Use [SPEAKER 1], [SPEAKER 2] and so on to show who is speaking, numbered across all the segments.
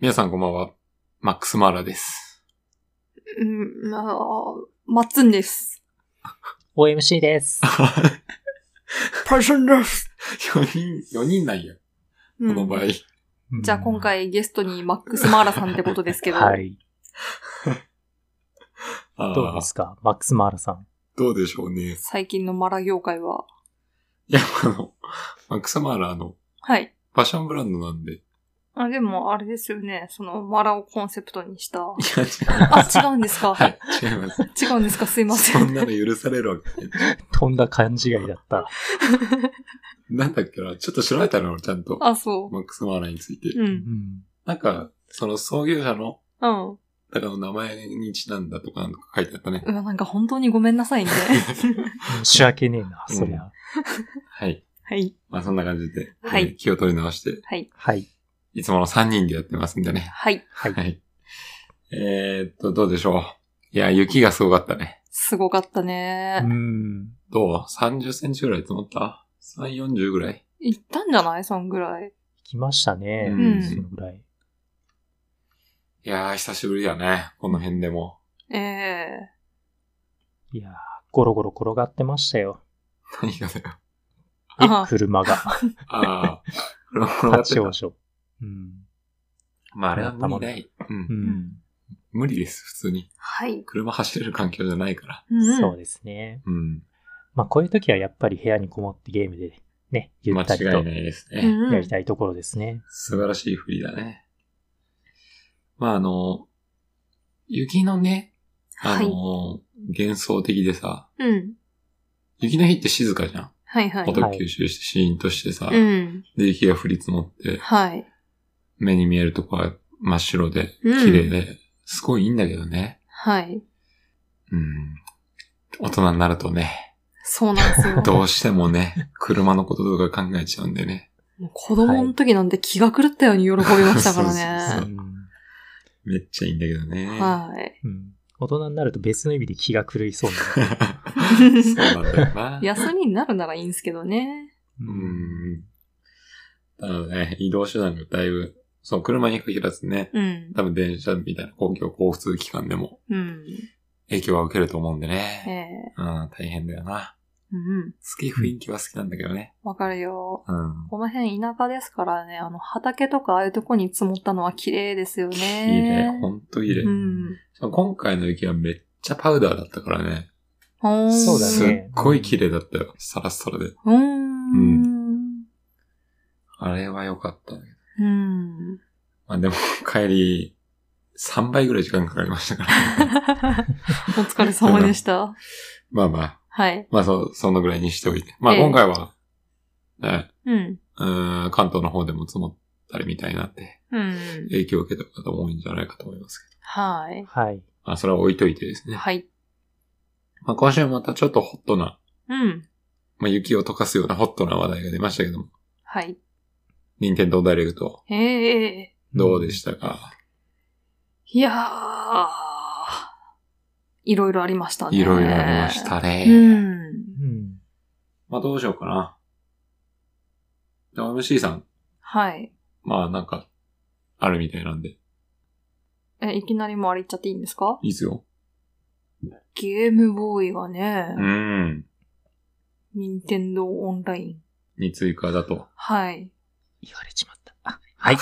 [SPEAKER 1] 皆さんこんばんは。マックス・マーラです。
[SPEAKER 2] うん、まあ、マッツンです。
[SPEAKER 3] OMC です。
[SPEAKER 2] パイセンです。
[SPEAKER 1] 4人、4人なんや。この場合。
[SPEAKER 2] じゃあ今回ゲストにマックス・マーラさんってことですけど。
[SPEAKER 3] はい。
[SPEAKER 1] あー
[SPEAKER 3] どうですかマックス・マーラさん。
[SPEAKER 1] どうでしょうね。
[SPEAKER 2] 最近のマラ業界は。
[SPEAKER 1] いや、あの、マックス・マーラあの、
[SPEAKER 2] はい。
[SPEAKER 1] ファッションブランドなんで。い
[SPEAKER 2] あ、でもあれですよね。そのマラをコンセプト にした。
[SPEAKER 1] や、違う。
[SPEAKER 2] あ、違うんですか、
[SPEAKER 1] はい、違います。
[SPEAKER 2] 違うんですかすいませ
[SPEAKER 1] そん
[SPEAKER 2] ん。
[SPEAKER 1] なの許されるわけない。
[SPEAKER 3] とんだ勘違いだった。
[SPEAKER 1] なんだっけな、ちょっと調べたの、ちゃんと。
[SPEAKER 2] あ、そ
[SPEAKER 1] マックス・マーラについて。
[SPEAKER 2] う。う。
[SPEAKER 3] うんん。
[SPEAKER 1] なんか、その創業者の、
[SPEAKER 2] うん。う
[SPEAKER 1] だからの名前にちなんだとかなんか書いてあったね。
[SPEAKER 2] わ、なんか本当にごめん なさいね。
[SPEAKER 3] 申し訳ねえな、そりゃ。
[SPEAKER 1] はい。
[SPEAKER 2] はい。
[SPEAKER 1] まあそんな感じで、
[SPEAKER 2] はい
[SPEAKER 1] えー気を取り直して、
[SPEAKER 2] はい。
[SPEAKER 3] はい。
[SPEAKER 1] いつもの3人でやってますんでね。
[SPEAKER 2] はい。
[SPEAKER 3] はい。
[SPEAKER 1] はい。えー、っと、どうでしょう。いや、雪がすごかったね。
[SPEAKER 2] すごかったね
[SPEAKER 3] う。ん。
[SPEAKER 1] どう ?30 センチぐらい積もった ?3、40ぐらい
[SPEAKER 2] 行ったんじゃないそんぐらい。
[SPEAKER 3] 来ましたね。
[SPEAKER 1] うん
[SPEAKER 3] そのぐらい。
[SPEAKER 1] いやー、久しぶりだね。この辺でも。
[SPEAKER 2] ええ
[SPEAKER 3] いやー、ゴロゴロ転がってましたよ。
[SPEAKER 1] 何がだよ。
[SPEAKER 3] え
[SPEAKER 2] ああ
[SPEAKER 3] 車が。
[SPEAKER 1] あー。これも上がって
[SPEAKER 3] 立
[SPEAKER 1] た
[SPEAKER 3] 往生。うん。
[SPEAKER 1] まあ、あれは無理ない。う。
[SPEAKER 3] うんん。
[SPEAKER 1] 無理です、普通に。
[SPEAKER 2] はい。
[SPEAKER 1] 車走れる環境じゃないから。
[SPEAKER 2] うん。
[SPEAKER 3] そうですね。
[SPEAKER 1] うん。
[SPEAKER 3] まあこういう時はやっぱり部屋にこもってゲームでね、ゆ
[SPEAKER 1] 間
[SPEAKER 3] ったり
[SPEAKER 1] 違い
[SPEAKER 3] と
[SPEAKER 1] ないですね。
[SPEAKER 2] うん
[SPEAKER 3] やりたいところですね。
[SPEAKER 1] 素晴らしい振りだね。まあ、あの、雪のね、あの、幻想的でさ、
[SPEAKER 2] うん。
[SPEAKER 1] 雪の日って静かじゃん。
[SPEAKER 2] はいはい。
[SPEAKER 1] 音吸収してシーンとしてさ、
[SPEAKER 2] うん。
[SPEAKER 1] で、雪が降り積もって、
[SPEAKER 2] はい。
[SPEAKER 1] 目に見えるとこは真っ白で、
[SPEAKER 2] うん
[SPEAKER 1] 綺麗で、すごいいいんだけどね。
[SPEAKER 2] はい。
[SPEAKER 1] うん。大人になるとね、
[SPEAKER 2] そうなんです よ。
[SPEAKER 1] どうしてもね、車のこととか考えちゃうんでね。
[SPEAKER 2] もう子供の時なんて気が狂ったように喜びましたから
[SPEAKER 1] はい
[SPEAKER 2] ね。
[SPEAKER 3] うん
[SPEAKER 1] めっちゃいいんだけどね。
[SPEAKER 2] はい。
[SPEAKER 3] うん。大人になると別の意味で気が狂いそうになる。
[SPEAKER 1] そうなんだよ な。
[SPEAKER 2] 休みになるならいいんですけどね。
[SPEAKER 1] う。ん。だからね、移動手段がだいぶ、そう、車に限らずね、
[SPEAKER 2] うん。
[SPEAKER 1] 多分電車みたいな公共交通機関でも
[SPEAKER 2] うん。
[SPEAKER 1] 影響は受けると思うんで
[SPEAKER 2] え
[SPEAKER 1] ね。
[SPEAKER 2] え
[SPEAKER 1] うん、大変だよな。
[SPEAKER 2] うん。
[SPEAKER 1] 好き、雰囲気は好きなんだけどね。
[SPEAKER 2] わかるよ。
[SPEAKER 1] うん。
[SPEAKER 2] この辺田舎ですからね、あの、畑とかああいうとこに積もったのは綺麗ですよね。
[SPEAKER 1] 綺麗、ほんと綺麗
[SPEAKER 2] う。ん。
[SPEAKER 1] しかも今回の雪はめっちゃパウダーだったからね。
[SPEAKER 2] ほーん
[SPEAKER 3] そうだ
[SPEAKER 1] す
[SPEAKER 3] ね
[SPEAKER 1] っごい綺麗だったよ。サラッサラで。
[SPEAKER 2] うーん。
[SPEAKER 1] あれは良かったんだけど。
[SPEAKER 2] うん。
[SPEAKER 1] まあでも、帰り、3倍ぐらい時間かかりました から、ね。
[SPEAKER 2] お疲れ様でした。
[SPEAKER 1] まあまあ、
[SPEAKER 2] はい。
[SPEAKER 1] まあそ、そのぐらいにしておいて。まあ
[SPEAKER 2] ええ
[SPEAKER 1] 今回は、ね、
[SPEAKER 2] うん。
[SPEAKER 1] うーん、関東の方でも積もったりみたいなんで、
[SPEAKER 2] うん。
[SPEAKER 1] 影響を受けた方も多いんじゃないかと思いますけど。
[SPEAKER 2] はい。
[SPEAKER 3] はい。
[SPEAKER 1] まあそれは置いといてですね。
[SPEAKER 2] はい。
[SPEAKER 1] まあ今週またちょっとホットな
[SPEAKER 2] うん。
[SPEAKER 1] まあ、雪を溶かすようなホットな話題が出ましたけども、
[SPEAKER 2] はい。
[SPEAKER 1] 任天堂ダイレクト、
[SPEAKER 2] ええ
[SPEAKER 1] どうでしたか、
[SPEAKER 2] いやー、いろいろありましたね。
[SPEAKER 1] いろいろありまし。たね。
[SPEAKER 2] うん。
[SPEAKER 3] うん。
[SPEAKER 1] まあ、どうしようかな。で MC さん、
[SPEAKER 2] はい。
[SPEAKER 1] まあ、なんか、あるみたいなんで、
[SPEAKER 2] え、いきなりもうあれ言っちゃっていいんですか
[SPEAKER 1] いいっすよ。
[SPEAKER 2] ゲームボーイがね、
[SPEAKER 1] うん。
[SPEAKER 2] 任天堂オンライン。
[SPEAKER 1] に追加だと。
[SPEAKER 2] はい。
[SPEAKER 3] 言われちまった。あはい。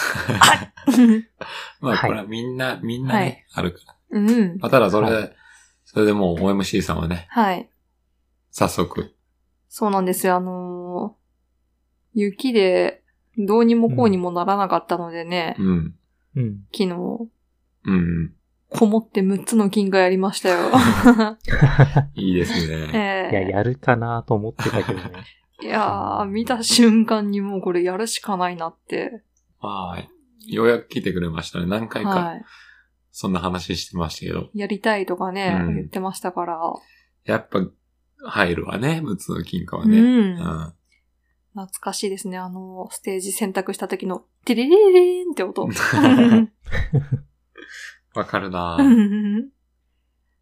[SPEAKER 1] まあ、
[SPEAKER 3] はい
[SPEAKER 1] これはみんな、みんなね、あるから。
[SPEAKER 2] うん。
[SPEAKER 1] まあ、ただそれで、
[SPEAKER 3] は
[SPEAKER 1] それでもう OMC さんはね、
[SPEAKER 2] はい。
[SPEAKER 1] 早速、
[SPEAKER 2] そうなんですよ。あのー雪で、どうにもこうにもならなかったのでね、
[SPEAKER 1] うん、
[SPEAKER 3] うん。
[SPEAKER 2] 昨日、
[SPEAKER 1] うん、
[SPEAKER 2] こもって6つの金貨やりましたよ。
[SPEAKER 1] いいですね。
[SPEAKER 2] ええ
[SPEAKER 3] いや、やるかなと思ってたけど ね。
[SPEAKER 2] いやー、見た瞬間にもうこれやるしかないなって。
[SPEAKER 1] まあ、ようやく来てくれましたね。何回か、
[SPEAKER 2] は
[SPEAKER 1] そんな話してましたけど。
[SPEAKER 2] い。やりたいとかね、
[SPEAKER 1] うん
[SPEAKER 2] 言ってましたから。
[SPEAKER 1] やっぱ、入るわね、6つの金貨は
[SPEAKER 2] う。
[SPEAKER 1] ね。うんん。
[SPEAKER 2] 懐かしいですね。あの、ステージ選択した時の、テレレレーンって音。
[SPEAKER 1] わかるな
[SPEAKER 2] うんい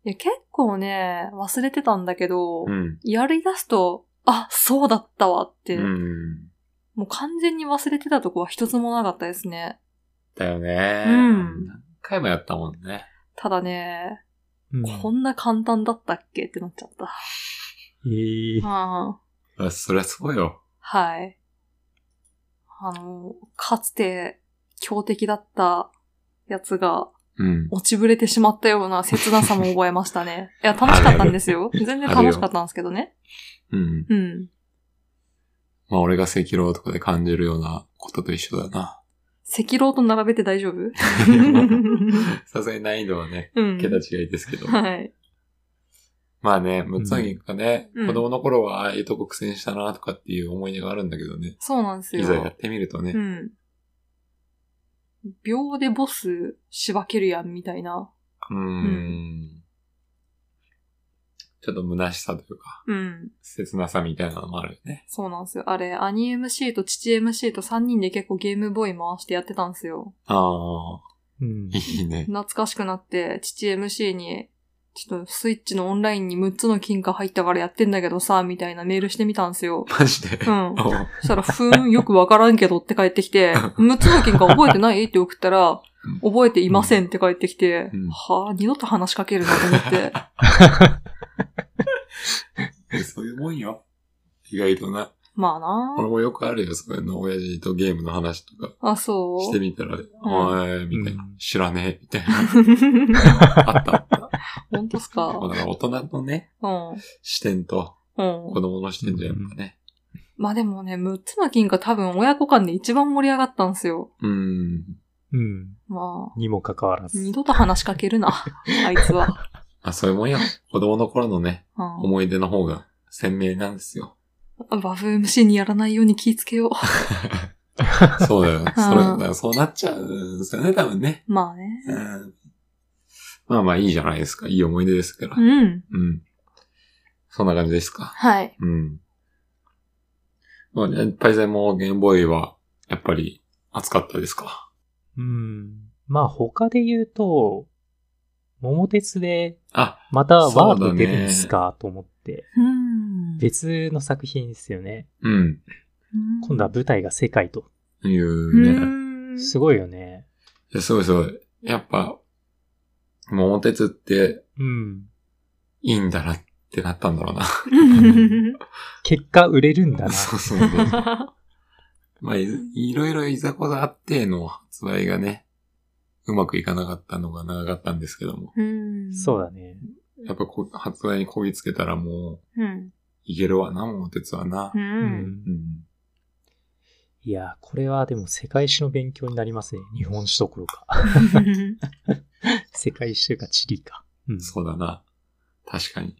[SPEAKER 2] や、結構ね、忘れてたんだけど、
[SPEAKER 1] うん。
[SPEAKER 2] やり出すと、あ、そうだったわって、
[SPEAKER 1] うん。
[SPEAKER 2] もう完全に忘れてたとこは一つもなかったですね。
[SPEAKER 1] たよね。
[SPEAKER 2] うん
[SPEAKER 1] 何回もやったもんね。
[SPEAKER 2] ただね、
[SPEAKER 3] うん
[SPEAKER 2] こんな簡単だったっけってなっちゃった。
[SPEAKER 3] えー
[SPEAKER 2] うん。
[SPEAKER 1] あそりゃそうよ。
[SPEAKER 2] はい。あの、かつて強敵だったやつが
[SPEAKER 1] うん。
[SPEAKER 2] 落ちぶれてしまったような切なさも覚えました ね。いや、楽しかったんですよ。全然楽しかったんですけどね。
[SPEAKER 1] うん。
[SPEAKER 2] うん。
[SPEAKER 1] まあ俺が赤狼とかで感じるようなことと一緒だな。
[SPEAKER 2] 赤老と並べて大丈夫
[SPEAKER 1] いやまあさすがに難易度はね、
[SPEAKER 2] うん。
[SPEAKER 1] 桁違いです けど。
[SPEAKER 2] はい。
[SPEAKER 1] まあね、六つの銀がね、
[SPEAKER 2] うん
[SPEAKER 1] 子供の頃はああいうとこ苦戦したなとかっていう思い出があるんだけどね。
[SPEAKER 2] そうなんです
[SPEAKER 1] い
[SPEAKER 2] よ。
[SPEAKER 1] ざやってみるとね。
[SPEAKER 2] うん。秒でボスしばけるやんみたいな。
[SPEAKER 1] うーん。ちょっと虚しさというか、
[SPEAKER 2] うん。
[SPEAKER 1] 切なさみたいなのもあるよね。
[SPEAKER 2] そうなんですよ。あれ、兄 MC と父 MC と3人で結構ゲームボーイ回してやってたんですよ。
[SPEAKER 1] ああ、
[SPEAKER 3] うん。
[SPEAKER 1] いいね。
[SPEAKER 2] 懐かしくなって、父 MC に、ちょっとスイッチのオンラインに6つの金貨入ったからやってんだけどさ、みたいなメールしてみたんですよ。
[SPEAKER 1] マジで。
[SPEAKER 2] うん。
[SPEAKER 1] おう
[SPEAKER 2] そしたら、ふーん、よくわからんけどって帰ってき て、6つの金貨覚えてないって送ったら、覚えていませんって帰ってきて、
[SPEAKER 1] うん
[SPEAKER 2] はぁ、二度と話しかけるなと思って。
[SPEAKER 1] そういうもんよ。意外とな。
[SPEAKER 2] まあな
[SPEAKER 1] 俺もよくあるよ、そういうの。親父とゲームの話とか
[SPEAKER 2] あ、そ
[SPEAKER 1] して
[SPEAKER 2] う。
[SPEAKER 1] みたら、おい、みたいな
[SPEAKER 3] うん。
[SPEAKER 1] 知らねえ、みたいな。あったあった。
[SPEAKER 2] 本当っす
[SPEAKER 1] だ
[SPEAKER 2] か。
[SPEAKER 1] から大人のね、
[SPEAKER 2] うん。
[SPEAKER 1] 視点と
[SPEAKER 2] うん
[SPEAKER 1] 子。供の視点じゃやっぱね。
[SPEAKER 2] まあでもね、6つの金貨多分親子間で一番盛り上がったんですよ。
[SPEAKER 1] うん。
[SPEAKER 3] うん。
[SPEAKER 2] まあ、
[SPEAKER 3] にもかかわら
[SPEAKER 2] 二
[SPEAKER 3] ず。
[SPEAKER 2] 度と話しかけるな、あいつは。
[SPEAKER 1] まあそういうもんよ。子供の頃のね、
[SPEAKER 2] うん。
[SPEAKER 1] 思い出の方が鮮明なんですよ。
[SPEAKER 2] バフ MC にやらないように気ぃつけよう。
[SPEAKER 1] そうだよ。それだ
[SPEAKER 2] うん
[SPEAKER 1] からそうなっちゃうんですよね、多分ね。
[SPEAKER 2] まあね。
[SPEAKER 1] うんまあまあいいじゃないですか。いい思い出ですから。
[SPEAKER 2] うん。
[SPEAKER 1] うん。そんな感じですか。
[SPEAKER 2] はい。
[SPEAKER 1] うん。まあ、パイセンもゲームボーイは、やっぱり、熱かったですか。
[SPEAKER 3] うん。まあ他で言うと、桃鉄で、
[SPEAKER 1] あ、
[SPEAKER 3] またワ
[SPEAKER 1] そう
[SPEAKER 3] ー
[SPEAKER 1] だ
[SPEAKER 3] プ
[SPEAKER 1] ね
[SPEAKER 3] 出るんですか、と思って。
[SPEAKER 2] うん。
[SPEAKER 3] 別の作品ですよね。
[SPEAKER 1] うん。
[SPEAKER 3] 今度は舞台が世界と。
[SPEAKER 1] いう
[SPEAKER 2] う
[SPEAKER 1] ね。
[SPEAKER 2] ん。
[SPEAKER 3] すごいよね。
[SPEAKER 1] いやすごいすごい。やっぱ、桃鉄って、
[SPEAKER 3] うん。
[SPEAKER 1] いいんだなってなったんだろうな。
[SPEAKER 3] 結果売れるんだな。
[SPEAKER 1] そうそう そう。まあ、いいろいろいざこざあっての発売がね、うまくいかなかったのが長かったんですけども。
[SPEAKER 2] うん。
[SPEAKER 3] そうだね。
[SPEAKER 1] やっぱこ発売にこぎつけたらもう、
[SPEAKER 2] うん。
[SPEAKER 1] いけるわな、桃鉄はな
[SPEAKER 2] う。。
[SPEAKER 3] うんん
[SPEAKER 1] う。ん。
[SPEAKER 3] いや、これはでも世界史の勉強になりますね。日本史どころか。世界史というか地理か。うん。
[SPEAKER 1] そうだな。確かに。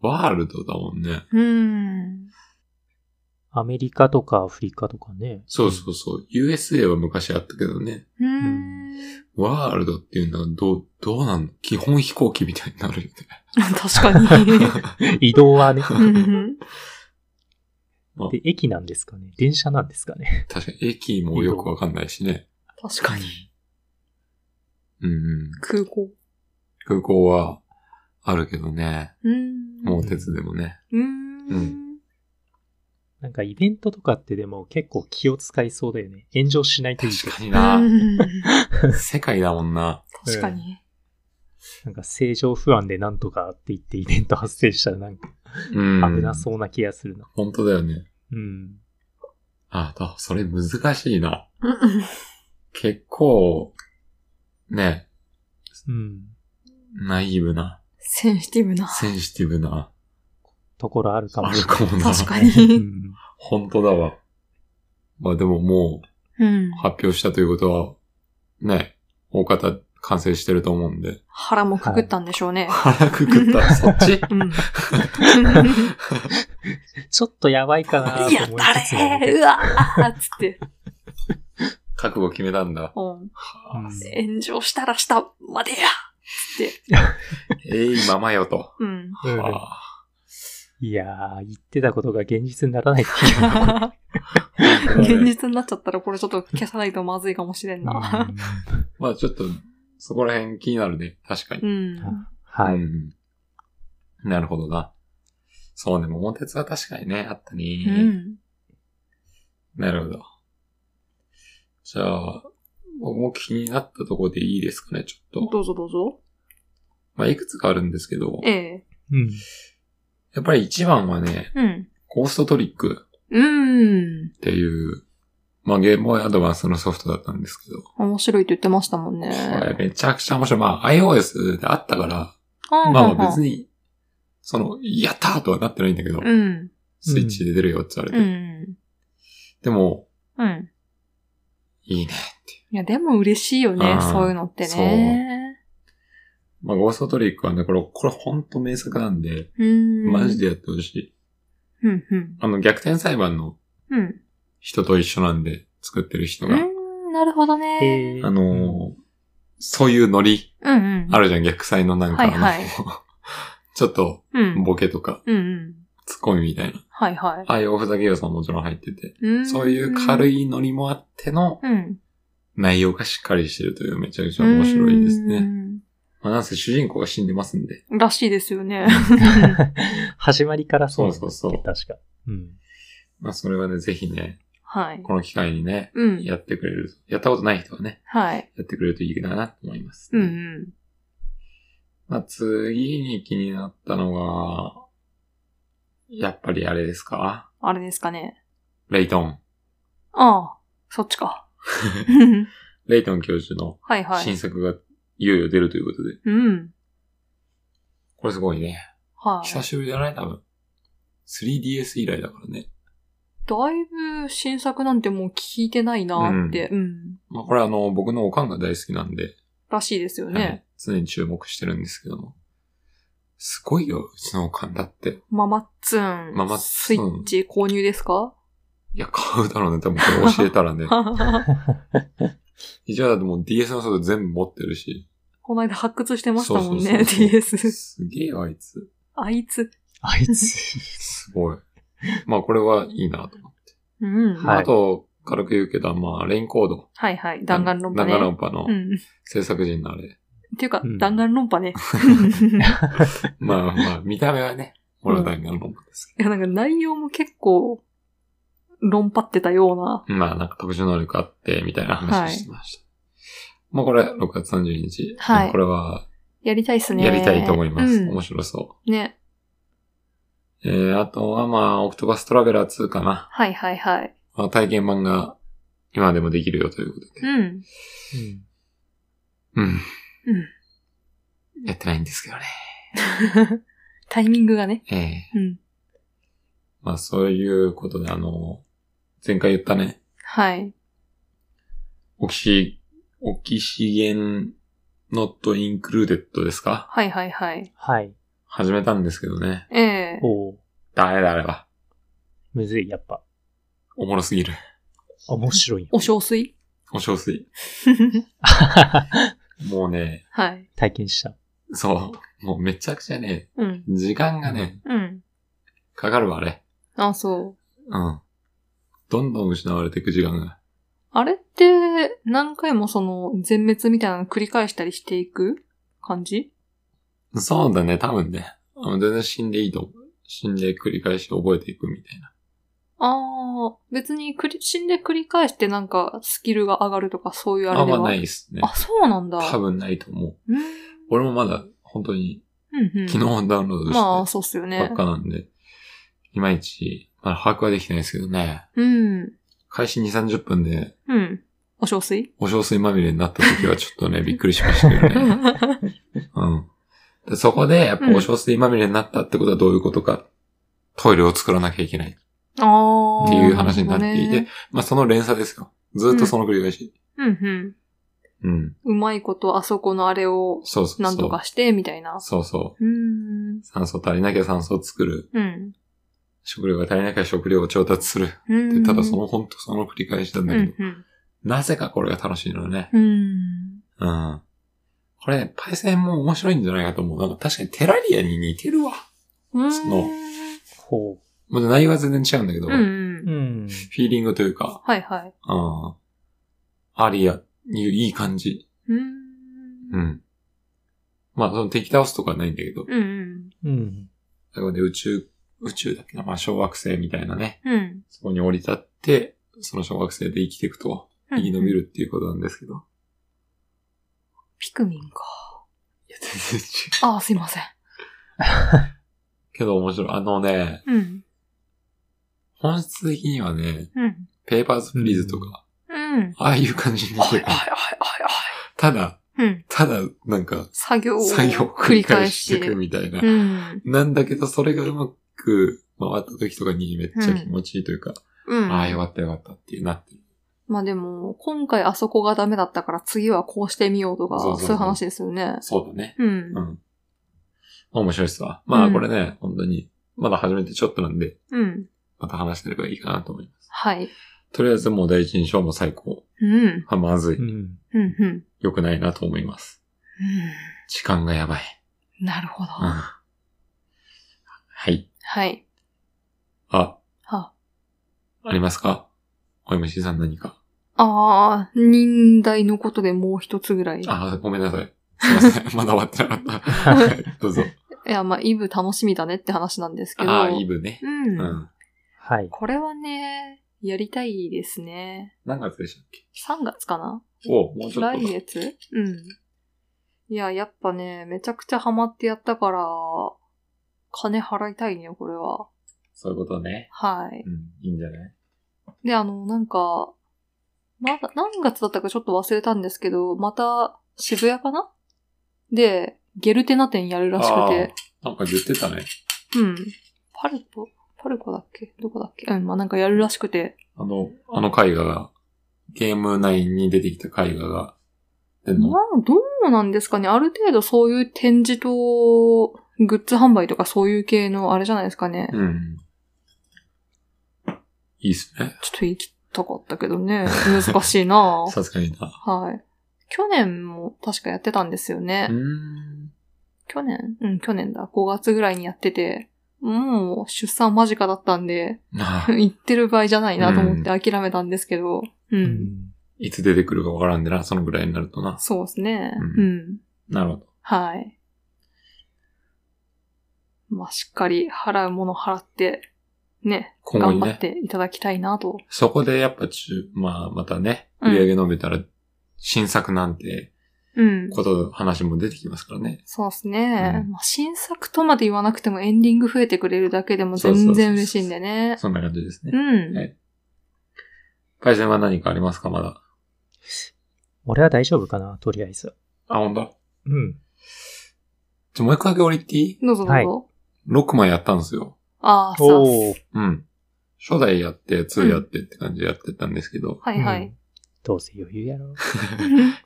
[SPEAKER 1] ワールドだもんね。
[SPEAKER 2] うん。
[SPEAKER 3] アメリカとかアフリカとかね。
[SPEAKER 1] そうそうそう。USA は昔あったけどね。
[SPEAKER 2] うん。
[SPEAKER 1] ワールドっていうのはどう、どうなんの基本飛行機みたいになる よね。
[SPEAKER 2] 確かに。
[SPEAKER 3] 移動はね。
[SPEAKER 2] うん
[SPEAKER 3] で、駅なんですかね。電車なんですかね。
[SPEAKER 1] 確かに駅もよくわかんないしね。
[SPEAKER 2] 確かに。
[SPEAKER 1] うんうん。
[SPEAKER 2] 空港。
[SPEAKER 1] 空港はあるけどね。
[SPEAKER 2] うん。
[SPEAKER 1] もう鉄でもね。
[SPEAKER 2] う。
[SPEAKER 1] うん
[SPEAKER 3] なんかイベントとかってでも結構気を使いそうだよね。炎上しないといいけ
[SPEAKER 1] 確
[SPEAKER 3] ど。
[SPEAKER 1] かに
[SPEAKER 2] う
[SPEAKER 1] な。
[SPEAKER 2] ん
[SPEAKER 1] 世界だもんな。
[SPEAKER 2] 確かに。
[SPEAKER 3] なんか正常不安でなんとかって言ってイベント発生したらなんか
[SPEAKER 1] うん。
[SPEAKER 3] 危なそうな気がするな。
[SPEAKER 1] 本当だよね。
[SPEAKER 3] うん。
[SPEAKER 1] あ、だ、それ難しいな。
[SPEAKER 2] うん
[SPEAKER 1] 結構、ね、
[SPEAKER 3] うん。
[SPEAKER 1] ナイーブな、
[SPEAKER 2] センシティブな。
[SPEAKER 1] センシティブな、
[SPEAKER 3] ところあるかも
[SPEAKER 1] あ
[SPEAKER 3] し
[SPEAKER 1] る
[SPEAKER 3] れない。
[SPEAKER 1] かもな。
[SPEAKER 2] 確か
[SPEAKER 3] う
[SPEAKER 2] に。
[SPEAKER 3] ん。
[SPEAKER 1] 本当だわ。まあでももう
[SPEAKER 2] うん。
[SPEAKER 1] 発表したということは、ね、大方完成してると思うんで。
[SPEAKER 2] 腹もくくったんでしょうね。
[SPEAKER 1] 腹くく った、そっち
[SPEAKER 2] うん。
[SPEAKER 3] ちょっとやばいかなと思い
[SPEAKER 2] いや、
[SPEAKER 3] つつも
[SPEAKER 2] 誰うわーっつって。
[SPEAKER 1] 覚悟決めたんだ。
[SPEAKER 2] うん
[SPEAKER 3] うん
[SPEAKER 2] 炎上したらしたまでやつって。
[SPEAKER 1] えい、ままよと。
[SPEAKER 2] うん。
[SPEAKER 3] うん
[SPEAKER 1] あ
[SPEAKER 3] いやー、言ってたことが現実にならないっていう のが
[SPEAKER 2] 現
[SPEAKER 1] ーそうだね
[SPEAKER 2] 実になっちゃったらこれちょっと消さないとまずいかもしれんな。
[SPEAKER 1] まあちょっと、そこら辺気になるね。確か
[SPEAKER 2] う
[SPEAKER 1] に。
[SPEAKER 2] ん。
[SPEAKER 3] は
[SPEAKER 1] う
[SPEAKER 3] い。
[SPEAKER 1] んなるほどな。そうね、桃鉄は確かにね、あったね。
[SPEAKER 2] うん。
[SPEAKER 1] なるほど。じゃあ、僕も気になったところでいいですかね、ちょっと。
[SPEAKER 2] どうぞどうぞ。
[SPEAKER 1] まあ、いくつかあるんですけど、
[SPEAKER 2] ええ。
[SPEAKER 3] うん。
[SPEAKER 1] やっぱり一番はね、
[SPEAKER 2] うん。
[SPEAKER 1] ゴーストトリック
[SPEAKER 2] うーん
[SPEAKER 1] っ。ていう、まあ、ゲームボーイアドバンスのソフトだったんですけど、
[SPEAKER 2] 面白いって言ってましたもんね。
[SPEAKER 1] これめちゃくちゃ面白い。まあ、iOS であったから、
[SPEAKER 2] あ
[SPEAKER 1] まあまあ別
[SPEAKER 2] に。
[SPEAKER 1] に、その、やったーとはなってないんだけど、
[SPEAKER 2] うん。
[SPEAKER 1] スイッチで出るよって言われ
[SPEAKER 2] う
[SPEAKER 1] て。
[SPEAKER 2] ん。
[SPEAKER 1] でも、
[SPEAKER 2] うん。
[SPEAKER 1] いいね。
[SPEAKER 2] いや、でも嬉しいよね
[SPEAKER 1] う、ん
[SPEAKER 2] そういうのってね。
[SPEAKER 1] まあ、ゴーストトリックはね、これ、これほんと名作なんで、
[SPEAKER 2] うーん。
[SPEAKER 1] マジでやってほしい。
[SPEAKER 2] うん、うん。
[SPEAKER 1] あの、逆転裁判の
[SPEAKER 2] うん。
[SPEAKER 1] 人と一緒なんで、作ってる人
[SPEAKER 2] う
[SPEAKER 1] が。
[SPEAKER 2] ーん、なるほどね。
[SPEAKER 3] えー
[SPEAKER 1] あのーそういうノリ
[SPEAKER 2] うんうん。
[SPEAKER 1] あるじゃん、逆裁のなんか、
[SPEAKER 2] はいはい
[SPEAKER 1] あのちょっと、
[SPEAKER 2] うん。
[SPEAKER 1] ボケとか、
[SPEAKER 2] うんうん。
[SPEAKER 1] ツッコミみたいな。
[SPEAKER 2] はいは
[SPEAKER 1] ああいうおふざけ要素ももちろん入ってて、
[SPEAKER 2] い。
[SPEAKER 1] そういう軽
[SPEAKER 2] い。
[SPEAKER 1] いノリもあっての
[SPEAKER 2] うん。
[SPEAKER 1] 内容がしっかりしてるというめちゃくちゃ面白いです
[SPEAKER 2] う
[SPEAKER 1] ね。
[SPEAKER 2] ん。
[SPEAKER 1] まあ、なんせ主人公が死んでますんで。
[SPEAKER 2] らしいですよね。
[SPEAKER 3] 始まりからそうなんだっけ
[SPEAKER 1] そうそうそう
[SPEAKER 3] 確か。うん。
[SPEAKER 1] まあ、それはね、ぜひね、
[SPEAKER 2] はい。
[SPEAKER 1] この機会にね、
[SPEAKER 2] うん。
[SPEAKER 1] やってくれる。やったことない人はね、
[SPEAKER 2] はい。
[SPEAKER 1] やってくれるといいかなと思います、
[SPEAKER 2] うんうん。
[SPEAKER 1] まあ、次に気になったのが、やっぱりあれですか
[SPEAKER 2] あれですかね。
[SPEAKER 1] レイトン。
[SPEAKER 2] ああ、そっ ちか。
[SPEAKER 1] レイトン教授の
[SPEAKER 2] はいは
[SPEAKER 1] 新
[SPEAKER 2] い。
[SPEAKER 1] 作がいよいよ出るということで。
[SPEAKER 2] うん。
[SPEAKER 1] これすごいね。
[SPEAKER 2] は
[SPEAKER 1] 久
[SPEAKER 2] い。
[SPEAKER 1] しぶりだね、多分。3DS 以来だからね。
[SPEAKER 2] だいぶ新作なんてもう聞いてないなーって。うん。
[SPEAKER 1] まあ、これあの、僕のおかんが大好きなんで、
[SPEAKER 2] らしいですよ
[SPEAKER 1] はい
[SPEAKER 2] ね。
[SPEAKER 1] 常に注目してるんですけども。すごいよ、うちのおかんだって。
[SPEAKER 2] ママッツン。
[SPEAKER 1] ママッツン
[SPEAKER 2] スイッチ購入です か。
[SPEAKER 1] いや、買うだろうね、多分これ教えたらね
[SPEAKER 2] こ
[SPEAKER 1] 一応だってもう DS のソフト全部持ってるし。
[SPEAKER 2] の間発掘してましたもん
[SPEAKER 1] そうそ
[SPEAKER 2] ね、
[SPEAKER 1] う そう
[SPEAKER 2] DS。
[SPEAKER 1] すげえよ、あいつ。
[SPEAKER 2] あいつ。
[SPEAKER 3] あいつ。
[SPEAKER 1] すごい。まあ、これはいいなと思って。
[SPEAKER 2] うん。
[SPEAKER 3] はい
[SPEAKER 1] あと、軽く言うけど、まあ、レインコード。
[SPEAKER 2] はいはい。弾丸論破ね。
[SPEAKER 1] 弾丸論破の
[SPEAKER 2] うん。っ
[SPEAKER 1] 制作人のあれ。
[SPEAKER 2] ていうか、
[SPEAKER 3] うん
[SPEAKER 2] 弾丸論 破ね。
[SPEAKER 1] まあま あ、見た目はね、俺は弾丸論破ですけど
[SPEAKER 2] いや、なんか内容も結構、論破ってたような。
[SPEAKER 1] まあなんか特殊能力あって、みたいな話をしてました。まあこれ、6月30日。
[SPEAKER 2] はい
[SPEAKER 1] これは、
[SPEAKER 2] やりたいっすね。
[SPEAKER 1] やりたいと思います。
[SPEAKER 2] うん
[SPEAKER 1] 面白そ
[SPEAKER 2] ね。
[SPEAKER 1] う。えー、あとはまあ、オクトパストラベラー2かな。
[SPEAKER 2] はいはいはい。
[SPEAKER 1] まあ、体験版が今でもできるよということで。
[SPEAKER 2] うん。
[SPEAKER 3] うん
[SPEAKER 1] うん。
[SPEAKER 2] う
[SPEAKER 1] やってないんですけどね。
[SPEAKER 2] ん。タイミングがね。
[SPEAKER 1] ええ
[SPEAKER 2] うん。
[SPEAKER 1] まあそういうことで、あの、前回言ったね、
[SPEAKER 2] はい。
[SPEAKER 1] オキシ、オキシゲンノットインクルーデッドですか
[SPEAKER 2] はいはいはい。
[SPEAKER 3] はい。
[SPEAKER 1] 始めたんですけどね。
[SPEAKER 2] ええ
[SPEAKER 3] おう
[SPEAKER 1] ダメだ、あれは。
[SPEAKER 3] むずい、やっぱ。
[SPEAKER 1] おもろすぎる。
[SPEAKER 3] 面 白い。
[SPEAKER 2] お小水
[SPEAKER 1] お小水。もうね、
[SPEAKER 2] はい。
[SPEAKER 3] 体験した。
[SPEAKER 1] そう。もうめちゃくちゃね、
[SPEAKER 2] うん。
[SPEAKER 1] 時間がね、
[SPEAKER 2] うん。
[SPEAKER 1] かかるわ、あれ。
[SPEAKER 2] あ、そ
[SPEAKER 1] う
[SPEAKER 2] う。
[SPEAKER 1] ん。どんどん失われていく時間が。
[SPEAKER 2] あれって、何回もその、全滅みたいなの繰り返したりしていく感じ
[SPEAKER 1] そうだね、多分ね。あの全然死んでいいと思う。死んで繰り返し覚えていくみたいな。
[SPEAKER 2] ああ、別に繰り死んで繰り返してなんかスキルが上がるとかそういうあ
[SPEAKER 1] あ
[SPEAKER 2] れ
[SPEAKER 1] ん
[SPEAKER 2] では
[SPEAKER 1] まないですね。
[SPEAKER 2] あ、そうなんだ。
[SPEAKER 1] 多分ないと思う。
[SPEAKER 2] うん。
[SPEAKER 1] 俺もまだ本当に
[SPEAKER 2] うんうん
[SPEAKER 1] 昨日ダウンロード
[SPEAKER 2] まあ、
[SPEAKER 1] し
[SPEAKER 2] そうっすよ
[SPEAKER 1] たば
[SPEAKER 2] ね
[SPEAKER 1] っ。かなんで、いまいち、まだ把握はできてないですけどね。
[SPEAKER 2] うん。
[SPEAKER 1] 開始2、30分で
[SPEAKER 2] うん。お小 水
[SPEAKER 1] お小水まみれになった時はちょっとね、びっ くりしましたけどね。うん。でそこで、やっぱお小水まみれになったってことはどういうことか、トイレを作らなきゃいけないっ
[SPEAKER 2] ああ。
[SPEAKER 1] ていう話になってい
[SPEAKER 2] るほど
[SPEAKER 1] て、
[SPEAKER 2] ね。
[SPEAKER 1] まあその連鎖ですよ。ずっとその繰り返し。
[SPEAKER 2] うんうん。
[SPEAKER 1] うん。
[SPEAKER 2] うまいことあそこのあれを
[SPEAKER 1] そうそうそう。
[SPEAKER 2] 何とかして、みたいな。
[SPEAKER 1] そうそう。
[SPEAKER 2] うーん。
[SPEAKER 1] 酸素足りなきゃ酸素を作る。
[SPEAKER 2] うん。
[SPEAKER 1] 食料が足りなきゃ食料を調達する。
[SPEAKER 2] うん。
[SPEAKER 1] でただその、ほんとその繰り返しなん
[SPEAKER 2] う
[SPEAKER 1] だ
[SPEAKER 2] ん
[SPEAKER 1] けど、
[SPEAKER 2] うん。
[SPEAKER 1] なぜかこれが楽しいのね。
[SPEAKER 2] うん。
[SPEAKER 1] うん。これ、パイセンも面白いんじゃないかと思う。なんか確かにテラリアに似てるわ。
[SPEAKER 2] うん。
[SPEAKER 1] その
[SPEAKER 3] ほ
[SPEAKER 1] もう内容は全然違うんだけど、
[SPEAKER 2] うん
[SPEAKER 1] フ
[SPEAKER 2] うん
[SPEAKER 3] う。。うん。
[SPEAKER 1] ィーリングというか、
[SPEAKER 2] はいはい。
[SPEAKER 1] うん。アリア、いいいい感じ。
[SPEAKER 2] うーん。
[SPEAKER 1] うん。まあ、その敵倒すとかはないんだけど、
[SPEAKER 2] うんうん。
[SPEAKER 3] うん。
[SPEAKER 1] 最後で宇宙、宇宙だっけな、まあ、小惑星みたいなね、
[SPEAKER 2] うん。
[SPEAKER 1] そこに降り立って、その小惑星で生きていくと。生き延びるっていうことなんですけど。
[SPEAKER 2] ピクミンか。
[SPEAKER 1] いや、全然違う。
[SPEAKER 2] ああ、すいません。
[SPEAKER 1] けど面白い。あのね、
[SPEAKER 2] うん。
[SPEAKER 1] 本質的にはね、
[SPEAKER 2] うん。
[SPEAKER 1] ペーパーズプリーズとか、
[SPEAKER 2] うん。
[SPEAKER 1] ああいう感じに
[SPEAKER 2] はいは
[SPEAKER 1] 世
[SPEAKER 2] いはい
[SPEAKER 1] 界。
[SPEAKER 2] はいは
[SPEAKER 1] ただ、
[SPEAKER 2] い。うん。
[SPEAKER 1] ただ、なんか、
[SPEAKER 2] 作業を
[SPEAKER 1] 作業を
[SPEAKER 2] 繰
[SPEAKER 1] 繰
[SPEAKER 2] り
[SPEAKER 1] り返
[SPEAKER 2] 返
[SPEAKER 1] して
[SPEAKER 2] し
[SPEAKER 1] い
[SPEAKER 2] て。
[SPEAKER 1] くみたいな。
[SPEAKER 2] うん。
[SPEAKER 1] なんだけど、それがうまく回った時とかにめっちゃ気持ちいいというか、
[SPEAKER 2] うん。
[SPEAKER 1] ああ、よかったよかったっていうなってる。
[SPEAKER 2] まあでも、今回あそこがダメだったから次はこうしてみようとか、
[SPEAKER 1] そうそうそう
[SPEAKER 2] そういう話ですよね。
[SPEAKER 1] そうだね。
[SPEAKER 2] うん
[SPEAKER 1] う。ん。面白いっすわ。ま
[SPEAKER 2] う
[SPEAKER 1] あ
[SPEAKER 2] ん
[SPEAKER 1] これね、本当に、まだ始めてちょっとなんで、
[SPEAKER 2] うん。
[SPEAKER 1] また話してればいいかなと思います。
[SPEAKER 2] はい。
[SPEAKER 1] とりあえずもう第一印象も最高。
[SPEAKER 2] うん。
[SPEAKER 1] あ、まず
[SPEAKER 3] う
[SPEAKER 1] い。
[SPEAKER 3] ん。
[SPEAKER 2] うん。うん。う
[SPEAKER 1] 良くないなと思います。時間がやばい。
[SPEAKER 2] ん。なるほど。
[SPEAKER 1] うん。はい。
[SPEAKER 2] はい。
[SPEAKER 1] あ、
[SPEAKER 2] あ、
[SPEAKER 1] ありますか ?OMC さん何か。
[SPEAKER 2] あー、忍耐のことでもう一つぐらい。い
[SPEAKER 1] あ、ごめんなさい。すいません。 まだ終わってなかった。はいどうぞ。
[SPEAKER 2] や、まあ、イブ楽しみだねって話なんですけど。
[SPEAKER 1] ああ、イブね。
[SPEAKER 2] う。
[SPEAKER 1] うんん。
[SPEAKER 3] はい。
[SPEAKER 2] これはね、やりたいですね。
[SPEAKER 1] 何月でしたっけ
[SPEAKER 2] 3月かな
[SPEAKER 1] おもうちょっ
[SPEAKER 2] 来
[SPEAKER 1] とだ。
[SPEAKER 2] 月うん。いや、やっぱね、めちゃくちゃハマってやったから、金払いたいね、これは。
[SPEAKER 1] そういうことね。
[SPEAKER 2] はい。
[SPEAKER 1] うん、いいんじゃない
[SPEAKER 2] で、あの、なんか、まだ、何月だったかちょっと忘れたんですけど、また、渋谷かなで、ゲルテナ店やるらしくて。
[SPEAKER 1] なんか言ってたね。
[SPEAKER 2] うん。パルコパルコだっけどこだっけうん、まあ、なんかやるらしくて。
[SPEAKER 1] あの、あの絵画が、ゲーム内に出てきた絵画が、で
[SPEAKER 2] ま
[SPEAKER 1] も、
[SPEAKER 2] あ、どうなんですかね。ある程度そういう展示と、グッズ販売とかそういう系のあれじゃないですかね。
[SPEAKER 1] うん。いいっすね。
[SPEAKER 2] ちょっと行きたかったけどね。 難しいな
[SPEAKER 1] さすがにな。
[SPEAKER 2] はい。去年も確かやってたんですよね
[SPEAKER 1] うー。ん。
[SPEAKER 2] 去年うん、去年だ。5月ぐらいにやってて、もう出産間近だったんで、
[SPEAKER 1] ああ
[SPEAKER 2] 行ってる場合じゃないなと思って諦めたんですけど、うん。
[SPEAKER 3] うん。
[SPEAKER 1] いつ出てくるかわからんでな、そのぐらいになるとな。
[SPEAKER 2] そうですね。
[SPEAKER 1] う
[SPEAKER 2] うんん。
[SPEAKER 1] なるほど。
[SPEAKER 2] はい。まあ、しっかり払うもの払って、ね、
[SPEAKER 1] 今後
[SPEAKER 2] 頑
[SPEAKER 1] に
[SPEAKER 2] 張っ
[SPEAKER 1] ね。
[SPEAKER 2] ていただきたいなと。
[SPEAKER 1] そこでやっぱ中、まあまたね、
[SPEAKER 2] うん
[SPEAKER 1] 売り上げ伸びたら、新作なんて、
[SPEAKER 2] うん。
[SPEAKER 1] こと、話も出てきますからね。
[SPEAKER 2] そうですね。
[SPEAKER 1] うん
[SPEAKER 2] まあ、新作とまで言わなくてもエンディング増えてくれるだけでも
[SPEAKER 1] そうそうそう
[SPEAKER 2] 全然嬉しいんでね。
[SPEAKER 1] そんな感じですね。
[SPEAKER 2] うん。
[SPEAKER 1] はいパイセンは何かありますかまだ。
[SPEAKER 3] 俺は大丈夫かな、とりあえず。
[SPEAKER 1] あ、ほんと
[SPEAKER 3] うん。
[SPEAKER 1] ちょ、もう一個だけ俺言っていい
[SPEAKER 2] どうぞどうぞ。
[SPEAKER 3] はい
[SPEAKER 1] ロックマンやったんですよ。
[SPEAKER 2] ああ、そう
[SPEAKER 3] お
[SPEAKER 2] っ
[SPEAKER 3] ー
[SPEAKER 2] す。
[SPEAKER 1] うん。初代やって、2やってって感じでやってたんですけど。
[SPEAKER 2] はいはい。
[SPEAKER 3] うんどうせ余裕やろ。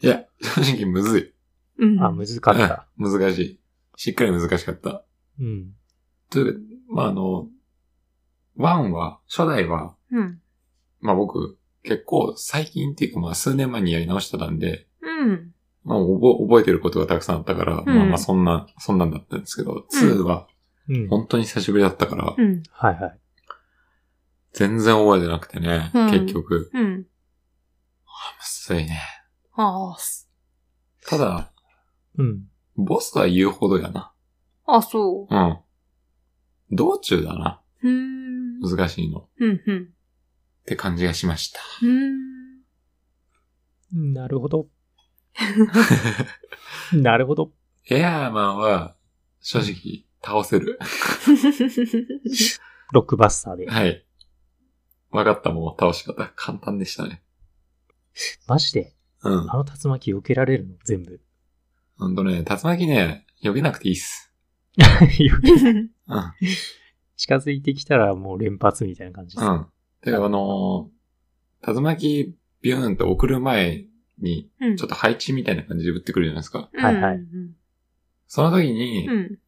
[SPEAKER 1] いや、正直むずい。
[SPEAKER 2] うん。
[SPEAKER 3] あ、難かった。
[SPEAKER 1] うん難しい。しっかり難しかった。
[SPEAKER 3] うん。
[SPEAKER 1] というまあ、あの、1は、初代は、
[SPEAKER 2] うん。
[SPEAKER 1] まあ僕、結構最近っていうかまあ数年前にやり直してたんで、
[SPEAKER 2] うん。
[SPEAKER 1] まあ覚覚えてることがたくさんあったから、
[SPEAKER 2] うん
[SPEAKER 1] まあまあそんな、そんなんだったんですけど、2は
[SPEAKER 3] うん。
[SPEAKER 1] 本当に久しぶりだったから、
[SPEAKER 2] うん。
[SPEAKER 3] はいはい。
[SPEAKER 1] 全然覚えてなくてね、
[SPEAKER 2] うん
[SPEAKER 1] 結局。
[SPEAKER 2] うん。
[SPEAKER 1] むずいね。
[SPEAKER 2] ああ、す
[SPEAKER 1] ただ、
[SPEAKER 3] うん。
[SPEAKER 1] ボスは言うほどやな。
[SPEAKER 2] あ、そ
[SPEAKER 1] うん。道中だな。
[SPEAKER 2] う。うーん。
[SPEAKER 1] 難しいの。っ
[SPEAKER 2] うん。うん。
[SPEAKER 1] て感じがしました。
[SPEAKER 2] うーん。
[SPEAKER 3] なる ほど。なるほど。
[SPEAKER 1] エアーマンは、正直、倒せる。
[SPEAKER 3] ロックバスターで。
[SPEAKER 1] はい。わかったもん、倒し方。簡単でしたね。
[SPEAKER 3] マジで、
[SPEAKER 1] うん。
[SPEAKER 3] あの竜巻避けられるの全部。
[SPEAKER 1] ほんとね、竜巻ね、避けなくていいっす。
[SPEAKER 3] 避け
[SPEAKER 1] うん。
[SPEAKER 3] 近づいてきたらもう連発みたいな感じで
[SPEAKER 1] う
[SPEAKER 3] す。
[SPEAKER 1] ん。てか、あのー、竜巻、ビューンと送る前に、
[SPEAKER 2] うん
[SPEAKER 1] ちょっと配置みたいな感じで打ってくるじゃないですか。
[SPEAKER 3] はいはい
[SPEAKER 2] うん。
[SPEAKER 1] その時に
[SPEAKER 2] う、ん。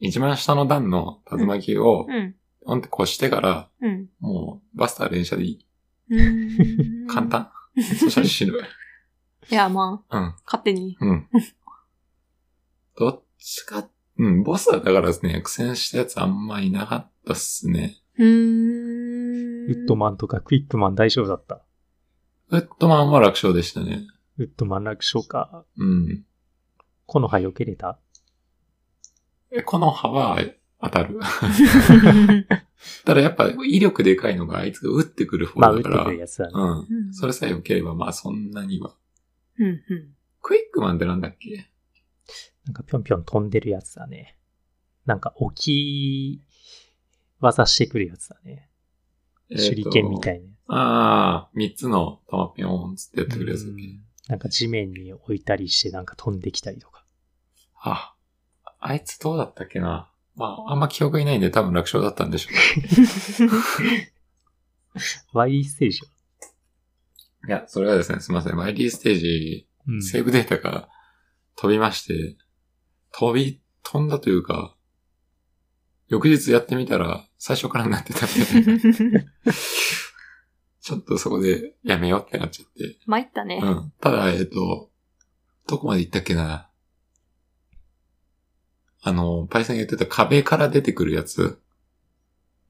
[SPEAKER 1] 一番下の段の竜巻を、
[SPEAKER 2] うん。
[SPEAKER 1] ポンって越してから、
[SPEAKER 2] うん。
[SPEAKER 1] もう、バスター連射でいい。
[SPEAKER 2] うん
[SPEAKER 1] 簡。単。そしたら死ぬ。
[SPEAKER 2] いや、まあ、
[SPEAKER 1] うん。
[SPEAKER 2] 勝手に。
[SPEAKER 1] うん。どっちか、うん、ボスはだからですね、苦戦したやつあんまいなかったっすね。
[SPEAKER 2] うーん。
[SPEAKER 3] ウッドマンとかクイックマン大丈夫だった。
[SPEAKER 1] ウッドマンは楽勝でしたね。
[SPEAKER 3] ウッドマン楽勝か。
[SPEAKER 1] うん。
[SPEAKER 3] 木の葉避けれた
[SPEAKER 1] え、この葉は当たる。 ただやっぱ威力でかいのがあいつが打ってくる方
[SPEAKER 3] まあ、打っ
[SPEAKER 1] だ
[SPEAKER 3] て
[SPEAKER 1] か
[SPEAKER 3] く
[SPEAKER 1] ら
[SPEAKER 3] る、やつだね。
[SPEAKER 1] うん。
[SPEAKER 2] うん
[SPEAKER 1] それさえ良ければまあそんなには。
[SPEAKER 2] うんうん。
[SPEAKER 1] クイックマンってなんだっけ
[SPEAKER 3] なんかぴょんぴょん飛んでるやつだね。なんか置き技してくるやつだね。手裏剣みた
[SPEAKER 1] い。
[SPEAKER 3] いなやつ。
[SPEAKER 1] ああ、三つの玉ピョーンつってやってくるやつだっけ
[SPEAKER 3] うんなんか地面に置いたりしてなんか飛んできたりとか。
[SPEAKER 1] あ、あいつどうだったっけな。まあ、あんま記憶いないんで多分楽勝だったんでしょう ね。
[SPEAKER 3] Y ステージは。
[SPEAKER 1] いや、それはですね、すみません。YD ステージ、
[SPEAKER 3] うん
[SPEAKER 1] セーブデータが飛びまして、飛び、飛んだというか、翌日やってみたら最初からなってたん で、ちょっとそこでやめようってなっちゃって。
[SPEAKER 2] 参ったね
[SPEAKER 1] う。ん。ただ、えっ、と、どこまで行ったっけな。あの、パイセンが言ってた壁から出てくるやつ、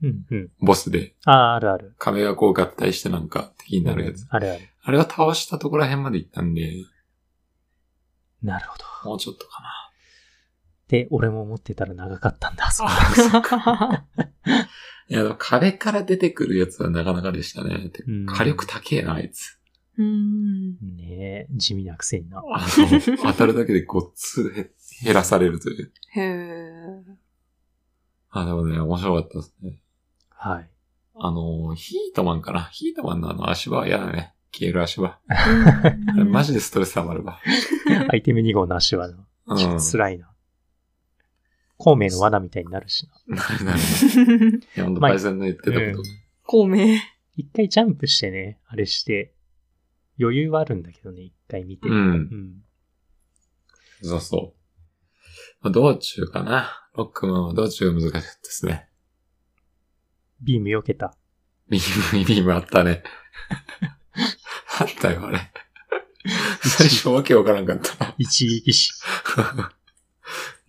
[SPEAKER 3] うんうん。
[SPEAKER 1] ボスで。
[SPEAKER 3] ああ、あるある。
[SPEAKER 1] 壁がこう合体してなんか敵になるやつ。
[SPEAKER 3] あるある。
[SPEAKER 1] あれは倒したところら辺まで行ったんで、
[SPEAKER 3] なるほど。
[SPEAKER 1] もうちょっとか な。
[SPEAKER 3] で、俺も持ってたら長かったんだ。そう
[SPEAKER 1] いや、でも壁から出てくるやつはなかなかでしたね。て
[SPEAKER 3] うん
[SPEAKER 1] 火力高えな、あいつ。
[SPEAKER 2] うん。
[SPEAKER 3] ねえ、地味なくせにな。
[SPEAKER 1] あの、当たるだけでごっつ減減らされるという。
[SPEAKER 2] へえ。
[SPEAKER 1] あ、でもね、面白かったですね。
[SPEAKER 3] はい。
[SPEAKER 1] あの、ヒートマンかな。ヒートマンのあの足場は嫌だね。消える足場。あれマジでストレス溜まるわ。
[SPEAKER 3] アイテム2号の足はな、
[SPEAKER 1] うん。
[SPEAKER 3] ちょっと 辛いな。孔明の罠みたいになるしな。
[SPEAKER 1] なるなる。いや、ほんと、
[SPEAKER 3] まあ
[SPEAKER 1] パイセンの言ってたこ
[SPEAKER 3] うん
[SPEAKER 1] と。
[SPEAKER 2] 孔明。
[SPEAKER 3] 一回ジャンプしてね、あれして、余裕はあるんだけどね、一回見て。
[SPEAKER 1] う。
[SPEAKER 3] うんん。
[SPEAKER 1] そうそう。まあ、道中かな。ロックマンは道中が難しかったですね。
[SPEAKER 3] ビーム避けた。
[SPEAKER 1] ビーム、ビームあったね。あったよ、あれ。最初わけわからんかった。
[SPEAKER 3] 一撃死。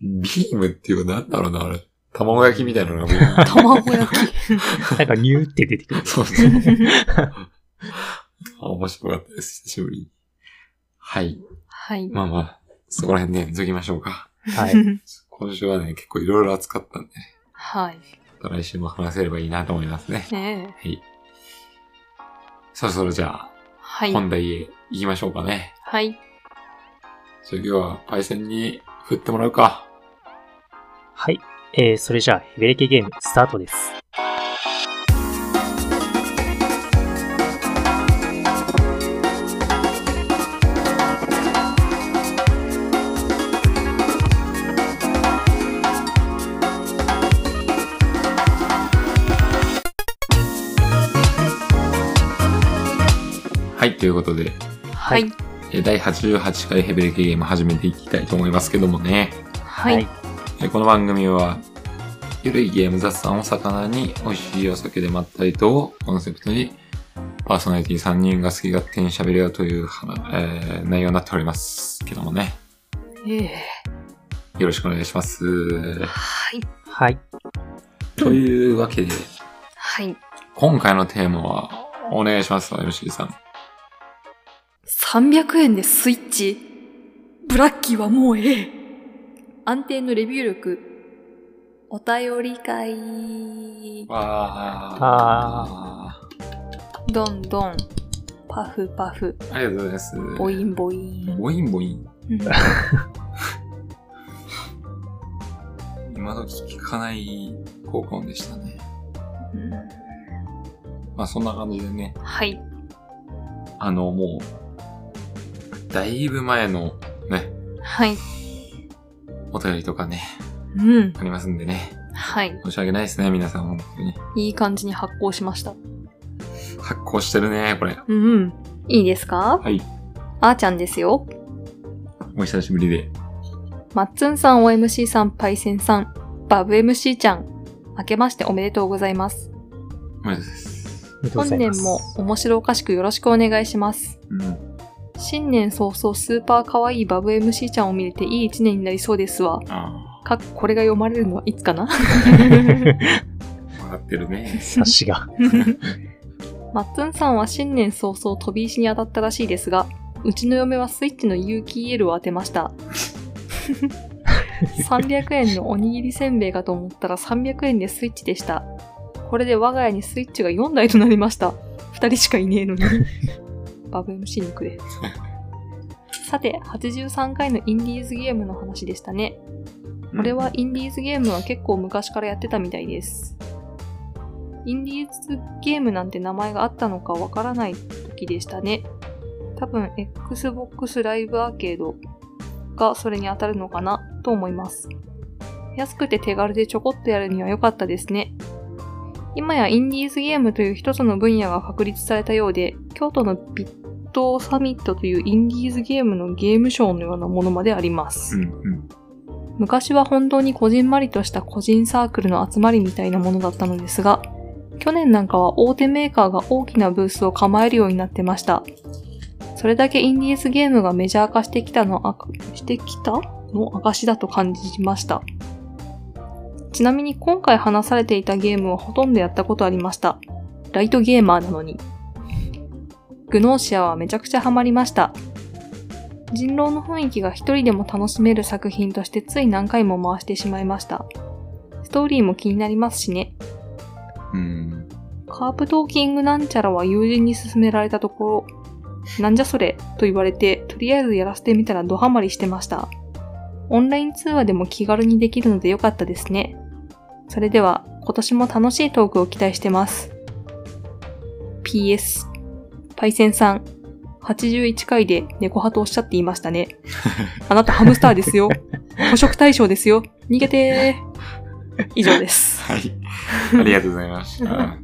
[SPEAKER 1] ビームっていうかなんだろうな、あれ。卵焼きみたいなのがビーム
[SPEAKER 2] 卵焼き。
[SPEAKER 3] なんかニューって出てくる。
[SPEAKER 1] そうそう。あ面白かったです、久しぶりに。はい。
[SPEAKER 2] はい。
[SPEAKER 1] まあまあ、そこら辺で、ね、続きましょうか。
[SPEAKER 3] はい。
[SPEAKER 1] 今週はね、結構いろいろ扱ったんで、
[SPEAKER 2] はい。
[SPEAKER 1] また来週も話せればいいなと思いますね。
[SPEAKER 2] ええ。
[SPEAKER 1] はい。そろそろじゃあ、
[SPEAKER 2] はい。
[SPEAKER 1] 本題へ行きましょうかね。
[SPEAKER 2] はい。
[SPEAKER 1] じゃあ今日はパイセンに振ってもらうか。
[SPEAKER 3] はい。えー、それじゃあ、ヘベレケゲーム、スタートです。
[SPEAKER 1] はい、ということで、
[SPEAKER 3] は
[SPEAKER 2] はいい。。
[SPEAKER 1] えー第88回ヘベレケゲーム始めていきたいと思いますけどもね。
[SPEAKER 2] はい。
[SPEAKER 1] えーこの番組は、ゆるいゲーム雑談を魚に、美味しいお酒でまったりとをコンセプトに、パーソナリティ3人が好き勝手に喋るよという話、えー内容になっておりますけどもね。
[SPEAKER 2] ええ。
[SPEAKER 1] よろしくお願いします。
[SPEAKER 2] はい。
[SPEAKER 3] はい。
[SPEAKER 1] というわけで、
[SPEAKER 2] はい。
[SPEAKER 1] 今回のテーマは、お願いします、MC さん。
[SPEAKER 2] 300円でスイッチブラッキーはもうええ安定のレビュー力お便り会
[SPEAKER 1] わ
[SPEAKER 3] あ
[SPEAKER 2] どんどんパフパフ
[SPEAKER 1] ー。ありがとうございます。
[SPEAKER 2] ボインボイン
[SPEAKER 1] ボインボイン。
[SPEAKER 2] うん
[SPEAKER 1] 今時聞かない効果音でしたね。まあそんな感じでね、
[SPEAKER 2] はい
[SPEAKER 1] あのもう、だいぶ前のね、
[SPEAKER 2] はい
[SPEAKER 1] お便りとかね、
[SPEAKER 2] うん
[SPEAKER 1] ありますんでね。
[SPEAKER 2] はい
[SPEAKER 1] 申し訳ないですね、皆さん、本当に。
[SPEAKER 2] いい感じに発行しました
[SPEAKER 1] 発行してるね、これ。
[SPEAKER 2] うんうんいいですか
[SPEAKER 1] はい。
[SPEAKER 2] あーちゃんですよ
[SPEAKER 1] お久しぶりで。
[SPEAKER 2] マッツンさん、OMC さん、パイセンさん、バブ MC ちゃん、明けましておめでとうございます。
[SPEAKER 1] おめでとうございます。
[SPEAKER 3] おめでとう
[SPEAKER 2] 本
[SPEAKER 3] ございま
[SPEAKER 2] 年
[SPEAKER 3] す。
[SPEAKER 2] も面白おかしくよろしくお願いします。
[SPEAKER 1] うん。
[SPEAKER 2] 新年早々スーパー可愛いバブ MC ちゃんを見れていい一年になりそうですわ。
[SPEAKER 1] あ
[SPEAKER 2] かっここれが読まれるのはいつか な
[SPEAKER 1] あ、笑ってるね。
[SPEAKER 3] 察しが。
[SPEAKER 2] マッツンさんは新年早々飛び石に当たったらしいですが、うちの嫁はスイッチの有機 EL を当てました。300円のおにぎりせんべいかと思ったら300円でスイッチでした。これで我が家にスイッチが4台となりました。2人しかいねえのに。バブ MC にくれ。さて、83回のインディーズゲームの話でしたね。これはインディーズゲームは結構昔からやってたみたいです。インディーズゲームなんて名前があったのかわからない時でしたね。多分 Xbox Live アーケードがそれに当たるのかなと思います。安くて手軽でちょこっとやるには良かったですね。今やインディーズゲームという一つの分野が確立されたようで、京都のビットサミットというインディーズゲームのゲームショーのようなものまであります。
[SPEAKER 1] うんうん。
[SPEAKER 2] 昔は本当にこじんまりとした個人サークルの集まりみたいなものだったのですが、去年なんかは大手メーカーが大きなブースを構えるようになってました。それだけインディーズゲームがメジャー化してきたの、あしてきたの証だと感じました。ちなみに今回話されていたゲームはほとんどやったことありました。ライトゲーマーなのに。グノーシアはめちゃくちゃハマりました。人狼の雰囲気が一人でも楽しめる作品としてつい何回も回してしまいました。ストーリーも気になりますしね。
[SPEAKER 1] うん。
[SPEAKER 2] カープトーキングなんちゃらは友人に勧められたところ、なんじゃそれと言われて、とりあえずやらせてみたらドハマりしてました。オンライン通話でも気軽にできるので良かったですね。それでは、今年も楽しいトークを期待してます。PS、パイセンさん、81回で猫派とおっしゃっていましたね。あなたハムスターですよ。捕食対象ですよ。逃げてー。以上です。
[SPEAKER 1] はい。ありがとうございました。は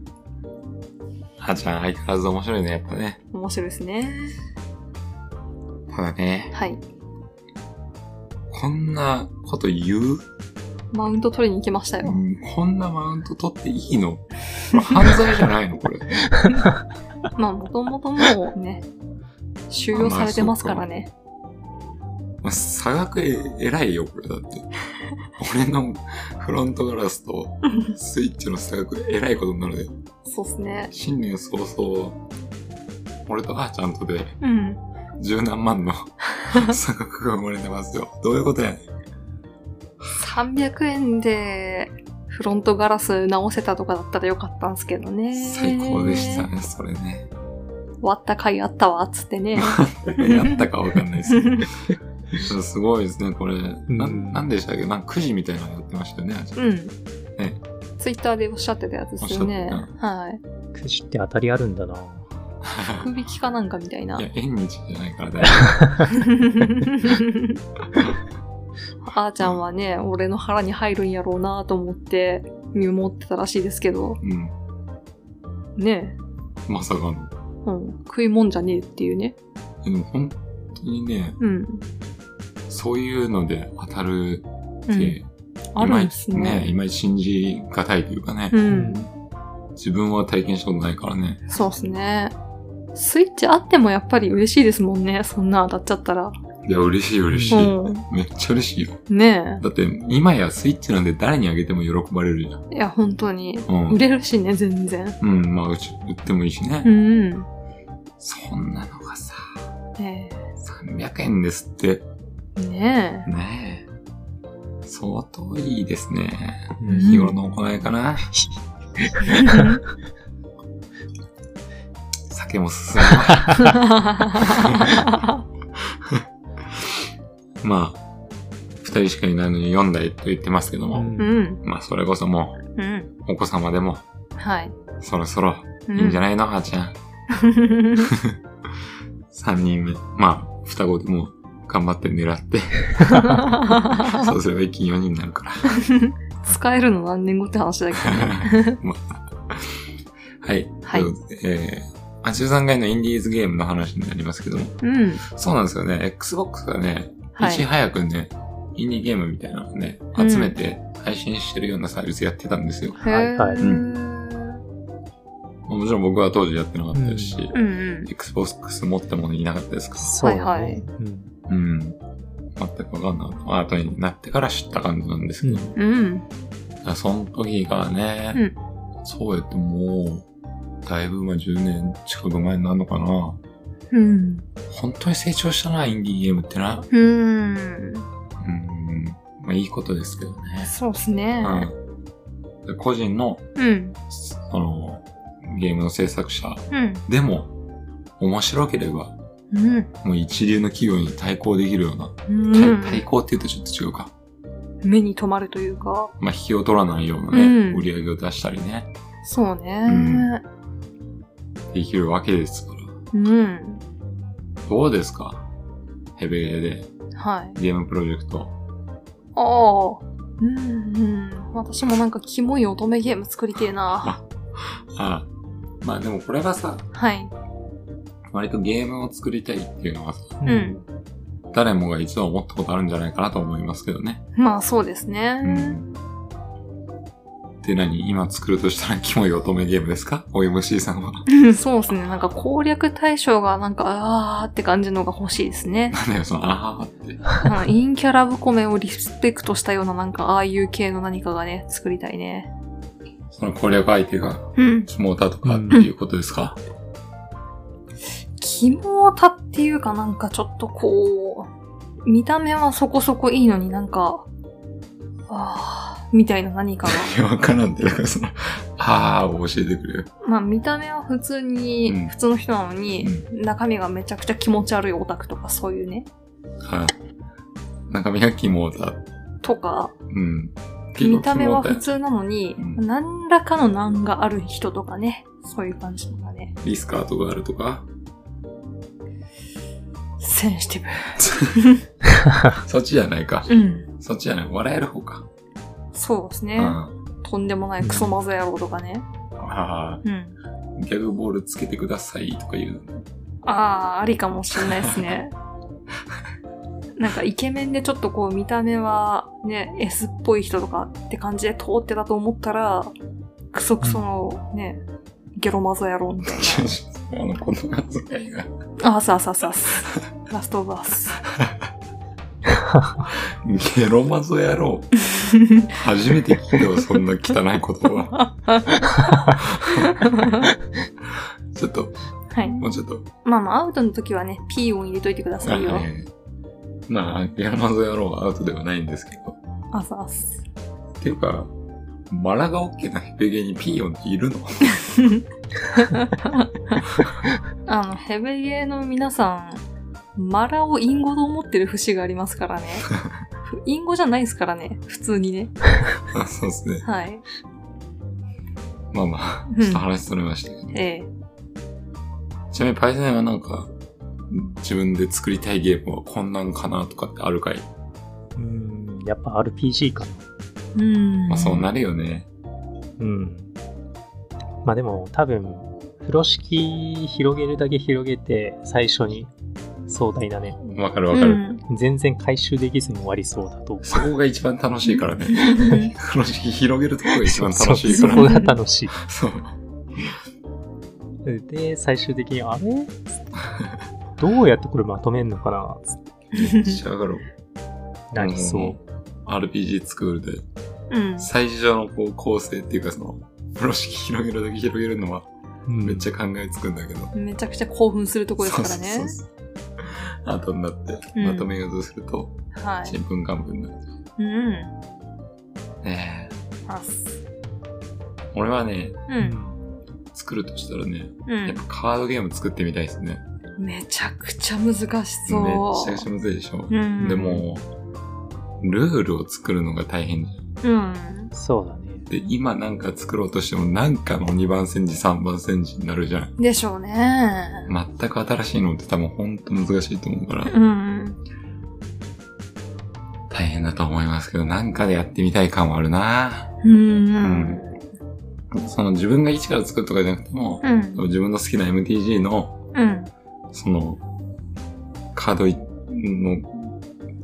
[SPEAKER 1] ーちゃん、相変わらず面白いね、やっぱね。
[SPEAKER 2] 面白いですね。
[SPEAKER 1] ただね、
[SPEAKER 2] はい。
[SPEAKER 1] こんなこと言う
[SPEAKER 2] マウント取りに行きました よ。
[SPEAKER 1] うんこんなマウント取っていいのこれ犯罪じゃないのこれ。
[SPEAKER 2] まあ、もともともうね、収容されてますからね。
[SPEAKER 1] まあ差額え偉いよ、これだって。俺のフロントガラスとスイッチの差額偉いことになるで。
[SPEAKER 2] そうっすね。
[SPEAKER 1] 新年早々、俺とあーちゃんとで
[SPEAKER 2] うん。
[SPEAKER 1] 十何万の差額が生まれてますよ。どういうことやねん。
[SPEAKER 2] 300円で、フロントガラス直せたとかだったらよかったんですけどね。
[SPEAKER 1] 最高でした。ね、それね。
[SPEAKER 2] 終わった回あったわ、つってね。
[SPEAKER 1] やったかわかんないですけど。 すごいですね、これ。な、
[SPEAKER 3] うん
[SPEAKER 1] なんでしたっけなんかくじみたいなのやってましたよね、あーちゃん
[SPEAKER 2] うん。
[SPEAKER 1] ね
[SPEAKER 2] ツイッターでおっしゃってたやつですよね
[SPEAKER 1] おっしゃって。
[SPEAKER 2] はい。
[SPEAKER 3] くじって当たりあるんだな。
[SPEAKER 2] 福引きかなんかみたいな。
[SPEAKER 1] いや、縁日じゃないから大
[SPEAKER 2] あーちゃんはね、俺の腹に入るんやろうなと思って見守ってたらしいですけ
[SPEAKER 1] 丈
[SPEAKER 2] ど、
[SPEAKER 1] 夫。うん。
[SPEAKER 2] ね
[SPEAKER 1] まさかの。
[SPEAKER 2] え、うん、食いもんじゃねえっていうね。
[SPEAKER 1] でも本当にね、
[SPEAKER 2] うん。
[SPEAKER 1] そういうので当たる
[SPEAKER 2] う
[SPEAKER 1] っ
[SPEAKER 2] ん、
[SPEAKER 1] て、
[SPEAKER 2] あ
[SPEAKER 1] い
[SPEAKER 2] る
[SPEAKER 1] ま
[SPEAKER 2] ん
[SPEAKER 1] い
[SPEAKER 2] です
[SPEAKER 1] ち
[SPEAKER 2] ね
[SPEAKER 1] ね、いまいち信じがたいというかね、
[SPEAKER 2] うん。
[SPEAKER 1] 自分は体験したことないからね。
[SPEAKER 2] そうっすね。スイッチあってもやっぱり嬉しいですもんね。そんな当たっちゃったら。
[SPEAKER 1] いや、嬉しい嬉しい。
[SPEAKER 2] う
[SPEAKER 1] めっちゃ嬉しいよ。
[SPEAKER 2] ん。ね
[SPEAKER 1] だって、今やスイッチなんで誰にあげても喜ばれるじゃん。
[SPEAKER 2] え。いや、本当に。
[SPEAKER 1] うん
[SPEAKER 2] 売。れるしね、全然。
[SPEAKER 1] うん、まあ、うち、売ってもいいしね。
[SPEAKER 2] うん。
[SPEAKER 1] そんなのがさ、
[SPEAKER 2] え
[SPEAKER 1] 300円ですって。
[SPEAKER 2] え ね
[SPEAKER 1] ねえ。相当いいですね。
[SPEAKER 3] うん
[SPEAKER 1] 日頃の行いかな。
[SPEAKER 2] え。
[SPEAKER 1] 酒も進むわ。まあ、二人しかいないのに4台と言ってますけど
[SPEAKER 3] う
[SPEAKER 1] も、
[SPEAKER 2] うんん。
[SPEAKER 1] まあそれこそも
[SPEAKER 2] うん。
[SPEAKER 1] う、お子様でも、
[SPEAKER 2] はい。
[SPEAKER 1] そろそろ、
[SPEAKER 2] う
[SPEAKER 1] いいんじゃ
[SPEAKER 2] ない
[SPEAKER 1] ないの、あーちゃん。三人目。まあ、双子でも、頑張って狙って、そうすれば一気に4人になるから。
[SPEAKER 2] 使えるの何年後って話だけどね。
[SPEAKER 1] まあ、はい。
[SPEAKER 2] はい
[SPEAKER 1] ということで、えー、まあ13回のインディーズゲームの話になりますけども、
[SPEAKER 2] うん。
[SPEAKER 1] そうなんですよね、Xbox がね、
[SPEAKER 2] はい
[SPEAKER 1] いち早くね、インディーゲームみたいなのをね、
[SPEAKER 2] うん
[SPEAKER 1] 集めて配信してるようなサービスやってたんですよ。
[SPEAKER 2] へえ。
[SPEAKER 3] はい
[SPEAKER 1] うんまあもちろん僕は当時やってなかったですし、
[SPEAKER 2] うんうん。
[SPEAKER 1] Xbox 持ったものいなかったですか
[SPEAKER 3] そうだ
[SPEAKER 2] はいはい
[SPEAKER 3] ね。うん
[SPEAKER 1] ら。うん。全くわかんなかった。まあ後になってから知った感じなんですけど。だ
[SPEAKER 2] うん。
[SPEAKER 1] からその時がね、そうやってもう、だいぶまあ10年近く前になるのかな。
[SPEAKER 2] うん。
[SPEAKER 1] 本当に成長したな、インディーゲームってな。
[SPEAKER 2] う
[SPEAKER 1] う
[SPEAKER 2] ん。
[SPEAKER 1] ん。まあいいことですけどね。
[SPEAKER 2] そうっすね。
[SPEAKER 1] うん。そういう個人の、
[SPEAKER 2] うん。
[SPEAKER 1] その、ゲームの制作者
[SPEAKER 2] うん。
[SPEAKER 1] でも、面白ければ、
[SPEAKER 2] うん。
[SPEAKER 1] もう一流の企業に対抗できるような、
[SPEAKER 2] うん
[SPEAKER 1] 対対抗って言うとちょっと違うか。
[SPEAKER 2] 目に留まるというか、
[SPEAKER 1] まあ、引きを取らないようなね、
[SPEAKER 2] うん
[SPEAKER 1] 売り上げを出したりね、
[SPEAKER 2] そうね。
[SPEAKER 1] できるわけですから。
[SPEAKER 2] うん。
[SPEAKER 1] どうですかヘベレで
[SPEAKER 2] はい。
[SPEAKER 1] ゲームプロジェクト。
[SPEAKER 2] ああ。うんうん。私もなんかキモい乙女ゲーム作りてえな。
[SPEAKER 1] ああまあでもこれはさ、
[SPEAKER 2] はい。
[SPEAKER 1] 割とゲームを作りたいっていうのはさ、
[SPEAKER 2] うん。
[SPEAKER 1] 誰もが一度は思ったことあるんじゃないかなと思いますけどね。
[SPEAKER 2] まあそうです
[SPEAKER 1] う
[SPEAKER 2] ね。
[SPEAKER 1] ん。で何今作るとしたらキモい乙女ゲームですか ?OMC さんは。
[SPEAKER 2] うん、そうですね。なんか攻略対象がなんか、あーって感じのが欲しいですね。
[SPEAKER 1] なんだよ、その、 あーって。
[SPEAKER 2] あのインキャラブコメをリスペクトしたようななんか、ああいう系の何かがね、作りたいね。
[SPEAKER 1] その攻略相手が、
[SPEAKER 2] うん。
[SPEAKER 1] キモータとかっていうことですか、
[SPEAKER 2] キモタっていうかなんかちょっとこう、見た目はそこそこいいのになんか、あーみたいな何かが。
[SPEAKER 1] い や、わからんって、だからその、あーを教えてくれよ。
[SPEAKER 2] まあ見た目は普通に、
[SPEAKER 1] うん
[SPEAKER 2] 普通の人なのに、中身がめちゃくちゃ気持ち悪いオタクとかそういうね、
[SPEAKER 1] はい。中身がキモータ。
[SPEAKER 2] とか、
[SPEAKER 1] うん。
[SPEAKER 2] 見た目は普
[SPEAKER 1] 結構キモータ
[SPEAKER 2] 通なのに、
[SPEAKER 1] うん
[SPEAKER 2] 何らかの難がある人とかね、そういう感じのがね、
[SPEAKER 1] やリスカートがあると か、
[SPEAKER 2] センシティ
[SPEAKER 1] そっちじゃないか。
[SPEAKER 2] ブ。うん。
[SPEAKER 1] そっちじゃない。笑える方か。
[SPEAKER 2] そうです
[SPEAKER 1] う
[SPEAKER 2] ね
[SPEAKER 1] ん。。あ
[SPEAKER 2] とんでもないクソマゾ野郎とかね。
[SPEAKER 1] あ
[SPEAKER 2] うん。
[SPEAKER 1] ー、ギャグボールつけてくださいとか 言うの。
[SPEAKER 2] ああ、ありかもしれないです ね。なんかイケメンでちょっとこう見た目はね、S っぽい人とかって感じで通ってたと思ったら、クソクソのね、ゲロマゾ野郎みたい
[SPEAKER 1] あの、この扱いが、
[SPEAKER 2] な。あーさあさあさあす。ラストオブアス。
[SPEAKER 1] ゲロマゾ野郎。初めて聞いた よ、そんな汚い言葉。
[SPEAKER 2] は
[SPEAKER 1] ちょっと、
[SPEAKER 2] い。
[SPEAKER 1] もうちょっと。
[SPEAKER 2] まあまあ、アウトの時はね、P 音入れといてくださいよ。
[SPEAKER 1] い。まあ、ゲロマゾ野郎はアウトではないんですけど。
[SPEAKER 2] あさあす。
[SPEAKER 1] っていうか、マラが OK なヘペゲにピーヨンっているの
[SPEAKER 2] あの、ヘベゲーの皆さん、マラを隠語と思ってる節がありますから ね。ふ隠語じゃないですからね、普通にね。
[SPEAKER 1] あそうですね。
[SPEAKER 2] はい。
[SPEAKER 1] まあま
[SPEAKER 2] う
[SPEAKER 1] あ、ちょっと
[SPEAKER 2] ん。
[SPEAKER 1] 話それましたけど。
[SPEAKER 2] ええ。
[SPEAKER 1] ちなみにパイセンはなんか、自分で作りたいゲームはこんなんかなとかってあるかい、
[SPEAKER 3] うん、やっぱ RPG かな。
[SPEAKER 2] うん。
[SPEAKER 1] まあそうなるよね。
[SPEAKER 3] うん。まあでも多分、風呂敷広げるだけ広げて、最初に壮大なね、
[SPEAKER 1] わかるわかる、
[SPEAKER 2] うん
[SPEAKER 3] 全然回収できずに終わりそうだと。
[SPEAKER 1] そこが一番楽しいからね。この時期広げるところが一番楽しい
[SPEAKER 3] そ
[SPEAKER 1] か
[SPEAKER 3] う
[SPEAKER 1] ら
[SPEAKER 3] そこ
[SPEAKER 1] ね。
[SPEAKER 3] が楽しい。
[SPEAKER 1] そう。
[SPEAKER 3] で、最終的に、あ れどうやってこれまとめんのかなつって
[SPEAKER 1] めっちゃ上がろう。
[SPEAKER 3] なりそう。
[SPEAKER 1] RPG 作るで、
[SPEAKER 2] うん。
[SPEAKER 1] 最初のこう構成っていうかその、風呂敷広げるだけ広げるのは
[SPEAKER 3] うん
[SPEAKER 1] めっちゃ考えつくんだけど。
[SPEAKER 2] めちゃくちゃ興奮するとこですから
[SPEAKER 1] そ
[SPEAKER 2] ね
[SPEAKER 1] う。そうそうそう後になって、
[SPEAKER 2] うん
[SPEAKER 1] まとめようとすると、
[SPEAKER 2] は
[SPEAKER 1] ち
[SPEAKER 2] い。
[SPEAKER 1] んぷんかんぷんになる。
[SPEAKER 2] うん。
[SPEAKER 1] ね
[SPEAKER 2] あす。
[SPEAKER 1] え俺はね、
[SPEAKER 2] う。
[SPEAKER 3] うんん。
[SPEAKER 1] 作るとしたらね、
[SPEAKER 2] う
[SPEAKER 1] やっぱカードゲーム作ってみたいですね。
[SPEAKER 2] ん。めちゃくちゃ難し
[SPEAKER 1] め
[SPEAKER 2] そう。
[SPEAKER 1] っちゃくちゃむずいでしょ。
[SPEAKER 2] うん。
[SPEAKER 1] で、も、ルールを作るのが大変じゃん。
[SPEAKER 2] うん。
[SPEAKER 3] そうだね。
[SPEAKER 1] で、今なんか作ろうとしても、なんかの2番煎じ、3番煎じになるじゃん。
[SPEAKER 2] でしょうね。
[SPEAKER 1] 全く新しいのって多分ほんと難しいと思うから
[SPEAKER 2] う、ん。
[SPEAKER 1] 大変だと思いますけど、なんかでやってみたい感はあるな
[SPEAKER 2] うん。
[SPEAKER 1] その自分が一から作るとかじゃなくても
[SPEAKER 2] う、ん。
[SPEAKER 1] 自分の好きな MTG の
[SPEAKER 2] うん。
[SPEAKER 1] その、カードの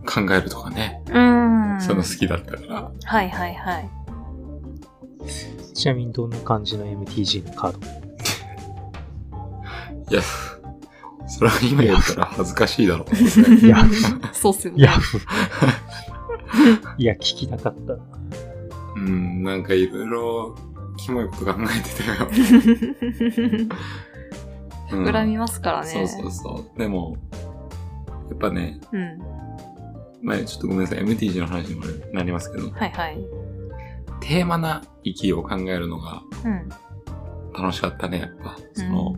[SPEAKER 1] 考えるとかね、
[SPEAKER 2] うん。
[SPEAKER 1] そういうの好きだったから、
[SPEAKER 2] はいはいはい。
[SPEAKER 3] ちなみにどんな感じの MTG のカード
[SPEAKER 1] いや、それは今言ったら恥ずかしいだろう。
[SPEAKER 3] いや
[SPEAKER 2] そうっすよね。
[SPEAKER 3] ヤフー。 いや、聞きたかったな。
[SPEAKER 1] うん、なんかいろいろ、キモいこと考えてたよ。うん
[SPEAKER 2] 膨らみますからね。
[SPEAKER 1] そうそうそう。でも、やっぱね、
[SPEAKER 2] うん。
[SPEAKER 1] まあちょっとごめんなさい、MTG の話にもなりますけど、
[SPEAKER 2] はいはい。
[SPEAKER 1] テーマな域を考えるのが
[SPEAKER 2] うん。
[SPEAKER 1] 楽しかったね、やっぱ。その、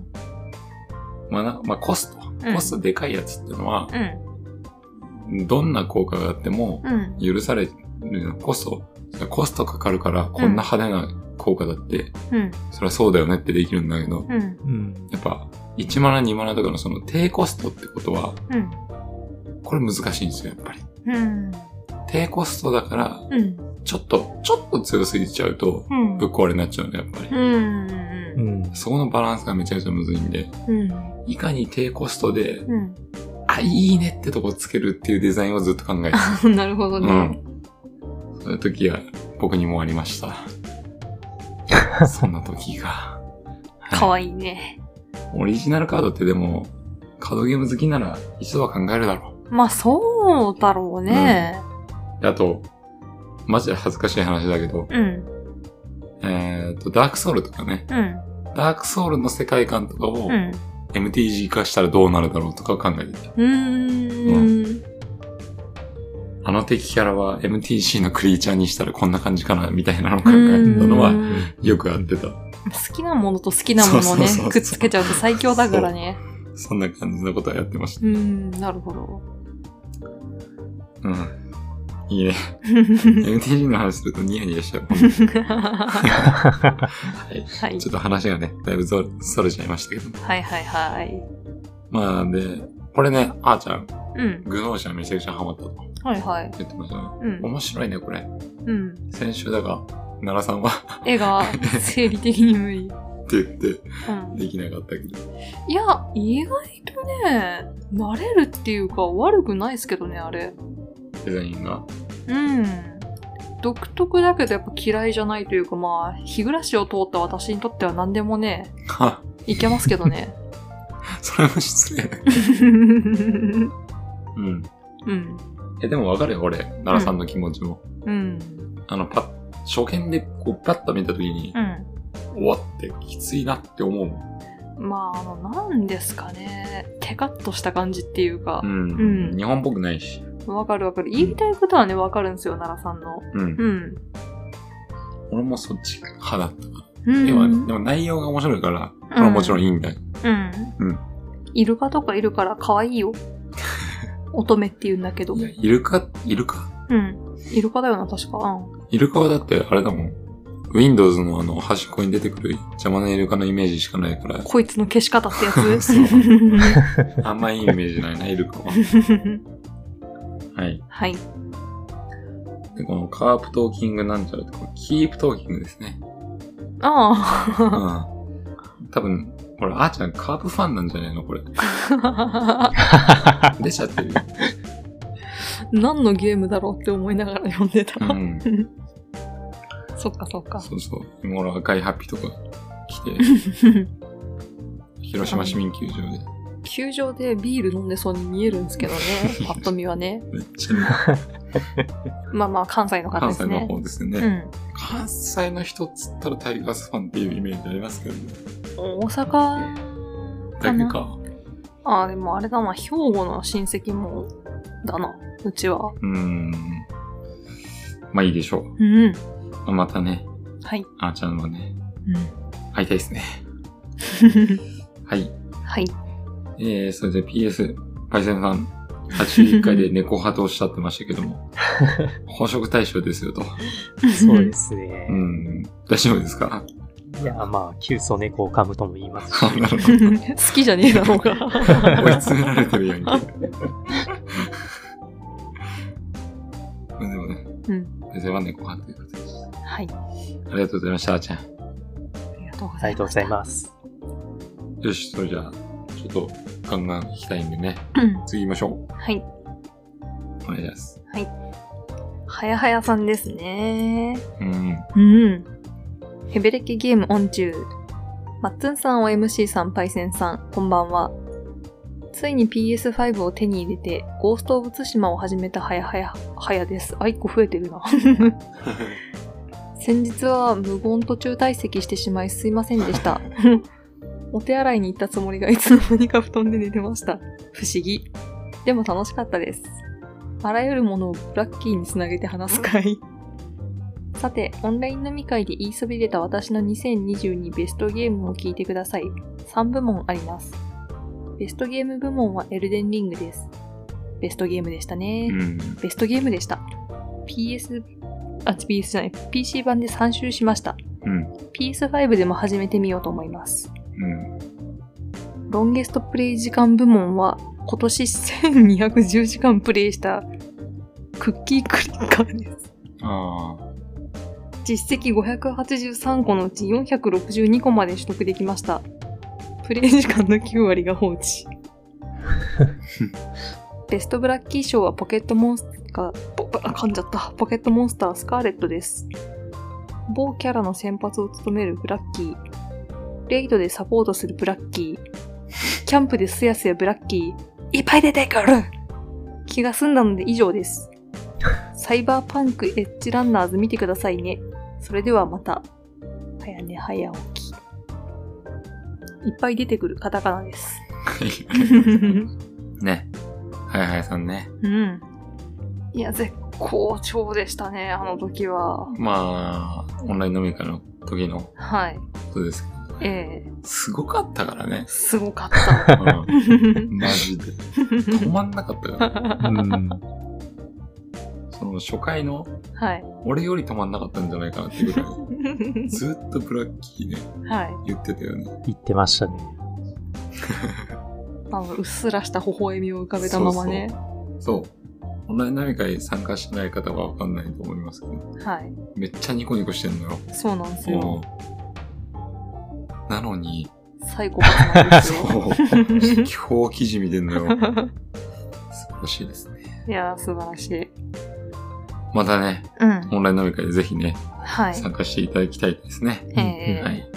[SPEAKER 1] まあな、まあコスト。
[SPEAKER 2] うん
[SPEAKER 1] コストでかいやつってのは、
[SPEAKER 2] うん。
[SPEAKER 1] どんな効果があっても
[SPEAKER 2] うん。
[SPEAKER 1] 許されるよコスト。コストかかるから、こんな派手な効果だって、
[SPEAKER 2] うん。
[SPEAKER 1] そりゃそうだよねってできるんだけど、
[SPEAKER 2] うん。
[SPEAKER 3] うん。
[SPEAKER 1] やっぱ、1マナ2マナとかのその低コストってことは、
[SPEAKER 2] うん。
[SPEAKER 1] これ難しいんですよ、やっぱり。
[SPEAKER 2] うん。
[SPEAKER 1] 低コストだから、
[SPEAKER 2] うん。
[SPEAKER 1] ちょっと、ちょっと強すぎちゃうと、
[SPEAKER 2] うん。
[SPEAKER 1] ぶっ壊れになっちゃうんだ、やっぱり。
[SPEAKER 2] うん。
[SPEAKER 3] う
[SPEAKER 2] うん。
[SPEAKER 3] ん。
[SPEAKER 1] そこのバランスがめちゃめちゃむずいんで、
[SPEAKER 2] うん。
[SPEAKER 1] いかに低コストで、
[SPEAKER 2] うん。
[SPEAKER 1] あ、いいねってとこつけるっていうデザインをずっと考えてる。
[SPEAKER 2] なるほど
[SPEAKER 1] う
[SPEAKER 2] ね。
[SPEAKER 1] ん。そういう時が僕にもありま した。そんな時が。
[SPEAKER 2] かわいいね。
[SPEAKER 1] オリジナルカードってでも、カードゲーム好きなら一度は考えるだろ
[SPEAKER 2] まあ、そうだろうね。
[SPEAKER 1] う。であと、マジで恥ずかしい話だけど、
[SPEAKER 2] うん。
[SPEAKER 1] えー、と、ダークソウルとかね、
[SPEAKER 2] うん。
[SPEAKER 1] ダークソウルの世界観とかを
[SPEAKER 2] うん。
[SPEAKER 1] MTG 化したらどうなるだろうとかを考えてた。
[SPEAKER 2] うーん。
[SPEAKER 1] あの敵キャラは MTC のクリーチャーにしたらこんな感じかな、みたいなのを考えてたの
[SPEAKER 2] う
[SPEAKER 1] は
[SPEAKER 2] ん、
[SPEAKER 1] よくやってた。
[SPEAKER 2] 好きなものと好きなものをね
[SPEAKER 1] そうそうそうそう、
[SPEAKER 2] くっつけちゃうと最強だからね。
[SPEAKER 1] そんな感じのことはやってました。
[SPEAKER 2] うーん、なるほど。
[SPEAKER 1] うん。いいね。MTG の話するとニヤニヤしちゃう。
[SPEAKER 2] は
[SPEAKER 1] はい。
[SPEAKER 2] い。
[SPEAKER 1] ちょっと話がね、だいぶぞそれちゃいましたけど。
[SPEAKER 2] はいはいはい。
[SPEAKER 1] まあ、なんで、これね、あーちゃん、
[SPEAKER 2] うん。
[SPEAKER 1] グノーシャンめちゃくちゃハマったと
[SPEAKER 2] はいはい。
[SPEAKER 1] 言ってましたね。
[SPEAKER 2] うん。
[SPEAKER 1] 面白いね、これ。
[SPEAKER 2] うん。
[SPEAKER 1] 先週だが、奈良さんは
[SPEAKER 2] 絵が生理的に無理。
[SPEAKER 1] って言って、
[SPEAKER 2] うん。
[SPEAKER 1] できなかったけど。
[SPEAKER 2] いや、意外とね、慣れるっていうか悪くないですけどね、あれ。
[SPEAKER 1] デザインが。
[SPEAKER 2] うん。独特だけどやっぱ嫌いじゃないというか、まあ、日暮らしを通った私にとっては何でもね、
[SPEAKER 1] はい
[SPEAKER 2] けますけど ね。
[SPEAKER 1] それも失礼だけど。
[SPEAKER 2] うん。
[SPEAKER 1] うん。
[SPEAKER 2] うん。
[SPEAKER 1] え、でもわかるよ、俺。奈良さんの気持ちも。
[SPEAKER 2] うん。
[SPEAKER 1] あの、パッ、初見でこう、パッと見たときに
[SPEAKER 2] う、ん。
[SPEAKER 1] うわってきついなって思うもん。
[SPEAKER 2] まあ、あの、なんですかね。テカッとした感じっていうか
[SPEAKER 1] う。
[SPEAKER 2] うん
[SPEAKER 1] ん。日本っぽくないし。
[SPEAKER 2] わ、かるわかる。言いたいことはね、わかるんですよ、奈良さんの。
[SPEAKER 1] うん
[SPEAKER 2] う。ん。
[SPEAKER 1] 俺もそっち派だったな。
[SPEAKER 2] うん。
[SPEAKER 1] でもね、でも内容が面白いから、これはもちろんいいんだよ。
[SPEAKER 2] うん。
[SPEAKER 1] うん
[SPEAKER 2] イルカとかいるから可愛 いよ。乙女って言うんだけど
[SPEAKER 1] い。や、イルカ、イルカ
[SPEAKER 2] うん。イルカだよな、確か。うん。
[SPEAKER 1] イルカはだって、あれだもん。Windows のあの、端っこに出てくる邪魔なイルカのイメージしかないから、
[SPEAKER 2] こいつの消し方ってや つ
[SPEAKER 1] そうあんまいいイメージないな、イルカは。はい。
[SPEAKER 2] はい。
[SPEAKER 1] で、このカープトーキングなんちゃらって、このキープトーキングですね。う
[SPEAKER 2] あ
[SPEAKER 1] ん。多分、これ、あーちゃんカープファンなんじゃないのこれ。
[SPEAKER 2] あ。
[SPEAKER 1] 出ちゃってるよ。
[SPEAKER 2] 何のゲームだろうって思いながら読んでた。
[SPEAKER 1] うん。
[SPEAKER 2] そっかそっか。
[SPEAKER 1] そうそう。今頃赤いハッピーとか来て、広島市民球場で。
[SPEAKER 2] 球場でビール飲んでそうに見えるんですけ どね。パッと見はね。
[SPEAKER 1] めっちゃ
[SPEAKER 2] まあまあ、関西の方
[SPEAKER 1] 関
[SPEAKER 2] です
[SPEAKER 1] 西の
[SPEAKER 2] ね。
[SPEAKER 1] 方ですよね。関西の人っつったらタイガースファンっていうイメージありますけどね。
[SPEAKER 2] うん。大阪
[SPEAKER 1] だ
[SPEAKER 2] か
[SPEAKER 1] け
[SPEAKER 2] な。
[SPEAKER 1] か。
[SPEAKER 2] ああ、でもあれだな、兵庫の親戚も、だな、うちは。
[SPEAKER 1] うーん。まあいいでしょ
[SPEAKER 2] うん。
[SPEAKER 1] う。またね、
[SPEAKER 2] はい。
[SPEAKER 1] あーちゃんはね、
[SPEAKER 2] うん。
[SPEAKER 1] 会いたいですね。はい。
[SPEAKER 2] はい。
[SPEAKER 1] えー、それで PS、パイセンさん、81回 で猫派とおっしゃってましたけども、飽食対象ですよと。
[SPEAKER 3] そうで。すね
[SPEAKER 1] う。ん。大丈夫ですか
[SPEAKER 3] いや、まあ、急須を猫を噛むとも言いますし。
[SPEAKER 1] あなるほど
[SPEAKER 2] 好きじゃねえだろうが。
[SPEAKER 1] 追い詰められてる やんけ。でもね、
[SPEAKER 2] うん。
[SPEAKER 1] パイセンは猫派ということで。
[SPEAKER 2] はい。
[SPEAKER 1] ありがとうございました、あーちゃん。
[SPEAKER 2] ありがとうご
[SPEAKER 3] あ
[SPEAKER 2] ざ
[SPEAKER 3] り
[SPEAKER 2] い
[SPEAKER 3] がと
[SPEAKER 2] ま
[SPEAKER 3] うご
[SPEAKER 2] す。
[SPEAKER 3] ざいます。
[SPEAKER 1] よし、それじゃあ、ちょっと、ガンガン行きたいんでね。
[SPEAKER 2] うん
[SPEAKER 1] 次行きましょ
[SPEAKER 2] はい。
[SPEAKER 1] う。お願いします。
[SPEAKER 2] はやはやさんですね。
[SPEAKER 1] うん。
[SPEAKER 2] うん。ヘベレケゲームオン中。マッツンさん、OMC さん、パイセンさん、こんばんは。ついに PS5 を手に入れて、ゴースト・オブ・ツシマを始めたはやはや、はやです。あ、一個増えてるな。先日は無言途中退席してしまいすいませんでした。お手洗いに行ったつもりがいつの間にか布団で寝てました。不思議。でも楽しかったです。あらゆるものをブラッキーにつなげて話す会。さて、オンライン飲み会で言いそびれた私の2022ベストゲームを聞いてください。3部門あります。ベストゲーム部門はエルデンリングです。ベストゲームでしたね。
[SPEAKER 1] うん。
[SPEAKER 2] ベストゲームでした。PS、あ、PS じゃない、PC 版で3周しました。
[SPEAKER 1] うん。
[SPEAKER 2] PS5 でも始めてみようと思います。
[SPEAKER 1] うん。
[SPEAKER 2] ロンゲストプレイ時間部門は、今年1210時間プレイしたクッキークリッカーです。
[SPEAKER 1] ああ。
[SPEAKER 2] 実績583個のうち462個まで取得できました。プレイ時間の9割が放置。ベストブラッキー賞はポケットモンスター、ポあ噛んじゃった。ポケットモンスタースカーレットです。某キャラの先発を務めるブラッキー。レイドでサポートするブラッキー。キャンプですやすやブラッキー。いっぱい出てくる気が済んだので以上です。サイバーパンクエッジランナーズ見てくださいね。それではまた。早寝早起き。いっぱい出てくるカタカナです。
[SPEAKER 1] ね。はいはいさんね。
[SPEAKER 2] うん。いや、絶好調でしたね、あの時は。
[SPEAKER 1] まあ、オンライン飲み会の時のこ
[SPEAKER 2] はい。
[SPEAKER 1] とですけど。
[SPEAKER 2] ええ
[SPEAKER 1] すごかったから ね。
[SPEAKER 2] すごか った。
[SPEAKER 1] うんマジで。止まんなかったから。うん。その初回の
[SPEAKER 2] はい。
[SPEAKER 1] 俺より止まんなかったんじゃないかなってぐらい。ずっとブラッキーね、
[SPEAKER 2] はい。
[SPEAKER 1] 言ってたよね。
[SPEAKER 3] 言ってましたね。
[SPEAKER 2] あの、うっすらした微笑みを浮かべたままね。
[SPEAKER 1] そう。オンライン飲み会参加してない方はわかんないと思いますけど、
[SPEAKER 2] はい。
[SPEAKER 1] めっちゃニコニコしてんのよ。
[SPEAKER 2] そうなんですよ。
[SPEAKER 1] もう。なのに、
[SPEAKER 2] サイコパスなんで す
[SPEAKER 1] そ
[SPEAKER 2] よ。
[SPEAKER 1] う。表記事見てんのよ。素晴らしいですね。
[SPEAKER 2] いやー、素晴らしい。
[SPEAKER 1] またね、
[SPEAKER 2] うん。
[SPEAKER 1] オンライン飲み会でぜひね、
[SPEAKER 2] はい。
[SPEAKER 1] 参加していただきたいですね。
[SPEAKER 2] え
[SPEAKER 1] は
[SPEAKER 2] え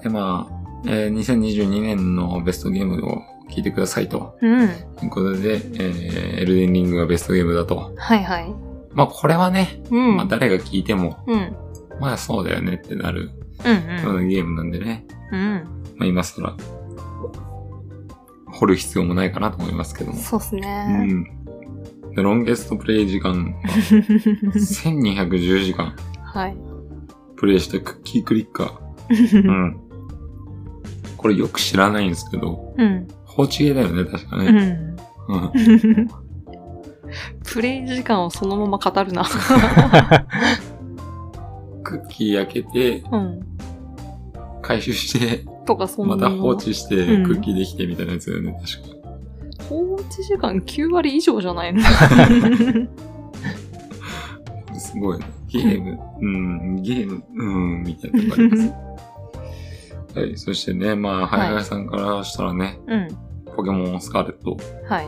[SPEAKER 1] い。で、まあ、えー2022年のベストゲームを聞いてくださいと
[SPEAKER 2] うん。
[SPEAKER 1] いうことで、えーエルデンリングがベストゲームだと。
[SPEAKER 2] はいはい。
[SPEAKER 1] まあ、これはね、
[SPEAKER 2] うん。
[SPEAKER 1] まあ、誰が聞いても、
[SPEAKER 2] うん。
[SPEAKER 1] まあ、そうだよねってなる
[SPEAKER 2] うん
[SPEAKER 1] ようなゲームなんでね。
[SPEAKER 2] うん。
[SPEAKER 1] まあ、今更、掘る必要もないかなと思いますけど
[SPEAKER 2] うん。
[SPEAKER 1] も。
[SPEAKER 2] そうっす
[SPEAKER 1] う
[SPEAKER 2] ね。
[SPEAKER 1] ん。で、ロンゲストプレイ時 間、1210時間
[SPEAKER 2] はい。
[SPEAKER 1] プレイしたクッキークリッカー。うん。これよく知らないんですけど、
[SPEAKER 2] うん。
[SPEAKER 1] 放置ゲーだよね、確か
[SPEAKER 2] う
[SPEAKER 1] ね。う
[SPEAKER 2] ん。
[SPEAKER 1] ん。
[SPEAKER 2] プレイ時間をそのまま語るな。
[SPEAKER 1] クッキー焼けて、
[SPEAKER 2] うん。
[SPEAKER 1] 回収して、
[SPEAKER 2] とか、そんな
[SPEAKER 1] ま
[SPEAKER 2] の。
[SPEAKER 1] た放置して、
[SPEAKER 2] うん
[SPEAKER 1] クッキーできてみたいなやつだよね、確か。
[SPEAKER 2] 放置時間9割以上じゃないの
[SPEAKER 1] すごいね。ゲーム、うん、ゲーム、うん、みたいなとこあり ます。はい、そしてね、まあ、ハイハイさんからしたらね、
[SPEAKER 2] うん。
[SPEAKER 1] ポケモンスカーレット、
[SPEAKER 2] はい。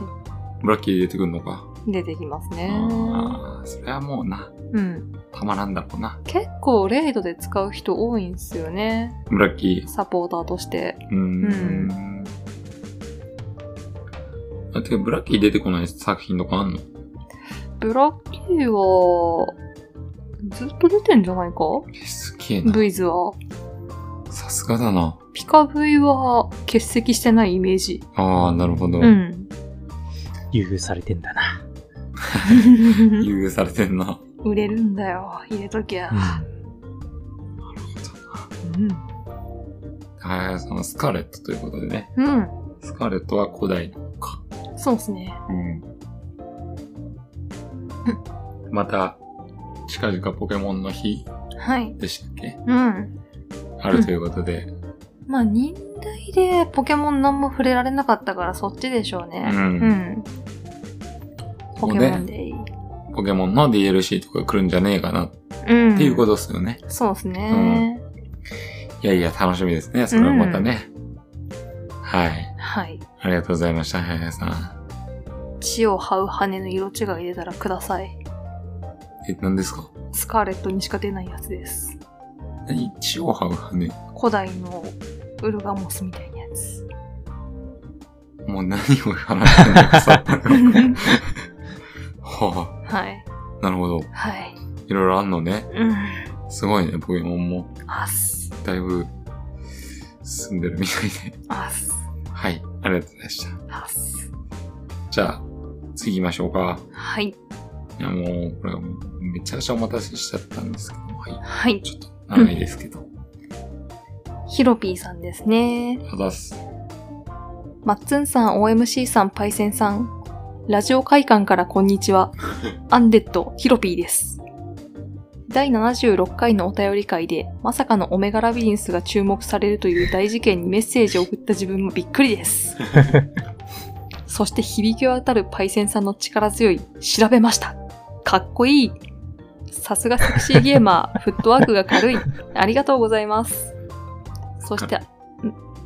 [SPEAKER 1] ブラッキー出てくるのか。
[SPEAKER 2] 出てきますね。
[SPEAKER 1] ああ、それはもうな、
[SPEAKER 2] うん。
[SPEAKER 1] たまらんだろうな。
[SPEAKER 2] 結構、レイドで使う人多いんですよね。
[SPEAKER 1] ブラッキー。
[SPEAKER 2] サポーターとして。
[SPEAKER 1] うーん。あ、てか、ブラッキー出てこない作品とかあんの
[SPEAKER 2] ブラッキーは、ずっと出てんじゃないか
[SPEAKER 1] すげえな。
[SPEAKER 2] ブイズは。
[SPEAKER 1] さすがだな。
[SPEAKER 2] ピカブイは欠席してないイメージ。
[SPEAKER 1] ああ、なるほど。
[SPEAKER 2] うん。
[SPEAKER 3] 優遇されてんだな。
[SPEAKER 1] 優遇されてんな。
[SPEAKER 2] 売れるんだよ。入れときゃ。うん。
[SPEAKER 1] はいはい、そのスカーレットということでね。
[SPEAKER 2] うん。
[SPEAKER 1] スカーレットは古代のか。
[SPEAKER 2] そうですね。
[SPEAKER 1] うん。また、近々ポケモンの日
[SPEAKER 2] はい。
[SPEAKER 1] でしたっけ
[SPEAKER 2] うん。
[SPEAKER 1] あるということで。
[SPEAKER 2] まあ、忍耐でポケモン何も触れられなかったからそっちでしょう
[SPEAKER 1] う
[SPEAKER 2] ね。うん。
[SPEAKER 1] ん。
[SPEAKER 2] ポケモンでいい。
[SPEAKER 1] ポケモンの DLC とか来るんじゃねえかなっ
[SPEAKER 2] うん。
[SPEAKER 1] ていうことですよね。
[SPEAKER 2] そうですね、
[SPEAKER 1] いやいや、楽しみですね。それはまたね。はい。
[SPEAKER 2] はい。
[SPEAKER 1] ありがとうございました、はいはいさん。
[SPEAKER 2] 血を這う羽の色違い出たらください。
[SPEAKER 1] え、何ですか
[SPEAKER 2] スカーレットにしか出ないやつです。
[SPEAKER 1] 何血を這う羽
[SPEAKER 2] 古代のウルガモスみたいなや つ。
[SPEAKER 1] もう何を話してんのかさっぱりわ かんないは
[SPEAKER 2] はい。
[SPEAKER 1] あ、なるほど。
[SPEAKER 2] はい。
[SPEAKER 1] いろいろあんのね。
[SPEAKER 2] うん。
[SPEAKER 1] すごいね、ポケモンも。
[SPEAKER 2] あす。
[SPEAKER 1] だいぶ、進んでるみたいで。
[SPEAKER 2] あす。
[SPEAKER 1] はい、ありがとうございました。
[SPEAKER 2] あす。
[SPEAKER 1] じゃあ、次行きましょうか。
[SPEAKER 2] はい。
[SPEAKER 1] いや、もう、これはもう、めちゃくちゃお待たせしちゃったんですけど、はい。
[SPEAKER 2] はい。
[SPEAKER 1] ちょっと、長いですけど。
[SPEAKER 2] ヒロピーさんですね。
[SPEAKER 1] あざっす。
[SPEAKER 2] マッツンさん、OMC さん、パイセンさん。ラジオ会館からこんにち は。アンデッド、ヒロピーです。第76回のお便り会で、まさかのオメガラビリンスが注目されるという大事件にメッセージを送った自分もびっくり です。そして響き渡るパイセンさんの力強い、調べました。かっこいい。さすがセクシーゲーマ ー、フットワークが軽い。ありがとうございます。そして、んあ、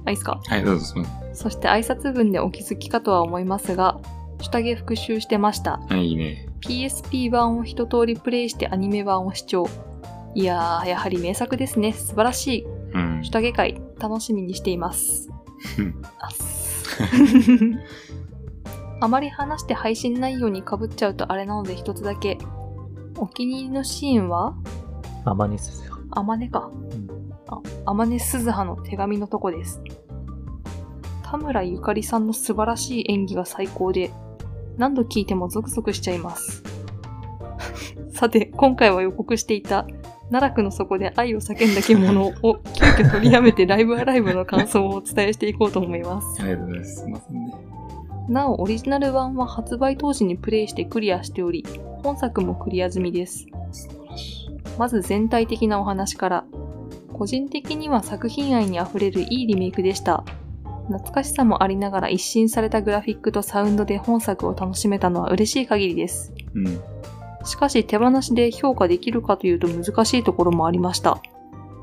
[SPEAKER 2] いいですか
[SPEAKER 1] はい、どうぞ、すみませ
[SPEAKER 2] そして挨拶文でお気づきかとは思いますが、下着復習してました。
[SPEAKER 1] ん。はい、いいね。
[SPEAKER 2] PSP 版を一通りプレイしてアニメ版を視聴。いやー、やはり名作ですね。素晴らしい。
[SPEAKER 1] うん。
[SPEAKER 2] 下着会、楽しみにしています。
[SPEAKER 1] うん
[SPEAKER 2] あっすあまり話して配信内容にかぶっちゃうとあれなので一つだけ。お気に入りのシーンは
[SPEAKER 3] アマネスさん。
[SPEAKER 2] あまねか。あ、あまねすずはの手紙のとこです。田村ゆかりさんの素晴らしい演技が最高で、何度聞いてもゾクゾクしちゃいます。 さて、今回は予告していた、奈落の底で愛を叫んだ獣を急遽取りやめてライブアライブの感想をお伝えしていこうと思います。
[SPEAKER 1] ありがとうございます。すみませんね。
[SPEAKER 2] なお、オリジナル版は発売当時にプレイしてクリアしており、本作もクリア済みです。
[SPEAKER 1] 素晴らしい。
[SPEAKER 2] まず全体的なお話から。個人的には作品愛にあふれるいいリメイクでした。懐かしさもありながら一新されたグラフィックとサウンドで本作を楽しめたのは嬉しい限りです。
[SPEAKER 1] うん。
[SPEAKER 2] しかし手放しで評価できるかというと難しいところもありました。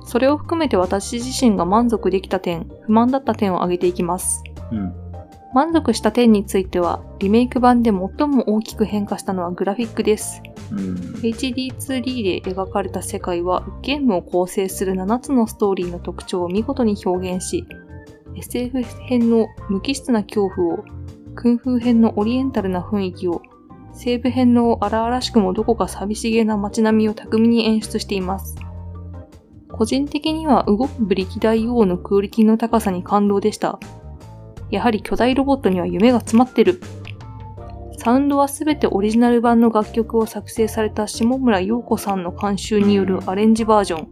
[SPEAKER 2] それを含めて私自身が満足できた点、不満だった点を挙げていきます。
[SPEAKER 1] うん。
[SPEAKER 2] 満足した点については、リメイク版で最も大きく変化したのはグラフィックです。
[SPEAKER 1] うん。
[SPEAKER 2] HD2D で描かれた世界はゲームを構成する7つのストーリーの特徴を見事に表現し SF 編の無機質な恐怖を空風編のオリエンタルな雰囲気を西部編の荒々しくもどこか寂しげな街並みを巧みに演出しています個人的には動くブリキ大王のクオリティの高さに感動でしたやはり巨大ロボットには夢が詰まってるサウンドはすべてオリジナル版の楽曲を作成された下村陽子さんの監修によるアレンジバージョン。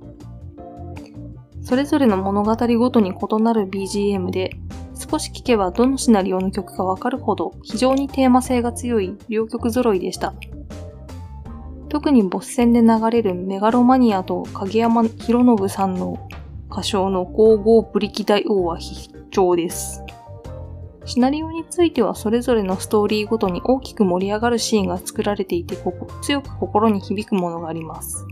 [SPEAKER 2] それぞれの物語ごとに異なる BGM で、少し聴けばどのシナリオの曲かわかるほど非常にテーマ性が強い両曲揃いでした。特にボス戦で流れるメガロマニアと影山博信さんの歌唱のゴーゴーブリキ大王は必聴です。シナリオについてはそれぞれのストーリーごとに大きく盛り上がるシーンが作られていてここ強く心に響くものがあります。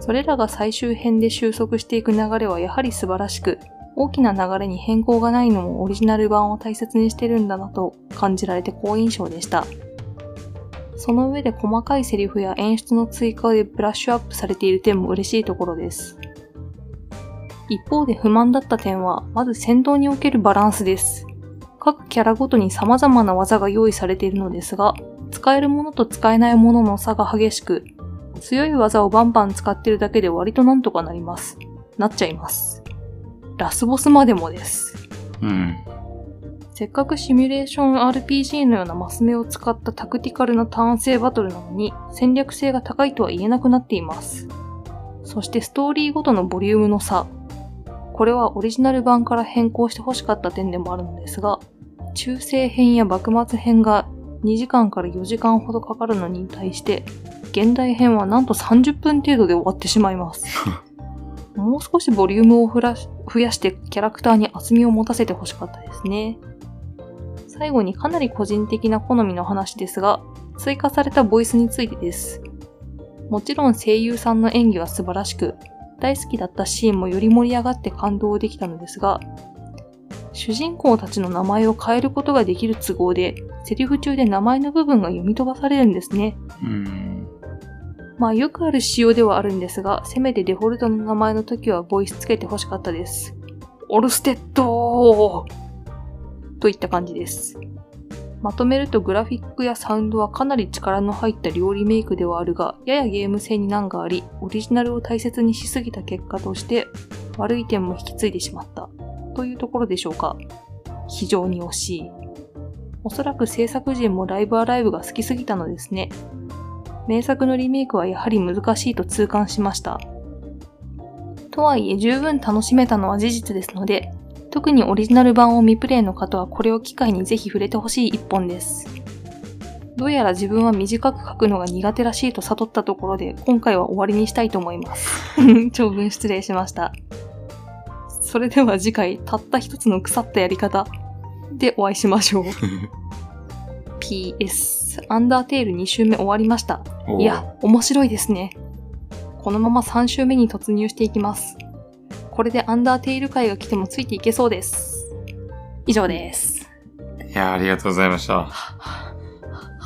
[SPEAKER 2] それらが最終編で収束していく流れはやはり素晴らしく、大きな流れに変更がないのもオリジナル版を大切にしてるんだなと感じられて好印象でした。その上で細かいセリフや演出の追加でブラッシュアップされている点も嬉しいところです。一方で不満だった点は、まず戦闘におけるバランスです。各キャラごとに様々な技が用意されているのですが、使えるものと使えないものの差が激しく、強い技をバンバン使ってるだけで割となんとかなります。なっちゃいます。ラスボスまでもです。
[SPEAKER 1] うん。
[SPEAKER 2] せっかくシミュレーション RPG のようなマス目を使ったタクティカルなターン性バトルなのに戦略性が高いとは言えなくなっています。そしてストーリーごとのボリュームの差。これはオリジナル版から変更して欲しかった点でもあるのですが、中世編や幕末編が2時間から4時間ほどかかるのに対して、現代編はなんと30分程度で終わってしまいます。もう少しボリュームをふらし増やしてキャラクターに厚みを持たせて欲しかったですね。最後にかなり個人的な好みの話ですが、追加されたボイスについてです。もちろん声優さんの演技は素晴らしく、大好きだったシーンもより盛り上がって感動できたのですが、主人公たちの名前を変えることができる都合で、セリフ中で名前の部分が読み飛ばされるんですね。
[SPEAKER 1] うん。
[SPEAKER 2] まあよくある仕様ではあるんですが、せめてデフォルトの名前の時はボイスつけてほしかったです。オルステッドーといった感じです。まとめるとグラフィックやサウンドはかなり力の入った料理メイクではあるが、ややゲーム性に難があり、オリジナルを大切にしすぎた結果として、悪い点も引き継いでしまった。というところでしょうか。非常に惜しい。おそらく制作陣もライブアライブが好きすぎたのですね。名作のリメイクはやはり難しいと痛感しました。とはいえ十分楽しめたのは事実ですので、特にオリジナル版を未プレイの方はこれを機会にぜひ触れてほしい一本です。どうやら自分は短く書くのが苦手らしいと悟ったところで、今回は終わりにしたいと思います。 長文失礼しました。それでは次回、たった一つの腐ったやり方でお会いしましょう。PS、アンダーテール2週目終わりました。
[SPEAKER 1] おー
[SPEAKER 2] いや、面白いですね。このまま3週目に突入していきます。これでアンダーテイル界が来てもついていけそうです。以上です。
[SPEAKER 1] いや、ありがとうございました。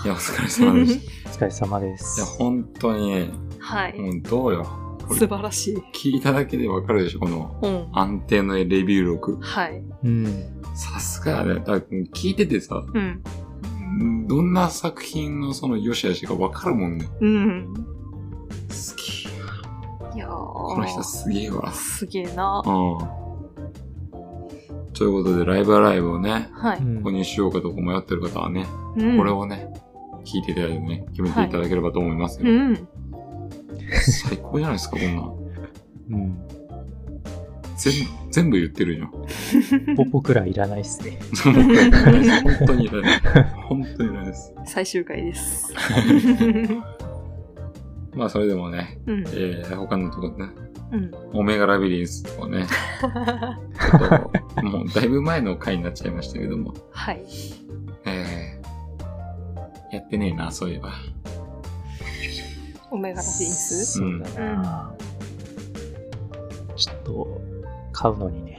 [SPEAKER 1] いや、お疲れ様でし
[SPEAKER 3] お疲れ様で
[SPEAKER 1] た。い
[SPEAKER 3] す
[SPEAKER 1] や、。本当にね、
[SPEAKER 2] はい。
[SPEAKER 1] もうどうよ。これ
[SPEAKER 2] 素晴らしい。
[SPEAKER 1] 聞いただけでわかるでしょ、この
[SPEAKER 2] うん。
[SPEAKER 1] 安定のレビュー6。
[SPEAKER 2] はい。
[SPEAKER 3] うん。。
[SPEAKER 1] さすがだね。だから聞いててさ、
[SPEAKER 2] うん。
[SPEAKER 1] どんな作品のその良し悪しがわかるもんね。
[SPEAKER 2] うん。
[SPEAKER 1] 好き。
[SPEAKER 2] いやこ
[SPEAKER 1] この人すげえわ。
[SPEAKER 2] すげえな。
[SPEAKER 1] うん。ということで、ライブアライブをね、
[SPEAKER 2] はいう
[SPEAKER 3] ん
[SPEAKER 1] 購入しようかどうか迷ってる方はね、
[SPEAKER 2] うん、
[SPEAKER 1] これをね、聞いていただいてね、決めていただければと思いますよ。
[SPEAKER 2] うん。
[SPEAKER 1] 最高じゃないですか、こんなん。
[SPEAKER 3] うん。
[SPEAKER 1] 全全部言ってる じゃん。
[SPEAKER 3] ポポくらいいらないっすね。
[SPEAKER 1] 本当にいらない。本当にいらないです。
[SPEAKER 2] 最終 回です。
[SPEAKER 1] まあ、それでもね、
[SPEAKER 2] うん
[SPEAKER 1] え。ー、他のとこね、
[SPEAKER 2] うん。
[SPEAKER 1] オメガラビリンスとかね、ちょっと、もうだいぶ前の回になっちゃいましたけども、
[SPEAKER 2] はい。
[SPEAKER 1] えー、やってねえな、そういえば。
[SPEAKER 2] オメガラフィンス
[SPEAKER 3] そうだな、ちょっと、買うのにね。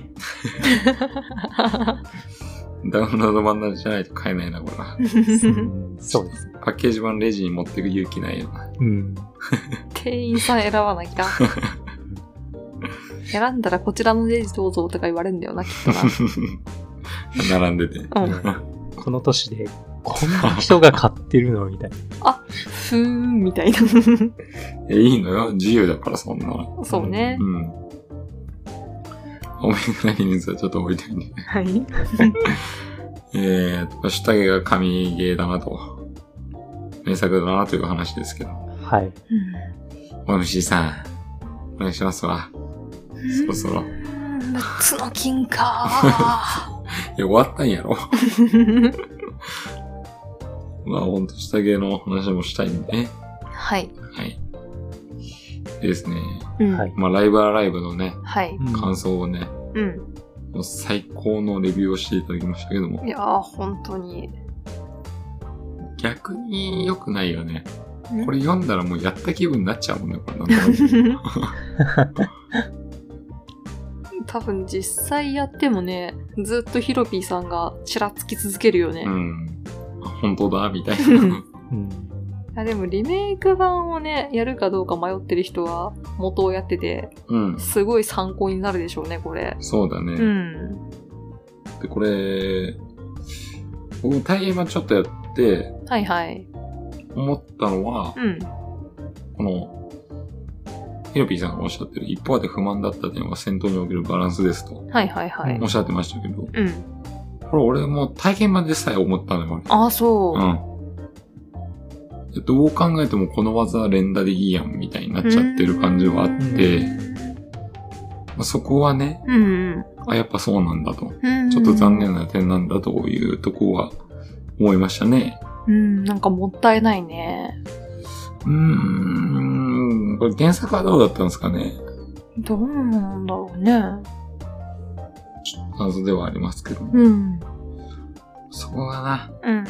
[SPEAKER 1] ダウンロード版じゃないと買えないな、これは。
[SPEAKER 3] うん、そうですね。
[SPEAKER 1] パッケージ版レジに持ってく勇気ないよな。
[SPEAKER 3] うん。
[SPEAKER 2] 店員さん選ばなきゃ。選んだらこちらのレジどうぞとか言われるんだよな、きっとな。
[SPEAKER 1] 並んでて。
[SPEAKER 2] うん
[SPEAKER 3] この年で、こんな人が買ってるのみたいな。
[SPEAKER 2] ふーん、みたいな。
[SPEAKER 1] えいいのよ、自由だから、そんなの。
[SPEAKER 2] そうね
[SPEAKER 1] う。ん。おめでたい人数はちょっと置いといて。
[SPEAKER 2] はい。
[SPEAKER 1] えーと、下着が神ゲーだなと。名作だなという話ですけど。
[SPEAKER 3] はい。
[SPEAKER 1] おむしさん、お願いしますわ。そろそろ。
[SPEAKER 2] 夏の金か。
[SPEAKER 1] いや、終わったんやろ。まあ、ほんと下着の話もしたいんでね。
[SPEAKER 2] はい。
[SPEAKER 1] はい。でですね。
[SPEAKER 2] うん
[SPEAKER 3] はい。
[SPEAKER 1] まあ、ライブアライブのね、
[SPEAKER 2] はい。
[SPEAKER 3] うん
[SPEAKER 1] 感想をね、
[SPEAKER 2] うん。
[SPEAKER 1] もう最高のレビューをしていただきましたけども
[SPEAKER 2] い、やー、本当に。
[SPEAKER 1] 逆に良くないよね。
[SPEAKER 2] ん
[SPEAKER 1] これ読んだらもうやった気分になっちゃうもんね、これなんとなく
[SPEAKER 2] 多分実際やってもね、ずっとヒロピーさんがちらつき続けるよね。
[SPEAKER 1] うん。あ本当だ、みたいな
[SPEAKER 2] う。
[SPEAKER 3] うん。
[SPEAKER 2] いやでもリメイク版をね、やるかどうか迷ってる人は元をやってて、
[SPEAKER 1] うん。
[SPEAKER 2] すごい参考になるでしょうね、これ。
[SPEAKER 1] そうだね。
[SPEAKER 2] うん。
[SPEAKER 1] で、これ、僕も大変はちょっとやって
[SPEAKER 2] はいはい。
[SPEAKER 1] 思ったのは、
[SPEAKER 2] うん。
[SPEAKER 1] この、ヒロピーさんがおっしゃってる一方で不満だった点は戦闘におけるバランスですと
[SPEAKER 2] はいはいはい
[SPEAKER 1] お。っしゃってましたけど、こ
[SPEAKER 2] うん。
[SPEAKER 1] れ俺もう体験版でさえ思ったのよ、
[SPEAKER 2] ああ、そう。
[SPEAKER 1] うん。でどう考えてもこの技は連打でいいやんみたいになっちゃってる感じはあって、まあそこはね、
[SPEAKER 2] うんうん
[SPEAKER 1] あ、やっぱそうなんだと。
[SPEAKER 2] うん。
[SPEAKER 1] ちょっと残。念な点なんだというとこは思いましたね。
[SPEAKER 2] うん、なんかもったいないね。
[SPEAKER 1] うーん、これ原作はどうだったんですかね
[SPEAKER 2] どうなんだろうね。
[SPEAKER 1] 謎ではありますけど。
[SPEAKER 2] うん。
[SPEAKER 1] そこがな、
[SPEAKER 2] うん。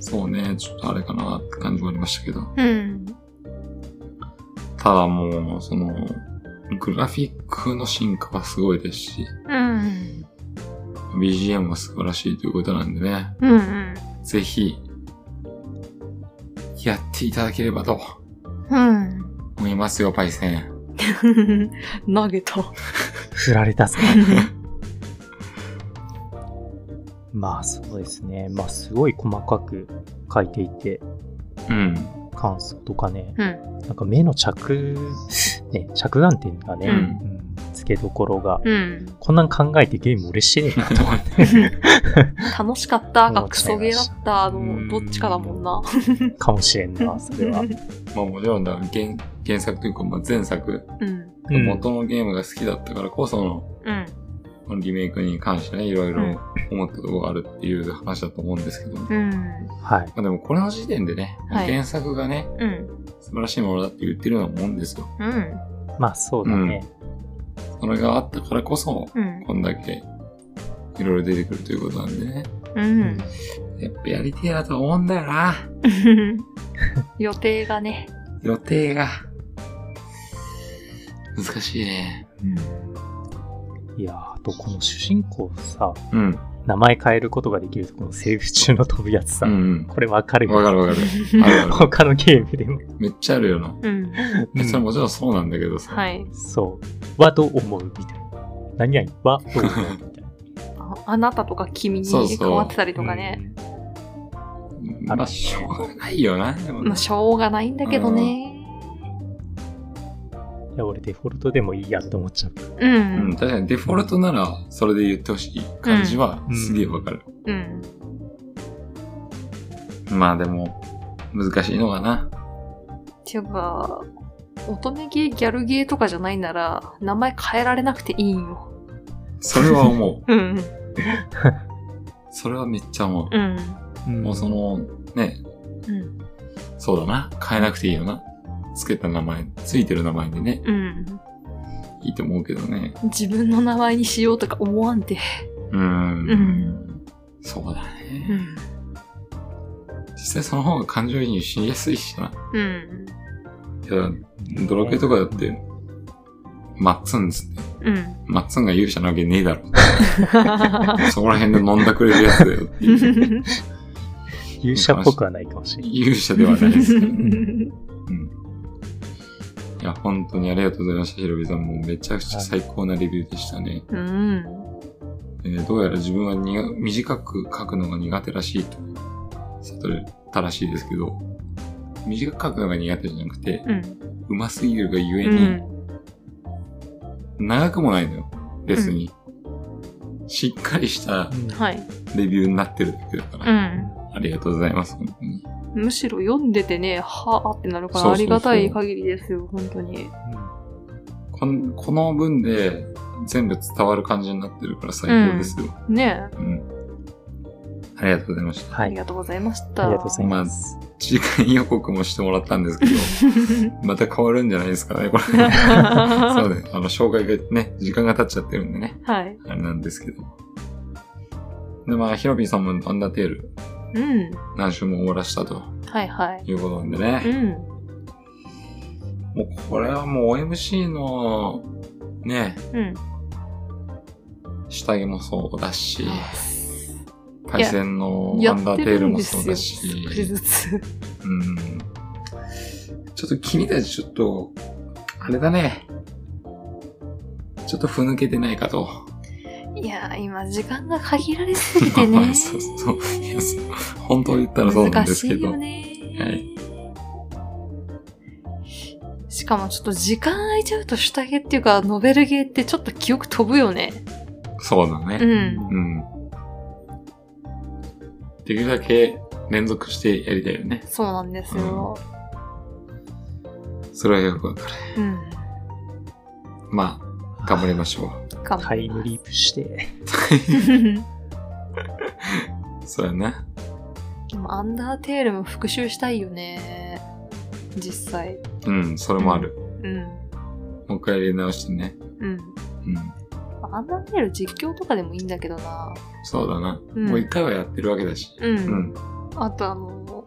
[SPEAKER 1] そうね、ちょっとあれかなって感じもありましたけど。
[SPEAKER 2] うん。
[SPEAKER 1] ただもう、その、グラフィックの進化はすごいですし、
[SPEAKER 2] うん。
[SPEAKER 1] BGM は素晴らしいということなんでね。
[SPEAKER 2] うんうん。
[SPEAKER 1] ぜひ、やっていただければと
[SPEAKER 2] うん。
[SPEAKER 1] 思いますよ、パイセン。
[SPEAKER 2] 投げた。
[SPEAKER 3] 振られたぜ。まあそうですね。まあすごい細かく書いていて、
[SPEAKER 1] うん。
[SPEAKER 3] 感想とかね、
[SPEAKER 2] うん。
[SPEAKER 3] なんか目の着、ね、着眼点がね、
[SPEAKER 2] うん
[SPEAKER 3] うん付けどころが、
[SPEAKER 2] うん。
[SPEAKER 3] こんなん考えてゲーム俺してねえなと思って
[SPEAKER 2] 楽しかった
[SPEAKER 3] 思っちゃいました
[SPEAKER 2] かクソゲーだったのどっちかだもんな。
[SPEAKER 3] かもしれんな、それは。
[SPEAKER 1] まあもちろんだ、原原作というか、まあ、前作、
[SPEAKER 2] うん。
[SPEAKER 3] うん
[SPEAKER 1] 元のゲームが好きだったからこその、
[SPEAKER 2] うん。
[SPEAKER 1] このリメイクに関してね、いろい
[SPEAKER 2] うん
[SPEAKER 1] ろ思ったところがあるっていう話だと思うんですけど、ま
[SPEAKER 2] うん。
[SPEAKER 3] はい。
[SPEAKER 1] あでもこれの時点でね、
[SPEAKER 2] はい
[SPEAKER 1] 原作がね、
[SPEAKER 2] うん。
[SPEAKER 1] 素晴らしいものだって言ってるようなもんですよ。
[SPEAKER 2] うん。
[SPEAKER 3] まあそうだね。
[SPEAKER 1] それがあったからこそ、
[SPEAKER 2] うん。
[SPEAKER 1] こんだけ、いろいろ出てくるということなんでね。
[SPEAKER 2] うん。
[SPEAKER 1] やっぱやりてえなと思うんだよな。
[SPEAKER 2] 予定がね。
[SPEAKER 1] 予定が。難しいね。
[SPEAKER 3] いやーあとこの主人公さ、
[SPEAKER 1] うん。
[SPEAKER 3] 名前変えることができるとこのセーフ中の飛ぶやつさ、
[SPEAKER 1] うん
[SPEAKER 3] これわかる
[SPEAKER 1] うん。わかるわ かる。あるある
[SPEAKER 3] 他のゲームでも。
[SPEAKER 1] めっちゃあるよな。
[SPEAKER 2] うん。
[SPEAKER 1] えそれもちろんそうなんだけどさ。
[SPEAKER 2] はい。
[SPEAKER 3] そう。はどう思うみたいな。何々はどう思うみたいな。
[SPEAKER 2] ああなたとか君に
[SPEAKER 1] そうそう
[SPEAKER 2] 変わってたりとかね。
[SPEAKER 1] まあ、しょうがないよな。でも
[SPEAKER 2] まあ、しょうがないんだけどね。
[SPEAKER 3] うん。いや、俺デフォルトでもいいやと思っちゃう。
[SPEAKER 2] う
[SPEAKER 1] うんん、。確かにデフォルトなら、それで言ってほしい感じは
[SPEAKER 3] うん、
[SPEAKER 1] すげえわかる。
[SPEAKER 2] うん。
[SPEAKER 1] まあでも、難しいのかな。
[SPEAKER 2] ていうか、乙女ゲー、ギャルゲーとかじゃないなら、名前変えられなくていいんよ。
[SPEAKER 1] それは思う。
[SPEAKER 2] うん。
[SPEAKER 1] それはめっちゃ思
[SPEAKER 2] う
[SPEAKER 1] う。
[SPEAKER 2] ん。
[SPEAKER 1] もうその、ね、
[SPEAKER 2] うん。
[SPEAKER 1] そうだな。変えなくていいよな。つけた名前、ついてる名前でね、
[SPEAKER 2] うん。
[SPEAKER 1] いいと思うけどね。
[SPEAKER 2] 自分の名前にしようとか思わんて。
[SPEAKER 1] うーん。、
[SPEAKER 2] うん
[SPEAKER 1] そうだ
[SPEAKER 2] う
[SPEAKER 1] ね。
[SPEAKER 2] ん。
[SPEAKER 1] 実際その方が感情移入しやすいしな。
[SPEAKER 2] うん。
[SPEAKER 1] いや、ドラクエとかだって、マッツンつって、
[SPEAKER 2] うん。
[SPEAKER 1] マッツンが勇者なわけねえだろ。そこら辺で飲んだくれるやつだよって いう。
[SPEAKER 3] 勇者っぽくはないかもしれない。
[SPEAKER 1] 勇者ではないですけどね。うん。いや、本当にありがとうございました、ヒロミさん。もうめちゃくちゃ最高なレビューでしたね。
[SPEAKER 2] うん。
[SPEAKER 1] えーどうやら自分はにが短く書くのが苦手らしいと、悟ったらしいですけど、短く書くのが苦手じゃなくて、
[SPEAKER 2] うん。
[SPEAKER 1] うますぎるがゆえ
[SPEAKER 2] う
[SPEAKER 1] に、
[SPEAKER 2] ん。
[SPEAKER 1] 長くもないのよ、別に。しっかりした
[SPEAKER 2] はい。
[SPEAKER 1] レビューになってるだけだから、
[SPEAKER 2] うん。
[SPEAKER 1] ありがとうございます、本当に。
[SPEAKER 2] むしろ読んでてね、はあってなるか
[SPEAKER 1] そう
[SPEAKER 2] ら
[SPEAKER 1] そうそう
[SPEAKER 2] ありがたい限りですよ、本当に。
[SPEAKER 1] こんこの文で全部伝わる感じになってるから最高ですよ。
[SPEAKER 2] ねえ。
[SPEAKER 1] うん。ありがとうございました。
[SPEAKER 3] は
[SPEAKER 2] あ
[SPEAKER 3] い。あ
[SPEAKER 2] り
[SPEAKER 3] り
[SPEAKER 2] がとうございました。
[SPEAKER 3] がとうご ざいます。
[SPEAKER 1] 次回予告もしてもらったんですけど、また変わるんじゃないですかね、これ。そうね、あの、紹介がね、時間が経っちゃってるんでね、
[SPEAKER 2] はい。
[SPEAKER 1] あれなんですけど。で、まあ、ヒロピーさんもアンダーテール
[SPEAKER 2] うん。
[SPEAKER 1] 何週も終わらしたと
[SPEAKER 2] はいはい。
[SPEAKER 1] いうことなんで
[SPEAKER 2] う
[SPEAKER 1] ね、
[SPEAKER 2] ん。
[SPEAKER 1] もうこれはもう OMC の、ね、
[SPEAKER 2] うん。
[SPEAKER 1] 下着もそうだし、
[SPEAKER 2] い
[SPEAKER 1] 対
[SPEAKER 2] や
[SPEAKER 1] 戦のア
[SPEAKER 2] や
[SPEAKER 1] ンダ
[SPEAKER 2] っ
[SPEAKER 1] ー
[SPEAKER 2] て
[SPEAKER 1] テー
[SPEAKER 2] る
[SPEAKER 1] ル
[SPEAKER 2] ん
[SPEAKER 1] も
[SPEAKER 2] で
[SPEAKER 1] そう
[SPEAKER 2] す
[SPEAKER 1] だ
[SPEAKER 2] よ。
[SPEAKER 1] し、
[SPEAKER 2] 少しずつ。
[SPEAKER 1] うん。ちょっと君たちちょっと、あれだね。ちょっとふぬけてないかと。
[SPEAKER 2] いやー、今、時間が限られすぎて ね。
[SPEAKER 1] そうそういやそう本当言ったらそうなん
[SPEAKER 2] 難
[SPEAKER 1] です
[SPEAKER 2] し
[SPEAKER 1] け
[SPEAKER 2] い
[SPEAKER 1] ど。
[SPEAKER 2] よね。
[SPEAKER 1] はい
[SPEAKER 2] しかもちょっと時間空いちゃうと下着っていうか、ノベルゲーってちょっと記憶飛ぶよね。
[SPEAKER 1] そうだ
[SPEAKER 2] う
[SPEAKER 1] ね。
[SPEAKER 2] ん。
[SPEAKER 1] うん。できるだけ連続してやりたいよね。
[SPEAKER 2] そうなんですよ。
[SPEAKER 1] それはよくわかる。
[SPEAKER 2] うん。
[SPEAKER 1] まあ、頑張りましょう。
[SPEAKER 2] 頑張
[SPEAKER 3] タイ
[SPEAKER 2] り
[SPEAKER 3] ム
[SPEAKER 2] ます
[SPEAKER 3] リープして。
[SPEAKER 1] そうやな。
[SPEAKER 2] でも、アンダーテールも復習したいよね。実際。
[SPEAKER 1] うん、それもある。
[SPEAKER 2] うん。
[SPEAKER 1] もう一回やり直してね。
[SPEAKER 2] うん。
[SPEAKER 1] うん。
[SPEAKER 2] アンダーテール実況とかでもいいんだけどな。
[SPEAKER 1] そうだな。
[SPEAKER 2] うん
[SPEAKER 1] もう一回はやってるわけだし。
[SPEAKER 2] う。
[SPEAKER 1] うんん。
[SPEAKER 2] あとあの、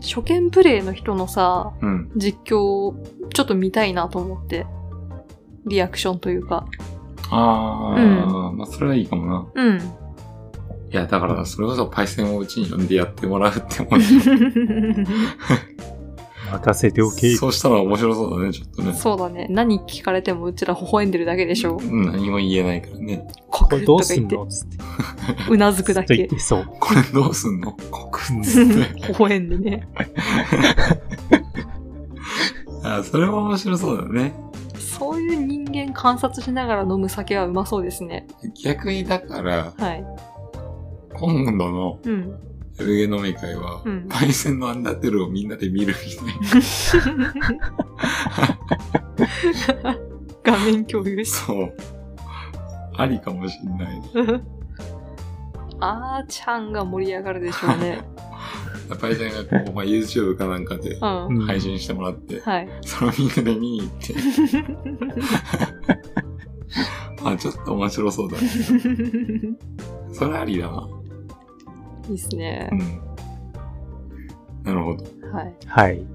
[SPEAKER 2] 初見プレイの人のさ、
[SPEAKER 1] うん。
[SPEAKER 2] 実況をちょっと見たいなと思って。リアクションというか。
[SPEAKER 1] ああ、まあそれはいいかもな。
[SPEAKER 2] うん。
[SPEAKER 1] いや、だから、それこそパイセンをうちに呼んでやってもらうってもん
[SPEAKER 3] 任せておけ。
[SPEAKER 1] そうしたら面白そうだね、ちょっとね。
[SPEAKER 2] そうだね。何聞かれてもうちら微笑んでるだけでしょ。
[SPEAKER 1] うん何も言えないからね。
[SPEAKER 2] コ
[SPEAKER 3] こ
[SPEAKER 2] ク
[SPEAKER 3] れ
[SPEAKER 2] ッと
[SPEAKER 3] どう
[SPEAKER 2] か
[SPEAKER 3] す
[SPEAKER 2] 言
[SPEAKER 3] ん
[SPEAKER 2] って
[SPEAKER 3] の、つって。
[SPEAKER 2] うなずくだ
[SPEAKER 3] ずっと言
[SPEAKER 2] け
[SPEAKER 3] っ。てそう。
[SPEAKER 1] これどうすんのコクッつ って。
[SPEAKER 2] 微笑んでね。
[SPEAKER 1] あ、それは面白そうだね。
[SPEAKER 2] そういう人間観察しながら飲む酒はうまそうですね。
[SPEAKER 1] 逆にだから、
[SPEAKER 2] はい。
[SPEAKER 1] 今度の
[SPEAKER 2] うん。
[SPEAKER 1] ルゲ飲み会は、
[SPEAKER 2] うん
[SPEAKER 1] パイセンのアンダーテルをみんなで見るみたい な。
[SPEAKER 2] 画面共有し。
[SPEAKER 1] そう。ありかもしんない。
[SPEAKER 2] あーちゃんが盛り上がるでしょう ね。
[SPEAKER 1] パイセンがこう、まあ、YouTube かなんかで
[SPEAKER 2] うん。
[SPEAKER 3] うん
[SPEAKER 1] 配信してもらって、
[SPEAKER 2] はい。
[SPEAKER 1] それをみんなで見に行っ て、あ、ちょっと面白そうだね。それありだな。
[SPEAKER 2] いいっすね
[SPEAKER 1] う。ん。なるほど。
[SPEAKER 2] はい。
[SPEAKER 3] はい。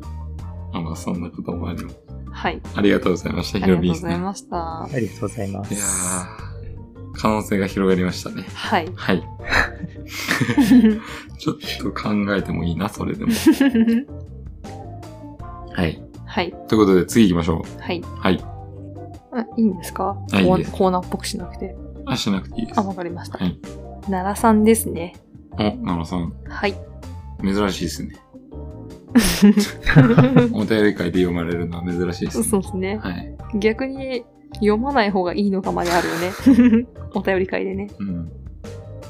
[SPEAKER 1] あまあ、そんなこともあります。
[SPEAKER 2] はい。
[SPEAKER 1] ありがとうございました、
[SPEAKER 2] あ
[SPEAKER 1] ヒ
[SPEAKER 2] り
[SPEAKER 1] ロ
[SPEAKER 2] がとう
[SPEAKER 1] ビ
[SPEAKER 2] ご
[SPEAKER 1] ーさん。
[SPEAKER 2] ざいました
[SPEAKER 3] あ。りがとうございま
[SPEAKER 1] いやー、
[SPEAKER 3] す。
[SPEAKER 1] 可能性が広がりましたね。
[SPEAKER 2] はい。
[SPEAKER 1] はい。ちょっと考えてもいいな、それでも。はい。
[SPEAKER 2] はい。
[SPEAKER 1] ということで、次行きましょ
[SPEAKER 2] はい。
[SPEAKER 1] う。はい。
[SPEAKER 2] あいいんですか
[SPEAKER 1] あいいです
[SPEAKER 2] コーナーっぽくしなくて。
[SPEAKER 1] あ、しなくていいです
[SPEAKER 2] あ、。わかりました。
[SPEAKER 1] はい
[SPEAKER 2] 奈良さんですね。
[SPEAKER 1] お、奈良さん、
[SPEAKER 2] はい。
[SPEAKER 1] 珍しいですね。お便り会で読まれるのは珍しいですね。
[SPEAKER 2] そうですね。
[SPEAKER 1] はい。
[SPEAKER 2] 逆に読まない方がいいのかまであるよ ね。お便り会でね。
[SPEAKER 1] うん。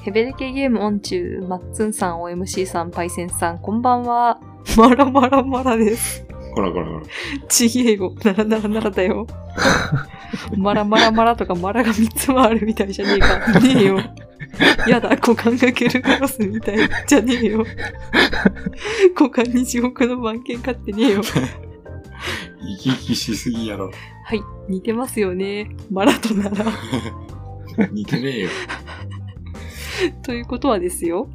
[SPEAKER 2] ヘベレケゲームオンチュー、マッツンさん、OMC さん、パイセンさん、こんば んは。まらまらまらです。
[SPEAKER 1] こらこらこら。
[SPEAKER 2] ちげえよ。ならならならだよ。まらまらまらとか、まらが3つもあるみたいじゃねえか。ねえよ。やだ、股間がケルクロスみたいじゃねえよ。股間に地獄の番犬飼ってねえよ。
[SPEAKER 1] 生き生きしすぎやろ。
[SPEAKER 2] はい、似てますよね。マラとなら。
[SPEAKER 1] 似てねえよ。
[SPEAKER 2] ということはですよ。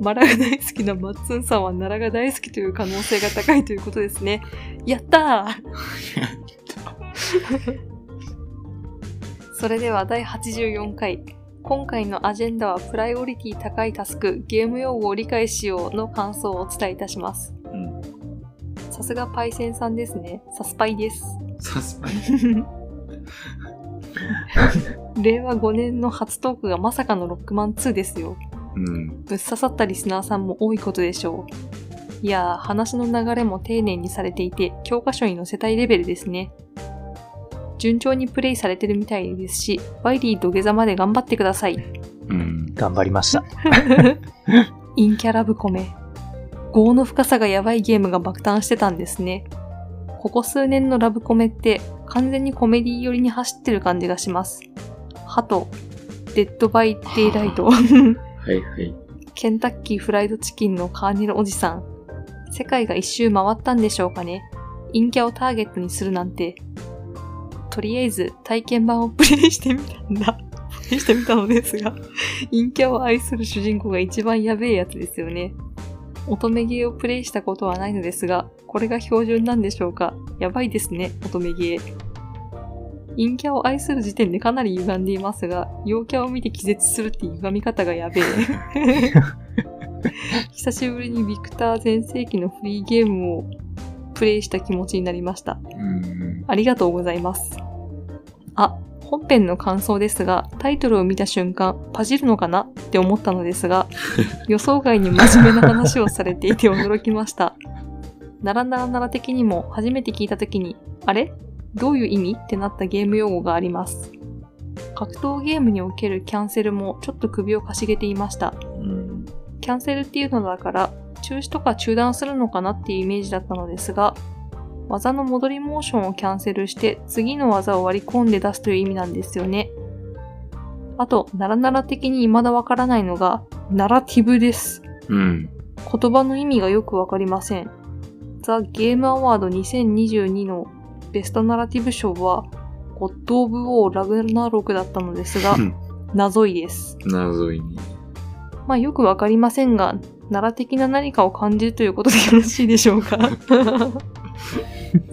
[SPEAKER 2] マラが大好きなマッツンさんは奈良が大好きという可能性が高いということですね。やったーそれでは第84回。今回のアジェンダはプライオリティ高いタスク、ゲーム用語を理解しようの感想をお伝えいたします。
[SPEAKER 1] うん。
[SPEAKER 2] さすがパイセンさんですね。サスパイです。
[SPEAKER 1] さすが
[SPEAKER 2] 令和5年の初トークがまさかのロックマン2ですよ。
[SPEAKER 1] うん。
[SPEAKER 2] ぶっ刺さったリスナーさんも多いことでしょう。いやー、話の流れも丁寧にされていて、教科書に載せたいレベルですね。順調にプレイされてるみたいですし、ワイリー土下座まで頑張ってください。
[SPEAKER 1] うん。
[SPEAKER 3] 頑張りました。
[SPEAKER 2] インキャラブコメ。業の深さがやばいゲームが爆誕してたんですね。ここ数年のラブコメって完全にコメディ寄りに走ってる感じがします。ハト、デッドバイデイライト。
[SPEAKER 1] はいはい。
[SPEAKER 2] ケンタッキーフライドチキンのカーネルおじさん。世界が一周回ったんでしょうかね。陰キャをターゲットにするなんて。とりあえず体験版をプレイしてみたんだ。プレイしてみたのですが、陰キャを愛する主人公が一番やべえやつですよね。乙女ゲーをプレイしたことはないのですが、これが標準なんでしょうか。やばいですね、乙女ゲー。陰キャを愛する時点でかなり歪んでいますが、陽キャを見て気絶するって歪み方がやべえ。久しぶりにビクター全盛期のフリーゲームをプレイした気持ちになりました。
[SPEAKER 1] うん。
[SPEAKER 2] ありがとうございます。あ、本編の感想ですが、タイトルを見た瞬間、パジるのかなって思ったのですが、予想外に真面目な話をされていて驚きました。ならならなら的にも初めて聞いた時に、あれどういう意味ってなったゲーム用語があります。格闘ゲームにおけるキャンセルもちょっと首をかしげていました。
[SPEAKER 1] うん。
[SPEAKER 2] キャンセルっていうのだから、中止とか中断するのかなっていうイメージだったのですが、技の戻りモーションをキャンセルして、次の技を割り込んで出すという意味なんですよね。あと、ならなら的に未だわからないのが、ナラティブです。
[SPEAKER 1] うん。
[SPEAKER 2] 言葉の意味がよくわかりません。ザ・ゲームアワード2022のベストナラティブ賞は、ゴッド・オブ・ウォー・ラグナロクだったのですが
[SPEAKER 1] う、ん
[SPEAKER 2] 謎いです。
[SPEAKER 1] 謎いに。
[SPEAKER 2] まあよくわかりませんが、奈良的な何かを感じるということでよろしいでしょうか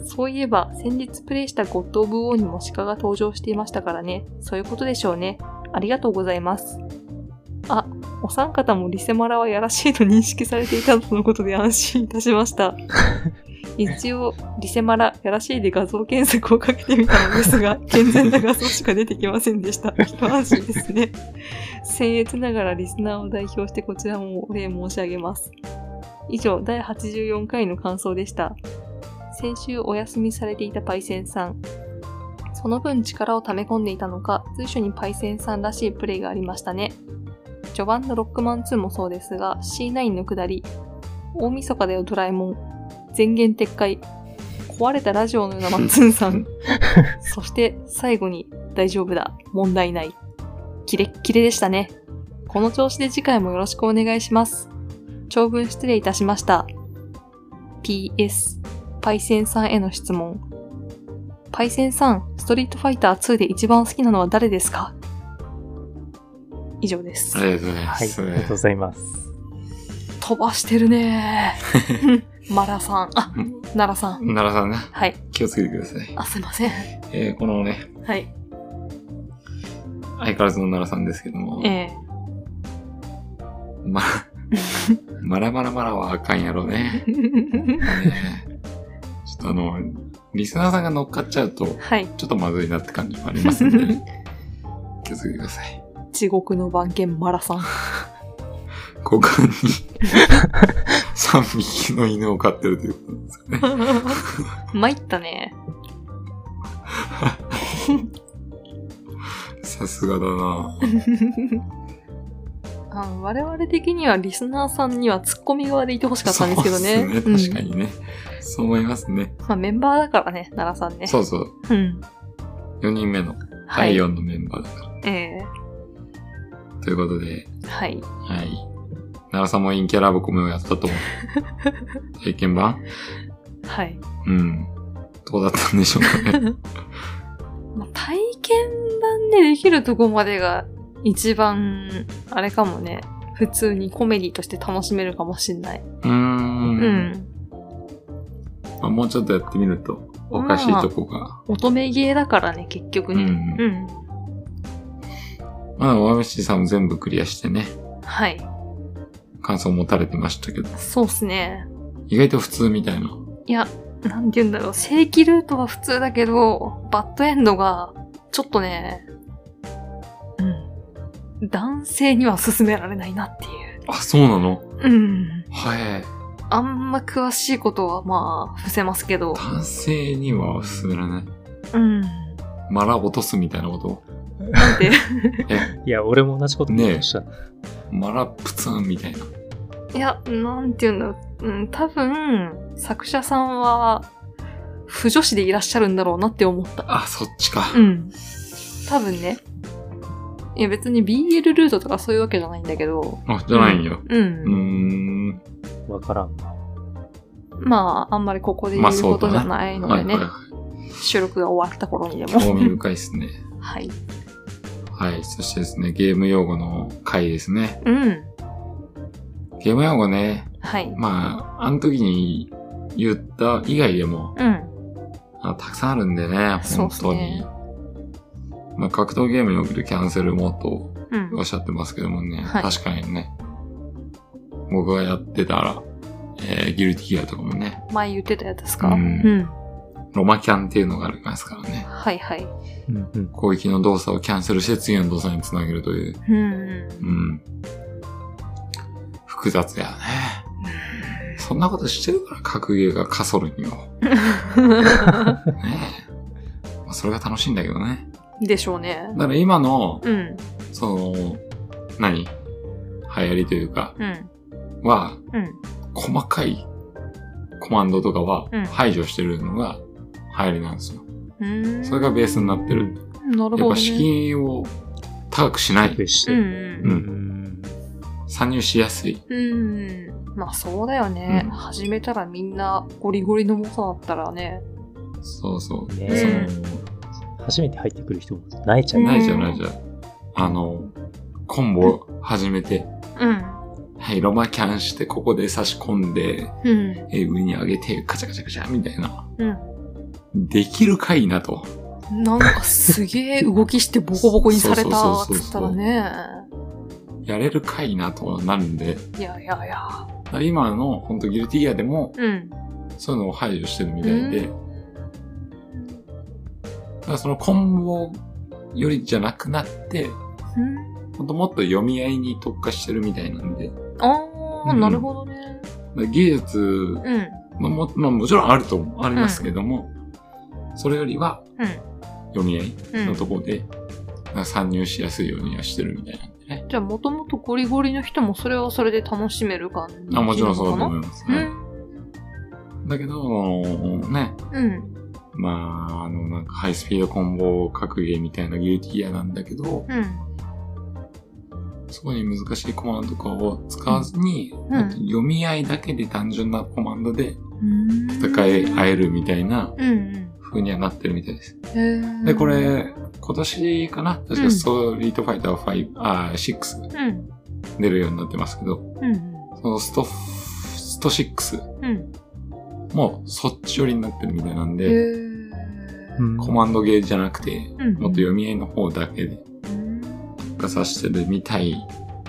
[SPEAKER 2] そういえば、先日プレイしたゴッド・オブ・オーにも鹿が登場していましたからね。そういうことでしょうね。ありがとうございます。あ、お三方もリセマラはやらしいと認識されていたとのことで安心いたしました。一応、リセマラ、やらしいで画像検索をかけてみたのですが、健全な画像しか出てきませんでした。一安心ですね。 僭越ながらリスナーを代表してこちらもお礼申し上げます。以上、第84回の感想でした。先週お休みされていたパイセンさん、その分力を溜め込んでいたのか、随所にパイセンさんらしいプレイがありましたね。序盤のロックマン2もそうですが、C9 の下り、大晦日だよドラえもん、全言撤回、壊れたラジオのようなマッツンさん、そして最後に大丈夫だ、問題ない。キレッキレでしたね。この調子で次回もよろしくお願いします。長文失礼いたしました。PS、パイセンさんへの質問。パイセンさん、ストリートファイター2で一番好きなのは誰ですか以上です
[SPEAKER 1] あ。りがとうございま
[SPEAKER 3] はい、
[SPEAKER 1] す。
[SPEAKER 3] ありがとうございます。
[SPEAKER 2] 飛ばしてる ねマラさん。あ、奈良さん。
[SPEAKER 1] 奈良さんね、
[SPEAKER 2] はい。
[SPEAKER 1] 気をつけてください。
[SPEAKER 2] あ、すいません。
[SPEAKER 1] えー、このね、
[SPEAKER 2] はい。
[SPEAKER 1] 相変わらずの奈良さんですけども、
[SPEAKER 2] ええ
[SPEAKER 1] ま、マラマラマラはあかんやろね。ね えちょっとあの、リスナーさんが乗っかっちゃうと、
[SPEAKER 2] はい。
[SPEAKER 1] ちょっとまずいなって感じもありますんで、 気をつけてください。
[SPEAKER 2] 地獄の番犬マラさん。
[SPEAKER 1] 股間に3匹の犬を飼ってるということなんですかね。
[SPEAKER 2] 参った ね。
[SPEAKER 1] さすがだな
[SPEAKER 2] あの我々的にはリスナーさんにはツッコミ側でいてほしかったんですけどね。
[SPEAKER 1] そうですね。確か
[SPEAKER 2] うん
[SPEAKER 1] にね。そう思いますね。
[SPEAKER 2] まあメンバーだからね、奈良さんね。
[SPEAKER 1] そうそう。
[SPEAKER 2] う。ん。
[SPEAKER 1] 4人目の
[SPEAKER 2] は
[SPEAKER 1] 第
[SPEAKER 2] い。
[SPEAKER 1] 4のメンバーだから。
[SPEAKER 2] ええ
[SPEAKER 1] ということで、
[SPEAKER 2] は
[SPEAKER 1] は
[SPEAKER 2] い。
[SPEAKER 1] い。奈良さんもインキャラボコメをやったと 思う。体験版
[SPEAKER 2] はい。
[SPEAKER 1] うん。どうだったんでしょうか ね。
[SPEAKER 2] まあ、体験版でできるとこまでが一番、あれかもね。普通にコメディとして楽しめるかもしんない。
[SPEAKER 1] うーん
[SPEAKER 2] うん。
[SPEAKER 1] まあ。もうちょっとやってみると、おかしいとこが。
[SPEAKER 2] 乙女ゲーだからね、結局
[SPEAKER 1] う
[SPEAKER 2] ね。
[SPEAKER 1] ん
[SPEAKER 2] うん。
[SPEAKER 1] まあ、OMC さんも全部クリアしてね、
[SPEAKER 2] はい。
[SPEAKER 1] 感想持たれてましたけど、
[SPEAKER 2] そうっすね。
[SPEAKER 1] 意外と普通みたいな。
[SPEAKER 2] いや、なんて言うんだろう。正規ルートは普通だけど、バッドエンドが、ちょっとね、うん。男性には勧められないなっていう。
[SPEAKER 1] あ、そうなの
[SPEAKER 2] うん。
[SPEAKER 1] はい。
[SPEAKER 2] あんま詳しいことは、まあ、伏せますけど。
[SPEAKER 1] 男性にはおすすめられない。
[SPEAKER 2] うん。
[SPEAKER 1] マラ落とすみたいなこと
[SPEAKER 2] なんで、
[SPEAKER 3] いや、俺も同じこと思いました。
[SPEAKER 1] マラプツンみたいな。
[SPEAKER 2] いや、なんて言うんだろう。うん、多分、作者さんは、不女子でいらっしゃるんだろうなって思った。
[SPEAKER 1] あ、そっちか。
[SPEAKER 2] うん。多分ね。いや、別に BL ルートとかそういうわけじゃないんだけど。
[SPEAKER 1] あ、じゃないんよ。
[SPEAKER 2] う
[SPEAKER 1] う
[SPEAKER 2] ん。
[SPEAKER 1] ーん。
[SPEAKER 3] わ、からんな。
[SPEAKER 2] まあ、あんまりここで言
[SPEAKER 1] まあ
[SPEAKER 2] う
[SPEAKER 1] そ
[SPEAKER 2] こ
[SPEAKER 1] うだ
[SPEAKER 2] とじ
[SPEAKER 1] な
[SPEAKER 2] ゃないの
[SPEAKER 1] は
[SPEAKER 2] で
[SPEAKER 1] い
[SPEAKER 2] ね
[SPEAKER 1] はい。はい。
[SPEAKER 2] 収録が終わった頃にでも。
[SPEAKER 1] 興味深いですね。
[SPEAKER 2] はい。
[SPEAKER 1] はい。そしてですね、ゲーム用語の回ですね。
[SPEAKER 2] うん。
[SPEAKER 1] ゲーム用語ね、
[SPEAKER 2] はい。
[SPEAKER 1] まあ、あの時に言った以外でも、
[SPEAKER 2] うん。
[SPEAKER 1] あたくさんあるんでね、
[SPEAKER 2] そう
[SPEAKER 1] 本
[SPEAKER 2] っす
[SPEAKER 1] 当に。
[SPEAKER 2] ね
[SPEAKER 1] まあ、格闘ゲームにおけるキャンセルもと
[SPEAKER 2] うん
[SPEAKER 1] おっ。しゃってますけどもね、
[SPEAKER 2] はい
[SPEAKER 1] 確かにね。僕がやってたら、えー、ギルティギアとかもね、
[SPEAKER 2] 前言ってたやつですか
[SPEAKER 1] う
[SPEAKER 2] うんん。
[SPEAKER 1] ロマキャンっていうのがありますからね。
[SPEAKER 2] はいはい。
[SPEAKER 3] うんうん。
[SPEAKER 1] 攻撃の動作をキャンセルして次の動作につなげるという、
[SPEAKER 2] うん
[SPEAKER 1] う
[SPEAKER 2] うん。
[SPEAKER 1] ん。複雑だよね。そんなことしてるから、格ゲーがかそるにも。ねえ。まあ、それが楽しいんだけどね。
[SPEAKER 2] でしょうね。
[SPEAKER 1] だから今の、
[SPEAKER 2] うん。
[SPEAKER 1] その、何流行りというか、
[SPEAKER 2] うん。
[SPEAKER 1] は、
[SPEAKER 2] うん。
[SPEAKER 1] 細かいコマンドとかは
[SPEAKER 2] うん
[SPEAKER 1] 排除してるのが流行りなんですよ。
[SPEAKER 2] うーん。
[SPEAKER 1] それがベースになってる。
[SPEAKER 2] な
[SPEAKER 1] やっ
[SPEAKER 2] るほど、
[SPEAKER 1] ぱ
[SPEAKER 2] ね。
[SPEAKER 1] 敷居を高くしない。
[SPEAKER 3] 隠し
[SPEAKER 2] う
[SPEAKER 3] て。
[SPEAKER 2] ん
[SPEAKER 3] うん
[SPEAKER 2] うん。
[SPEAKER 3] ん
[SPEAKER 1] 参入しやすい。
[SPEAKER 2] うん。まあそうだよね。
[SPEAKER 1] うん
[SPEAKER 2] 始めたらみんなゴリゴリの猛者だったらね。
[SPEAKER 1] そうそう。
[SPEAKER 3] ね
[SPEAKER 1] そ
[SPEAKER 3] え
[SPEAKER 1] の、
[SPEAKER 3] 初めて入ってくる人も慣れちゃう。
[SPEAKER 2] うん
[SPEAKER 1] ないじゃんないじゃん。あの、コンボ始めて、
[SPEAKER 2] うん。
[SPEAKER 1] はい、ロマキャンして、ここで差し込んで、
[SPEAKER 2] うん。
[SPEAKER 1] えー上に上げて、カチャカチャカチャ、みたいな。
[SPEAKER 2] う
[SPEAKER 1] できるかいなと。
[SPEAKER 2] ん。なんかすげえ動きしてボコボコにされたっ
[SPEAKER 1] そうそうそうそう
[SPEAKER 2] つったらね。
[SPEAKER 1] やれるかいなとはなるんで、
[SPEAKER 2] いやいや
[SPEAKER 1] だか
[SPEAKER 2] いや。
[SPEAKER 1] ら今の、ほんとギルティギアでも、
[SPEAKER 2] うん。
[SPEAKER 1] そういうのを排除してるみたいで、
[SPEAKER 2] う
[SPEAKER 1] だからそのコンボよりじゃなくなって、
[SPEAKER 2] うん。
[SPEAKER 1] ほんともっと読み合いに特化してるみたいなんで、だか
[SPEAKER 2] ああ、
[SPEAKER 1] うん
[SPEAKER 2] なるほどね。
[SPEAKER 1] ら技術
[SPEAKER 2] うん。
[SPEAKER 1] まあも、まあ、もちろんあると思うありますけども、それよりは、
[SPEAKER 2] うん
[SPEAKER 1] 読み合い
[SPEAKER 2] うん
[SPEAKER 1] のところで、なんか参入しやすいようにはしてるみたいなんでね。
[SPEAKER 2] じゃあ、もともとゴリゴリの人もそれはそれで楽しめる感じなのかな
[SPEAKER 1] あもちろんそうだと思います、
[SPEAKER 2] う
[SPEAKER 1] ね。
[SPEAKER 2] ん。
[SPEAKER 1] だけど、あのね、
[SPEAKER 2] うん。
[SPEAKER 1] まあ、あの、なんかハイスピードコンボ格ゲーみたいなギルティギアなんだけど、
[SPEAKER 2] うん。
[SPEAKER 1] そこに難しいコマンドとかを使わずに、
[SPEAKER 2] ん
[SPEAKER 1] あと読み合いだけで単純なコマンドで
[SPEAKER 2] うん。
[SPEAKER 1] 戦い合えるみたいな
[SPEAKER 2] うんうん。
[SPEAKER 1] 風にはなってるみたいです。
[SPEAKER 2] へー
[SPEAKER 1] で、こ、れ、今年かな確
[SPEAKER 2] う
[SPEAKER 1] か
[SPEAKER 2] ん
[SPEAKER 1] ストリートファイター5、あ6
[SPEAKER 2] うん。
[SPEAKER 1] 出るようになってますけど、
[SPEAKER 2] うん。
[SPEAKER 1] そのスト、スト6
[SPEAKER 2] うん。
[SPEAKER 1] もそっち寄りになってるみたいなん
[SPEAKER 2] へ
[SPEAKER 1] で、
[SPEAKER 2] ー
[SPEAKER 3] うん
[SPEAKER 1] コマンドゲーじゃなくて、
[SPEAKER 2] うん。
[SPEAKER 1] もっと読み合いの方だけで
[SPEAKER 2] うん。
[SPEAKER 1] が指してるみたい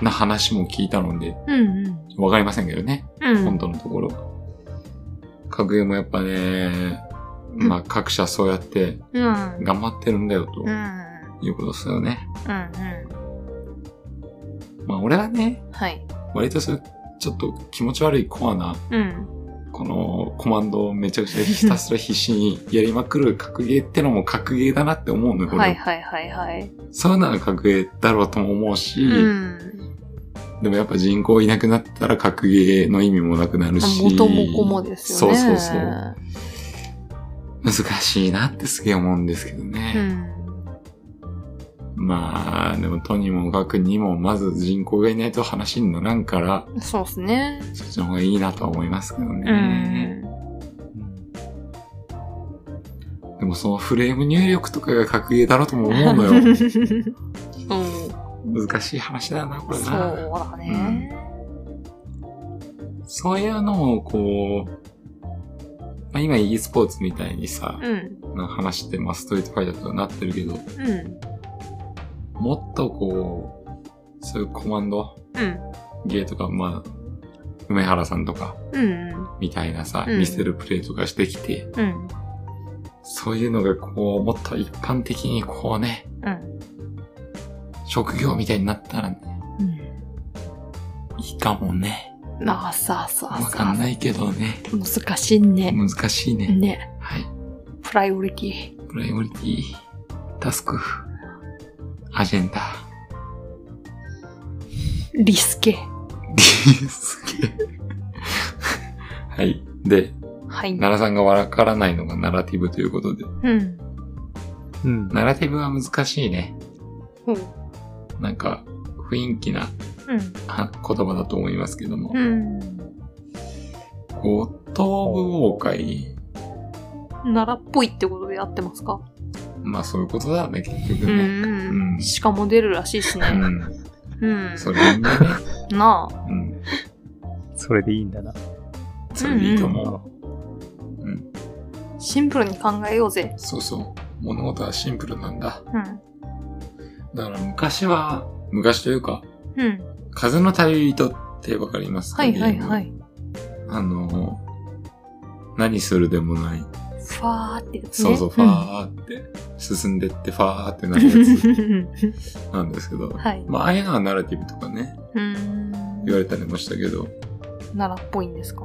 [SPEAKER 1] な話も聞いたので、
[SPEAKER 2] うん。
[SPEAKER 1] わかりませんけどね。
[SPEAKER 2] うん。
[SPEAKER 1] 本当のところ。格ゲーもやっぱね、まあ各社そうやって
[SPEAKER 2] うん。うん。
[SPEAKER 1] 頑張ってるんだよと
[SPEAKER 2] うん。
[SPEAKER 1] いうことですよね。
[SPEAKER 2] うん。
[SPEAKER 1] まあ俺はね、
[SPEAKER 2] うん。はい。
[SPEAKER 1] 割とそういうちょっと気持ち悪いコアな、
[SPEAKER 2] うん。
[SPEAKER 1] このコマンドをめちゃくちゃひたすら必死にやりまくる格ゲーってのも格ゲーだなって思うのよ、俺
[SPEAKER 2] はいはいはいはい。
[SPEAKER 1] そういうのは格ゲーだろうとも思うし、
[SPEAKER 2] うん。
[SPEAKER 1] でもやっぱ人口いなくなったら格ゲーの意味もなくなるし。
[SPEAKER 2] 元も子もですよね。
[SPEAKER 1] そうそうそう。。難しいなってすげえ思うんですけどね。
[SPEAKER 2] うん。
[SPEAKER 1] まあ、でもとにもかくにも、まず人口がいないと話にならんから、
[SPEAKER 2] そうですね。
[SPEAKER 1] そっちの方がいいなとは思いますけど
[SPEAKER 2] う
[SPEAKER 1] ね。
[SPEAKER 2] ん。
[SPEAKER 3] うん
[SPEAKER 1] でもそのフレーム入力とかが格ゲーだろうとも思うの よ。
[SPEAKER 2] うん。
[SPEAKER 1] 難しい話だな、これ
[SPEAKER 2] そう
[SPEAKER 1] な。
[SPEAKER 2] だね。
[SPEAKER 1] そういうのをこう、まあ、今 e スポーツみたいにさ、
[SPEAKER 2] うん。
[SPEAKER 1] の話って、まあ、ストリートファイターとかなってるけど、
[SPEAKER 2] うん。
[SPEAKER 1] もっとこう、そういうコマンド
[SPEAKER 2] うん。
[SPEAKER 1] ゲーとか、まあ、梅原さんとか、
[SPEAKER 2] うん。
[SPEAKER 1] みたいなさ、
[SPEAKER 2] うん
[SPEAKER 1] 見せるプレイとかしてきて、
[SPEAKER 2] うん。
[SPEAKER 1] そういうのがこう、もっと一般的にこうね、
[SPEAKER 2] うん。
[SPEAKER 1] 職業みたいになったらね、
[SPEAKER 2] うん。
[SPEAKER 1] いいかもね。
[SPEAKER 2] なあ、さあさあ
[SPEAKER 1] わ
[SPEAKER 2] さ
[SPEAKER 1] かん
[SPEAKER 2] あ。
[SPEAKER 1] ないけどね。
[SPEAKER 2] 難しいね。
[SPEAKER 1] 難しいね。
[SPEAKER 2] ね。
[SPEAKER 1] はい。
[SPEAKER 2] プライオリティ。
[SPEAKER 1] プライオリティ、タスク、アジェンダ、
[SPEAKER 2] リスケ。
[SPEAKER 1] リスケ。はい。で、
[SPEAKER 2] はい。
[SPEAKER 1] 奈良さんがわからないのがナラティブということで。
[SPEAKER 2] うん。
[SPEAKER 3] うん。
[SPEAKER 1] ナラティブは難しいね。
[SPEAKER 2] ほう。
[SPEAKER 1] なんか、雰囲気な
[SPEAKER 2] うん。
[SPEAKER 1] あ言葉だと思いますけども。
[SPEAKER 2] うん。
[SPEAKER 1] 五等分王会
[SPEAKER 2] 奈良っぽいってことでやってますか
[SPEAKER 1] まあそういうことだよね、結局
[SPEAKER 2] う
[SPEAKER 1] ね。
[SPEAKER 2] ん
[SPEAKER 1] う。ん
[SPEAKER 2] しかも出るらしいし
[SPEAKER 1] う
[SPEAKER 2] ね。
[SPEAKER 1] ん。
[SPEAKER 2] うん。
[SPEAKER 1] それいいんだね。
[SPEAKER 2] なあ。
[SPEAKER 1] うん。
[SPEAKER 3] それでいいんだな。
[SPEAKER 1] それでいいと思う。
[SPEAKER 3] う
[SPEAKER 2] シンプルに考えようぜ。
[SPEAKER 1] そうそう。物事はシンプルなんだ。
[SPEAKER 2] うん。
[SPEAKER 1] だから昔は、昔というか、
[SPEAKER 2] うん。
[SPEAKER 1] 風の旅人ってわかりますか
[SPEAKER 2] はいはいは。
[SPEAKER 1] ゲ
[SPEAKER 2] い。
[SPEAKER 1] ームあの、何するでもない。
[SPEAKER 2] ファーってやつね。
[SPEAKER 1] そうそう、ファーって、進んでってファーってなるやつ
[SPEAKER 2] ー。。
[SPEAKER 1] なんですけど
[SPEAKER 2] はい。
[SPEAKER 1] まあ、ああいうのはナラティブとかね、
[SPEAKER 2] うーん。
[SPEAKER 1] 言われたりもしたけど、
[SPEAKER 2] 奈良っぽいんですか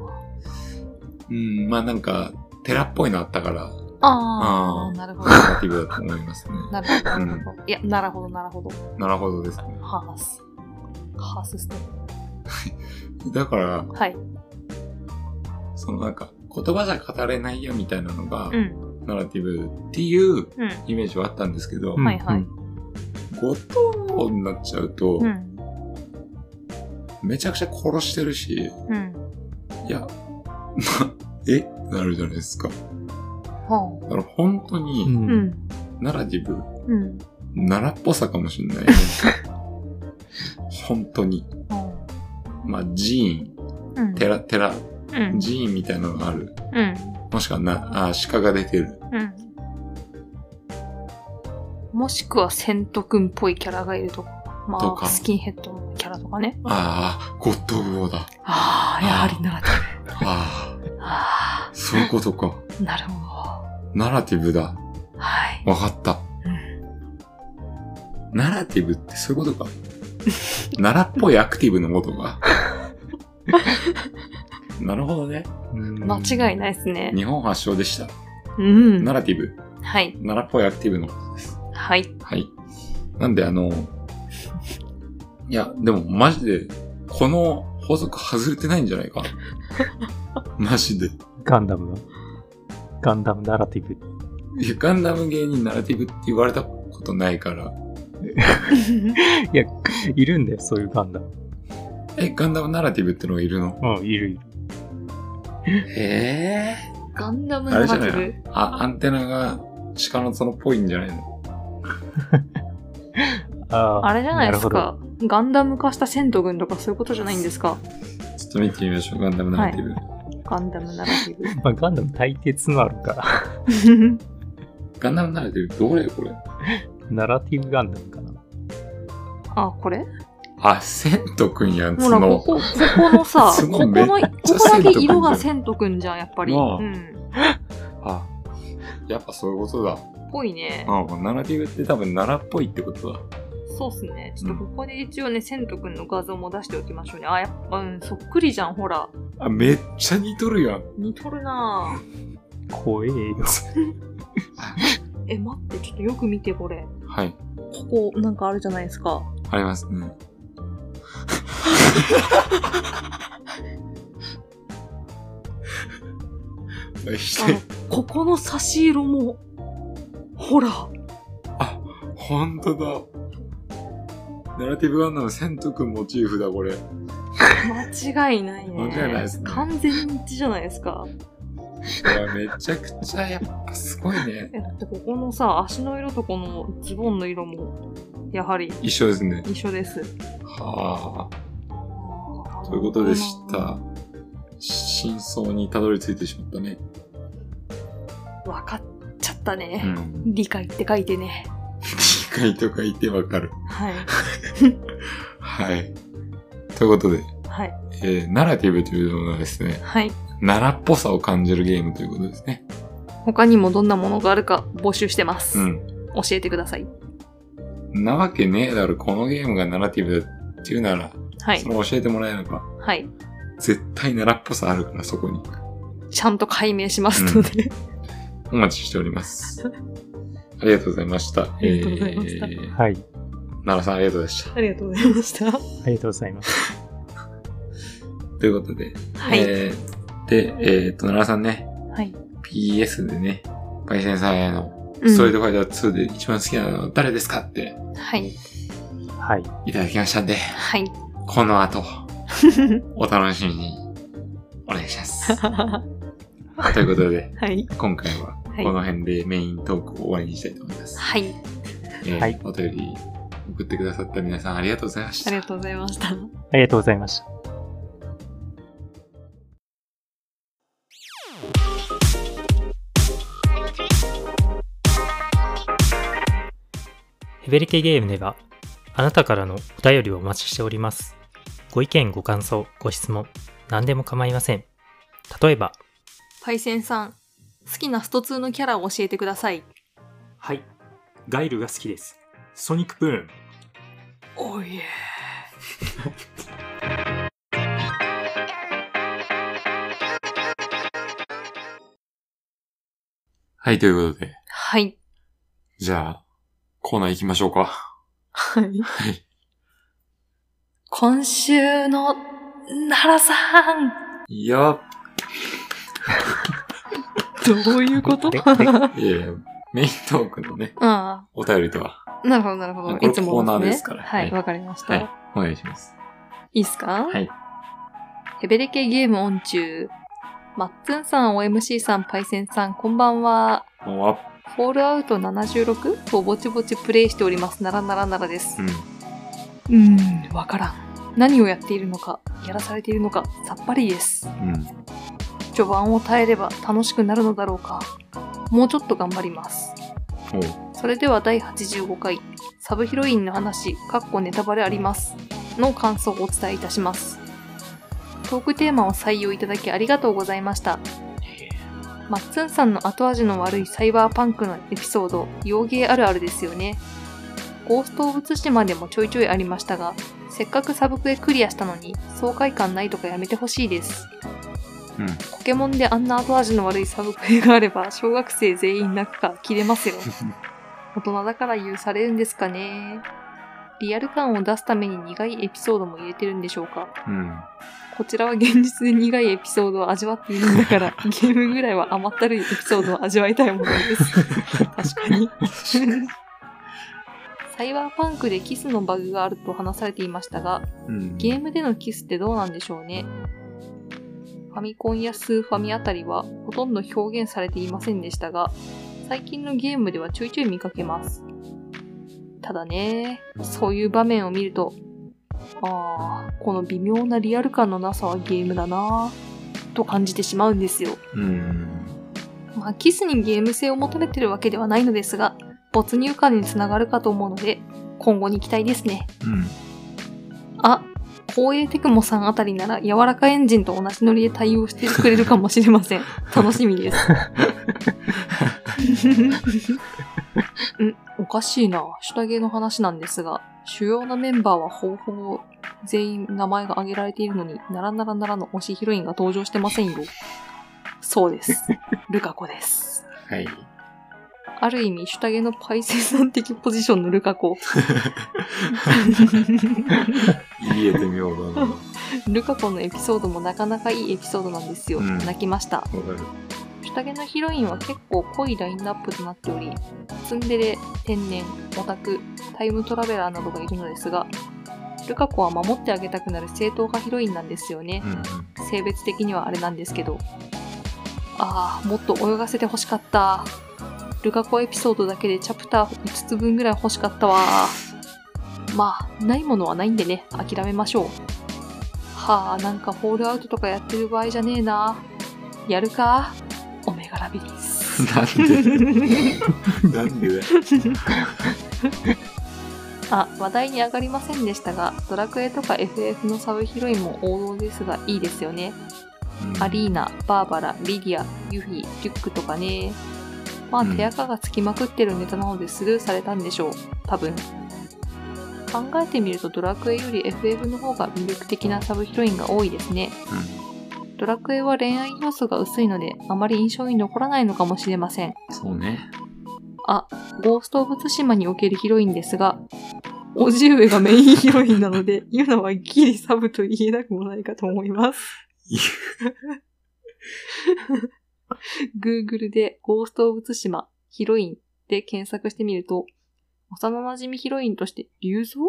[SPEAKER 1] うん、まあなんか、寺っぽいのあったから、
[SPEAKER 2] あ
[SPEAKER 1] あ
[SPEAKER 2] あ、なるほど。
[SPEAKER 1] ナラティブだと思い ますね。
[SPEAKER 2] なるほど、なるほど。いや、なるほど、なるほど。
[SPEAKER 1] なるほどですね。
[SPEAKER 2] ハース。ハースステッ
[SPEAKER 1] だから、
[SPEAKER 2] プ。はい。
[SPEAKER 1] そのなんか、言葉じゃ語れないよみたいなのが
[SPEAKER 2] う、ん。
[SPEAKER 1] ナラティブっていう
[SPEAKER 2] うん。
[SPEAKER 1] イメージはあったんですけど
[SPEAKER 3] ん、
[SPEAKER 2] はいはい。
[SPEAKER 1] 五島になっちゃうと
[SPEAKER 2] う、ん。
[SPEAKER 1] めちゃくちゃ殺してるし、
[SPEAKER 2] うん。
[SPEAKER 1] いや、 なえってなるじゃないですか。
[SPEAKER 2] は
[SPEAKER 1] だから本当
[SPEAKER 3] う
[SPEAKER 1] に、
[SPEAKER 2] あ。
[SPEAKER 3] ん。
[SPEAKER 2] う
[SPEAKER 3] うん。
[SPEAKER 2] ん。
[SPEAKER 1] ナラティブ、
[SPEAKER 2] うん。
[SPEAKER 1] 奈良っぽさかもしれ ない。本当に。
[SPEAKER 2] は
[SPEAKER 1] まあ、寺院、
[SPEAKER 2] あうん。
[SPEAKER 1] 寺、寺、
[SPEAKER 2] うん。
[SPEAKER 1] 寺院みたいなのがある。
[SPEAKER 2] うん。
[SPEAKER 1] もしくはな、あ、鹿が出てる。
[SPEAKER 2] うん。もしくは、セント君っぽいキャラがいるとか。ま
[SPEAKER 1] とか
[SPEAKER 2] あ、スキンヘッドのキャラとかね。
[SPEAKER 1] ああ、ゴッドウォーだ。
[SPEAKER 2] ああ、やはりならだ。
[SPEAKER 1] ああ、
[SPEAKER 2] あ
[SPEAKER 1] そういうことか。
[SPEAKER 2] あ、なるほ
[SPEAKER 1] ナラティブだ。
[SPEAKER 2] ど。はい。
[SPEAKER 1] わかった。
[SPEAKER 2] うん
[SPEAKER 1] ナラティブってそういうことか。奈良っぽいアクティブのこと か。なるほどね。
[SPEAKER 2] 間違いないですね。
[SPEAKER 1] 日本発祥でした。
[SPEAKER 2] うん。
[SPEAKER 1] ナラティブ。
[SPEAKER 2] はい。
[SPEAKER 1] 奈良っぽいアクティブのことです。
[SPEAKER 2] はい。
[SPEAKER 1] はい。なんであの、いや、でもマジで、この法則外れてないんじゃないか。マジで。
[SPEAKER 3] ガンダムはガンダムナラティブ。
[SPEAKER 1] いやガンダム芸人ナラティブって言われたことないから。
[SPEAKER 3] いや、いるんだよ、そういうガンダム。
[SPEAKER 1] え、ガンダムナラティブってのがいるの
[SPEAKER 3] うん、いるいる。
[SPEAKER 1] ええ
[SPEAKER 2] ガンダム
[SPEAKER 1] あ
[SPEAKER 2] ナ
[SPEAKER 1] れじゃ
[SPEAKER 2] ラ
[SPEAKER 1] な
[SPEAKER 2] テ
[SPEAKER 1] い
[SPEAKER 2] ィブ。
[SPEAKER 1] のあ、アンテナが鹿の角っぽいんじゃないの
[SPEAKER 3] あー
[SPEAKER 2] あれじゃないです。
[SPEAKER 3] る
[SPEAKER 2] か。ガンダム化した戦闘軍とかそういうことじゃないんです か。
[SPEAKER 1] ちょっと見てみましょう、ガンダムナラティブ。
[SPEAKER 2] ガンダムナラティ
[SPEAKER 3] ほどまあ、ガンダム大鉄のあるから。
[SPEAKER 2] ブ。
[SPEAKER 1] ガンダムナラティブどれこれ
[SPEAKER 3] ナラティブガンダムかな。
[SPEAKER 2] あ、これ
[SPEAKER 1] あ、セントくんやん、
[SPEAKER 2] ほら、ここ、
[SPEAKER 1] 角。
[SPEAKER 2] ここ のさ、
[SPEAKER 1] 角
[SPEAKER 2] ここ
[SPEAKER 1] めっ
[SPEAKER 2] の、こ
[SPEAKER 1] ちゃ
[SPEAKER 2] こだけ
[SPEAKER 1] セント君じゃん
[SPEAKER 2] 色がセントくんじゃん、やっぱり。
[SPEAKER 1] な
[SPEAKER 2] う
[SPEAKER 1] あ
[SPEAKER 2] ん。
[SPEAKER 1] あ、やっぱそういうことだ。
[SPEAKER 2] ぽいね。
[SPEAKER 1] うん、ナラティブって多分奈良っぽいってことだ。
[SPEAKER 2] そうっすね。ちょっとここで一応ね、セントくんの画像も出しておきましょうね。あ、やっぱ、うん、そっくりじゃん、ほら。
[SPEAKER 1] あ、めっちゃ似とるやん。
[SPEAKER 2] 似とるなぁ。
[SPEAKER 3] 怖えよ。
[SPEAKER 2] え、待って、ちょっとよく見て、これ。
[SPEAKER 1] はい、
[SPEAKER 2] ここ、なんかあるじゃないですか。
[SPEAKER 1] ありますね。し
[SPEAKER 2] あ の、ここの差し色も、ほら。
[SPEAKER 1] ほんとだ。ナラティブガンダム、セントくんモチーフだ、これ。
[SPEAKER 2] 間違いないね。
[SPEAKER 1] 間違いないですね
[SPEAKER 2] 完全に一致じゃないですか。
[SPEAKER 1] いやめちゃくちゃやっぱすごいね。
[SPEAKER 2] え、だってここのさ、足の色とこのズボンの色も、やはり
[SPEAKER 1] 一緒ですね。
[SPEAKER 2] 一緒です。
[SPEAKER 1] はあ。ということでした。真相にたどり着いてしまったね。
[SPEAKER 2] 分かっちゃったね。
[SPEAKER 1] ん。
[SPEAKER 2] 理解って書いてね。
[SPEAKER 1] 機械とか言ってわかる。
[SPEAKER 2] はい。
[SPEAKER 1] はい。ということで、
[SPEAKER 2] はい。
[SPEAKER 1] えー、ナラティブというのはですね、
[SPEAKER 2] はい。
[SPEAKER 1] 奈良っぽさを感じるゲームということですね。
[SPEAKER 2] 他にもどんなものがあるか募集してます。
[SPEAKER 1] うん。
[SPEAKER 2] 教えてください。
[SPEAKER 1] なわけねえだろ、このゲームがナラティブだっていうなら、
[SPEAKER 2] はい
[SPEAKER 1] そ。れを教えてもらえれば、
[SPEAKER 2] はい。
[SPEAKER 1] 絶対奈良っぽさあるから、そこに。
[SPEAKER 2] ちゃんと解明しますので。
[SPEAKER 1] お待ちしており ます。ありがとうございました。あ
[SPEAKER 2] りがとうございました
[SPEAKER 1] えー
[SPEAKER 3] はい。
[SPEAKER 1] 奈良さんありがとうございました。
[SPEAKER 2] ありがとうございました。は
[SPEAKER 3] ありがとうございます。
[SPEAKER 1] ということで、
[SPEAKER 2] い。
[SPEAKER 1] えーで、えっと、奈良さんね、
[SPEAKER 2] はい。
[SPEAKER 1] PS でね、パイセンさんへの
[SPEAKER 2] うん
[SPEAKER 1] ストリートファイター2で一番好きなのは誰ですかって
[SPEAKER 2] はい。
[SPEAKER 3] はい。
[SPEAKER 1] いただきましたんで、
[SPEAKER 2] はい。
[SPEAKER 1] この 後、お楽しみにお願いします。 ということで、
[SPEAKER 2] はい。
[SPEAKER 1] 今回は
[SPEAKER 2] はい
[SPEAKER 1] この辺でメイントークを終わりにしたいと思います。
[SPEAKER 2] はい。
[SPEAKER 1] えー
[SPEAKER 3] はい
[SPEAKER 1] お便り送ってくださった皆さんありがとうございまし
[SPEAKER 2] あ
[SPEAKER 1] た
[SPEAKER 2] り。がとうござい ました。
[SPEAKER 3] ありがとうございました。ヘベレケゲームでは、あなたからのお便りをお待ちしております。ご意見、ご感想、ご質問、何でも構いません。例えば、
[SPEAKER 2] パイセンさん、好きなスト2のキャラを教えてください。
[SPEAKER 4] はい。ガイルが好きです。ソニックブーン。
[SPEAKER 2] おいえ。
[SPEAKER 1] はい、ということで、
[SPEAKER 2] はい。
[SPEAKER 1] じゃあ、コーナー行きましょうか。
[SPEAKER 2] はい。
[SPEAKER 1] はい。
[SPEAKER 2] 今週の奈良さん
[SPEAKER 1] いや っ
[SPEAKER 2] どういうこと
[SPEAKER 3] で
[SPEAKER 1] いやいやメイントークのね、
[SPEAKER 2] あ
[SPEAKER 1] お便りとは、
[SPEAKER 2] あ、なるほど、なるほど。
[SPEAKER 1] これ
[SPEAKER 2] いつも
[SPEAKER 1] コーナーですから
[SPEAKER 2] は
[SPEAKER 1] はい
[SPEAKER 2] い、わかりました。
[SPEAKER 1] はいい、お願いします。
[SPEAKER 2] いっすか
[SPEAKER 1] はい。
[SPEAKER 2] ヘベレケゲームオン中。マッツンさん、OMC さん、パイセンさん、こんばんは。
[SPEAKER 1] こんばんは。
[SPEAKER 2] フォールアウト 76? をぼちぼちプレイしております。ならならならです
[SPEAKER 1] う。ん。
[SPEAKER 2] うーん、わからん。何をやっているのか、やらされているのか、さっぱりです。
[SPEAKER 1] うん。
[SPEAKER 2] 序盤を耐えれば楽しくなるのだろうか。もうちょっと頑張ります。
[SPEAKER 1] おう
[SPEAKER 2] それでは第85回、サブヒロインの話、かっこネタバレあります。の感想をお伝えいたします。トークテーマを採用いただきありがとうございました。マッツンさんの後味の悪いサイバーパンクのエピソード、洋芸あるあるですよね。ゴースト・オブ・ツシマでもちょいちょいありましたが、せっかくサブクエクリアしたのに、爽快感ないとかやめてほしいです。
[SPEAKER 1] うん。
[SPEAKER 2] ポケモンであんな後味の悪いサブクエがあれば、 小学生全員泣くか、切れますよ。大人だから許されるんですかね。リアル感を出すために苦いエピソードも入れてるんでしょうか
[SPEAKER 1] うん。
[SPEAKER 2] こちらは現実で苦いエピソードを味わっているんだから、ゲームぐらいは甘ったるいエピソードを味わいたいものです。確かに。 サイバーパンクでキスのバグがあると話されていましたが、
[SPEAKER 1] うん。
[SPEAKER 2] ゲームでのキスってどうなんでしょうね。ファミコンやスーファミあたりはほとんど表現されていませんでしたが、最近のゲームではちょいちょい見かけます。ただね、そういう場面を見ると、ああ、この微妙なリアル感のなさはゲームだなぁ、と感じてしまうんですよ。
[SPEAKER 1] うん。
[SPEAKER 2] まあ、キスにゲーム性を求めてるわけではないのですが、没入感につながるかと思うので、今後に期待ですね。
[SPEAKER 1] うん。
[SPEAKER 2] あ、光栄テクモさんあたりなら柔らかエンジンと同じノリで対応してくれるかもしれません。楽しみです。ん、おかしいな。下着の話なんですが、主要なメンバーはほぼほぼ全員名前が挙げられているのに、ならならならの推しヒロインが登場してませんよ。そうです。ルカ子です。
[SPEAKER 1] はい。
[SPEAKER 2] ある意味、シュタゲのパイセンさん的ポジションのルカ子。
[SPEAKER 1] 言えてみようだな。わ
[SPEAKER 2] ルカ子のエピソードもなかなかいいエピソードなんですよ。
[SPEAKER 1] うん
[SPEAKER 2] 泣きました。
[SPEAKER 1] かる。
[SPEAKER 2] シュタゲのヒロインは結構濃いラインナップとなっており、ツンデレ、天然、オタク、タイムトラベラーなどがいるのですが、ルカ子は守ってあげたくなる正統派ヒロインなんですよね。
[SPEAKER 1] うん。
[SPEAKER 2] 性別的にはあれなんですけどああもっと泳がせて欲しかったルカ子エピソードだけでチャプター5つ分ぐらい欲しかったわまあないものはないんでね諦めましょうはあなんかホールアウトとかやってる場合じゃねえなやるかオメガラビリンス
[SPEAKER 1] なんでなんでだよ。
[SPEAKER 2] あ話題に上がりませんでしたがドラクエとか FF のサブヒロインも王道ですがいいですよね
[SPEAKER 1] うん
[SPEAKER 2] アリーナ、バーバラ、リディア、ユフィ、リュックとかね。まあ、
[SPEAKER 1] うん
[SPEAKER 2] 手垢がつきまくってるネタなのでスルーされたんでしょう。多分。考えてみるとドラクエより FF の方が魅力的なサブヒロインが多いですね。ドラクエは恋愛要素が薄いので、あまり印象に残らないのかもしれません。
[SPEAKER 1] うん。そうね。
[SPEAKER 2] あ、ゴースト・オブ・ツシマにおけるヒロインですが、おじ上がメインヒロインなので、ユナはギリサブと言えなくもないかと思います。Google でゴースト・オブ・ツシマヒロインで検索してみると、幼馴染ヒロインとして竜蔵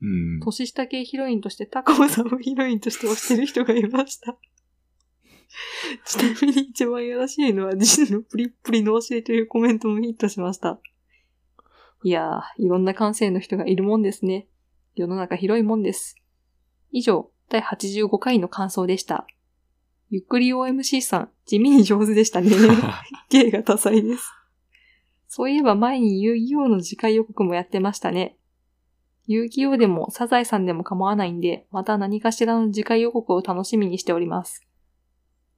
[SPEAKER 1] うん。
[SPEAKER 2] 年下系ヒロインとして高尾さんをヒロインとして推してる人がいました。 ちなみに一番やらしいのは自身のプリップリの教えというコメントもヒットしました。いやー、いろんな感性の人がいるもんですね。世の中広いもんです。以上、第85回の感想でした。ゆっくり OMC さん、地味に上手でし たね。芸が多彩です。そういえば前に遊戯王の次回予告もやってましたね。遊戯王でもサザエさんでも構わないんで、また何かしらの次回予告を楽しみにしております。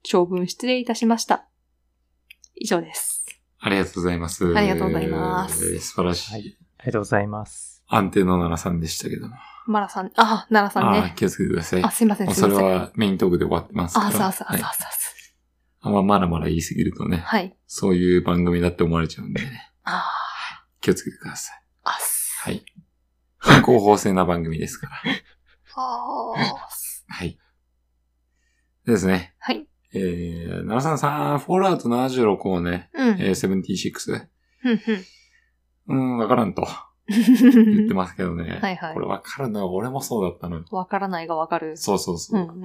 [SPEAKER 2] 長文失礼いたしました。以上です。
[SPEAKER 1] ありがとうございます。
[SPEAKER 2] ありがとうございます
[SPEAKER 1] 素晴らし
[SPEAKER 3] はい
[SPEAKER 1] い。
[SPEAKER 3] ありがとうございます。
[SPEAKER 1] 安定の奈良さんでしたけども。
[SPEAKER 2] マラさん、あ、奈良さん
[SPEAKER 1] ああ、
[SPEAKER 2] ね。
[SPEAKER 1] 気をつけてください。
[SPEAKER 2] あ、すいません、
[SPEAKER 1] もう
[SPEAKER 2] すい
[SPEAKER 1] それ
[SPEAKER 2] ません。
[SPEAKER 1] はメイントークで終わってますから。
[SPEAKER 2] あ、そうそうそうそう
[SPEAKER 1] はい
[SPEAKER 2] そう。
[SPEAKER 1] あんままだまだ言いすぎるとね、
[SPEAKER 2] はい。
[SPEAKER 1] そういう番組だって思われちゃうんでね。
[SPEAKER 2] あ
[SPEAKER 1] 気をつけてください。
[SPEAKER 2] ー、あっす。
[SPEAKER 1] はい。偏向法制な番組ですから。
[SPEAKER 2] あーっす。
[SPEAKER 1] はい。でですね。
[SPEAKER 2] はい。
[SPEAKER 1] えー、奈良さんさん、フォールアウト76をね、
[SPEAKER 2] うん。
[SPEAKER 1] えー、76。
[SPEAKER 2] ふんふん。
[SPEAKER 1] うん、わからんと言ってますけどね。
[SPEAKER 2] はいはい
[SPEAKER 1] これわかるのは俺もそうだったのよ。
[SPEAKER 2] わからないがわかる。
[SPEAKER 1] そうそうそうう。
[SPEAKER 2] ん。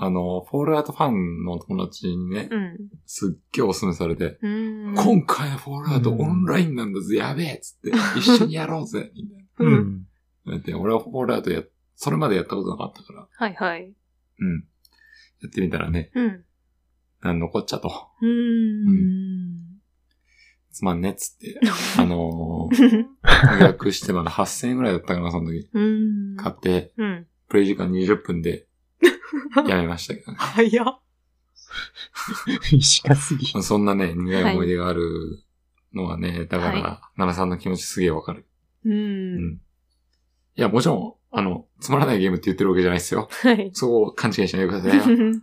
[SPEAKER 1] あの、フォールアウトファンの友達にね、
[SPEAKER 2] うん。
[SPEAKER 1] すっげえおすすめされて、
[SPEAKER 2] うん。
[SPEAKER 1] 今回のフォールアウトオンラインなんだぜ、やべえっつっ て、一緒にやろうぜ、みたい
[SPEAKER 2] うん
[SPEAKER 3] うん。
[SPEAKER 1] な。だって俺はフォールアウトや、それまでやったことなかったから、
[SPEAKER 2] はいはい。
[SPEAKER 1] うん。やってみたらね、
[SPEAKER 2] うん。
[SPEAKER 1] あ残っちゃと、
[SPEAKER 2] うーん。
[SPEAKER 1] つまんねっつ って、あのー、予約してまだ8000円ぐらいだったかな、その時。
[SPEAKER 2] うーん。
[SPEAKER 1] 買って、
[SPEAKER 2] うん。
[SPEAKER 1] プレイ時間20分 で、やめましたけどね。
[SPEAKER 2] 早っ。
[SPEAKER 3] 短すぎ。
[SPEAKER 1] そんなね、苦い思い出があるのはね、だから、
[SPEAKER 2] はい
[SPEAKER 1] 奈良さんの気持ちすげえわかる。
[SPEAKER 2] う。
[SPEAKER 1] うんん。いや、もちろん、あの、つまらないゲームって言ってるわけじゃないですよ。
[SPEAKER 2] はい。
[SPEAKER 1] そこを勘違いしないでくださいよ。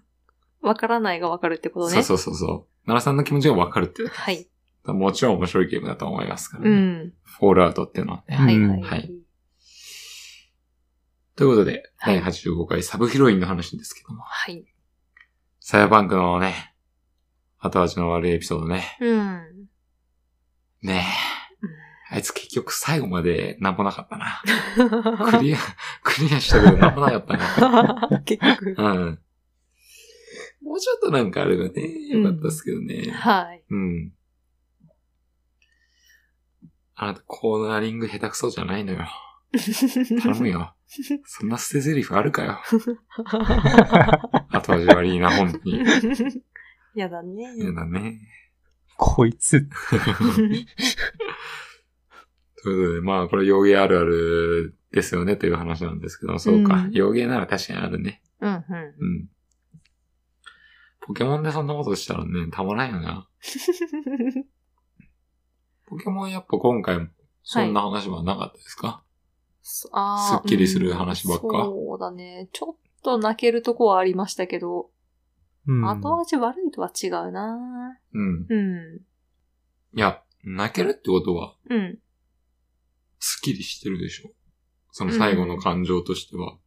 [SPEAKER 2] わからないがわかるってことね。
[SPEAKER 1] そうそうそうそう。奈良さんの気持ちがわかるってだけ。
[SPEAKER 2] はい。
[SPEAKER 1] もちろん面白いゲームだと思いますから、
[SPEAKER 2] う
[SPEAKER 1] ね
[SPEAKER 2] ん。
[SPEAKER 1] フォールアウトっていうのはね。
[SPEAKER 2] はいはい。
[SPEAKER 3] うん
[SPEAKER 1] はいということで、
[SPEAKER 2] はい
[SPEAKER 1] 第85回サブヒロインの話ですけども。
[SPEAKER 2] はい。
[SPEAKER 1] サイバーパンクのね、後味の悪いエピソードね。
[SPEAKER 2] うん。
[SPEAKER 1] ね
[SPEAKER 2] うん
[SPEAKER 1] え。あいつ結局最後までなんもなかった な。クリア、クリアしたけどなんもなかったな。
[SPEAKER 2] 結局。
[SPEAKER 1] うん。もうちょっとなんかあればね、よかったですけどね。
[SPEAKER 2] はい。
[SPEAKER 1] うん。あなたコーナリング下手くそじゃないのよ。頼む よ。そんな捨て台詞あるかよ。後味悪いな、本当に。
[SPEAKER 2] やだね。
[SPEAKER 1] 嫌だね。
[SPEAKER 3] こいつ。
[SPEAKER 1] ということで、まあ、これ、幼芸あるあるですよね、という話なんですけど、そうか
[SPEAKER 2] う。ん
[SPEAKER 1] 幼芸なら確かにあるね。
[SPEAKER 2] うんうん。
[SPEAKER 1] うん。ポケモンでそんなことしたらね、たまらんよな。ポケモンやっぱ今回、そんな話はなかったですか、
[SPEAKER 2] すあ ー
[SPEAKER 1] すっきりする話ばっか
[SPEAKER 2] うんそうだね。ちょっと泣けるとこはありましたけど、
[SPEAKER 3] うん。
[SPEAKER 2] 後味悪いとは違うな
[SPEAKER 1] うん。
[SPEAKER 2] うん。
[SPEAKER 1] いや、泣けるってことは、
[SPEAKER 2] うん。
[SPEAKER 1] スッキリしてるでしょ。その最後の感情としては。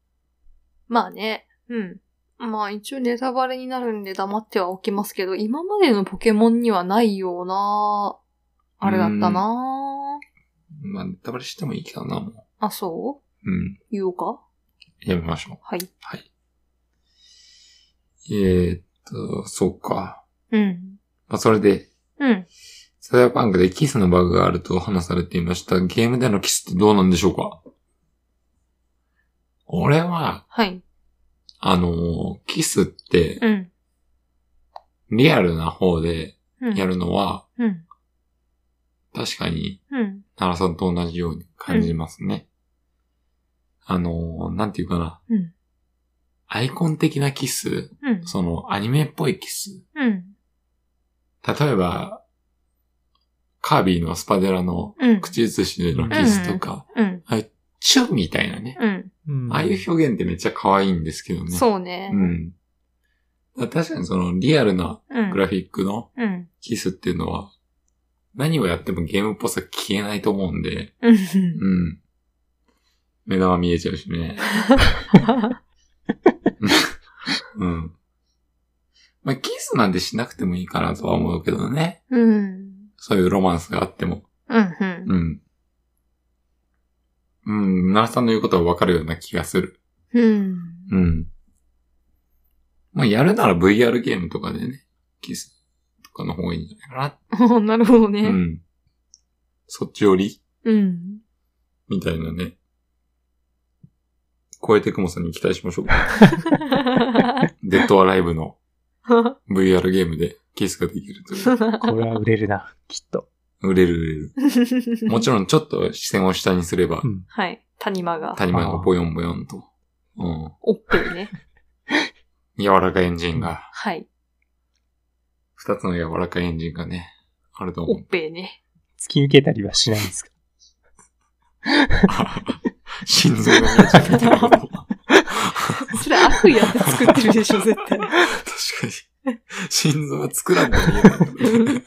[SPEAKER 2] まあね。うん。まあ一応ネタバレになるんで黙ってはおきますけど、今までのポケモンにはないような、あれだったな
[SPEAKER 1] まあ、ネタバレしてもいいけどな、も
[SPEAKER 2] あ、そう
[SPEAKER 1] う。うん。
[SPEAKER 2] 言おうか
[SPEAKER 1] やめましょう。
[SPEAKER 2] はい。
[SPEAKER 1] はい。えー、っと、そうか。
[SPEAKER 2] うん。
[SPEAKER 1] まあ、それで、
[SPEAKER 2] うん。
[SPEAKER 1] サイバーパンクでキスのバグがあると話されていました。ゲームでのキスってどうなんでしょうか俺は、
[SPEAKER 2] はい。
[SPEAKER 1] あのーキスって、
[SPEAKER 2] うん。
[SPEAKER 1] リアルな方で
[SPEAKER 2] うん。
[SPEAKER 1] やるのは、
[SPEAKER 2] うん。
[SPEAKER 1] 確かに、
[SPEAKER 2] うん。
[SPEAKER 1] 奈良さんと同じように感じますね。あのーなんていうかな。
[SPEAKER 2] うん
[SPEAKER 1] アイコン的なキス、
[SPEAKER 2] うん。
[SPEAKER 1] その、アニメっぽいキス。
[SPEAKER 2] うん。
[SPEAKER 1] 例えば、カービィのスパデラの
[SPEAKER 2] うん。
[SPEAKER 1] 口移しでのキスとか、
[SPEAKER 2] うん。
[SPEAKER 1] チュッみたいなね。
[SPEAKER 2] うん。
[SPEAKER 3] うん、
[SPEAKER 1] ああいう表現ってめっちゃ可愛いんですけどね。
[SPEAKER 2] そうね。
[SPEAKER 1] うん。だ確かにそのリアルな
[SPEAKER 2] うん。
[SPEAKER 1] グラフィックの
[SPEAKER 2] うん。
[SPEAKER 1] キスっていうのは、何をやってもゲームっぽさ消えないと思うんで、
[SPEAKER 2] うん。
[SPEAKER 1] うん。目玉見えちゃうし ね。うん。まあ、キスなんてしなくてもいいかなとは思うけどね。
[SPEAKER 2] うん。
[SPEAKER 1] そういうロマンスがあっても。
[SPEAKER 2] うん。うん。
[SPEAKER 1] うん。うん、奈良さんの言うことはわかるような気がする。
[SPEAKER 2] うん。
[SPEAKER 1] うん。まあ、やるなら VR ゲームとかでね、キスとかの方がいいんじゃないか
[SPEAKER 2] あ なるほど
[SPEAKER 1] な。う
[SPEAKER 2] ね。
[SPEAKER 1] ん。そっち寄り
[SPEAKER 2] うん。
[SPEAKER 1] みたいなね。超えてくもさんに期待しましょうか。デッドアライブの VR ゲームでキスができると いう。
[SPEAKER 3] これは売れるな、きっと。
[SPEAKER 1] 売れる売れる。もちろんちょっと視線を下にすれば
[SPEAKER 3] う、ん。
[SPEAKER 2] はい。谷間が、
[SPEAKER 1] 谷間がボヨンボヨンと。うん。
[SPEAKER 2] おっぺいね。
[SPEAKER 1] 柔らかいエンジンが、
[SPEAKER 2] はい。
[SPEAKER 1] 二つの柔らかいエンジンがね、あると思
[SPEAKER 2] お
[SPEAKER 1] う
[SPEAKER 2] っ。ぺいね。
[SPEAKER 3] 突き抜けたりはしないんですか
[SPEAKER 1] 心臓が見えちゃうみたいなこと。
[SPEAKER 2] それ悪意やって作ってるでしょ、絶対。
[SPEAKER 1] 確かに。心臓は作らんと見えないけどね。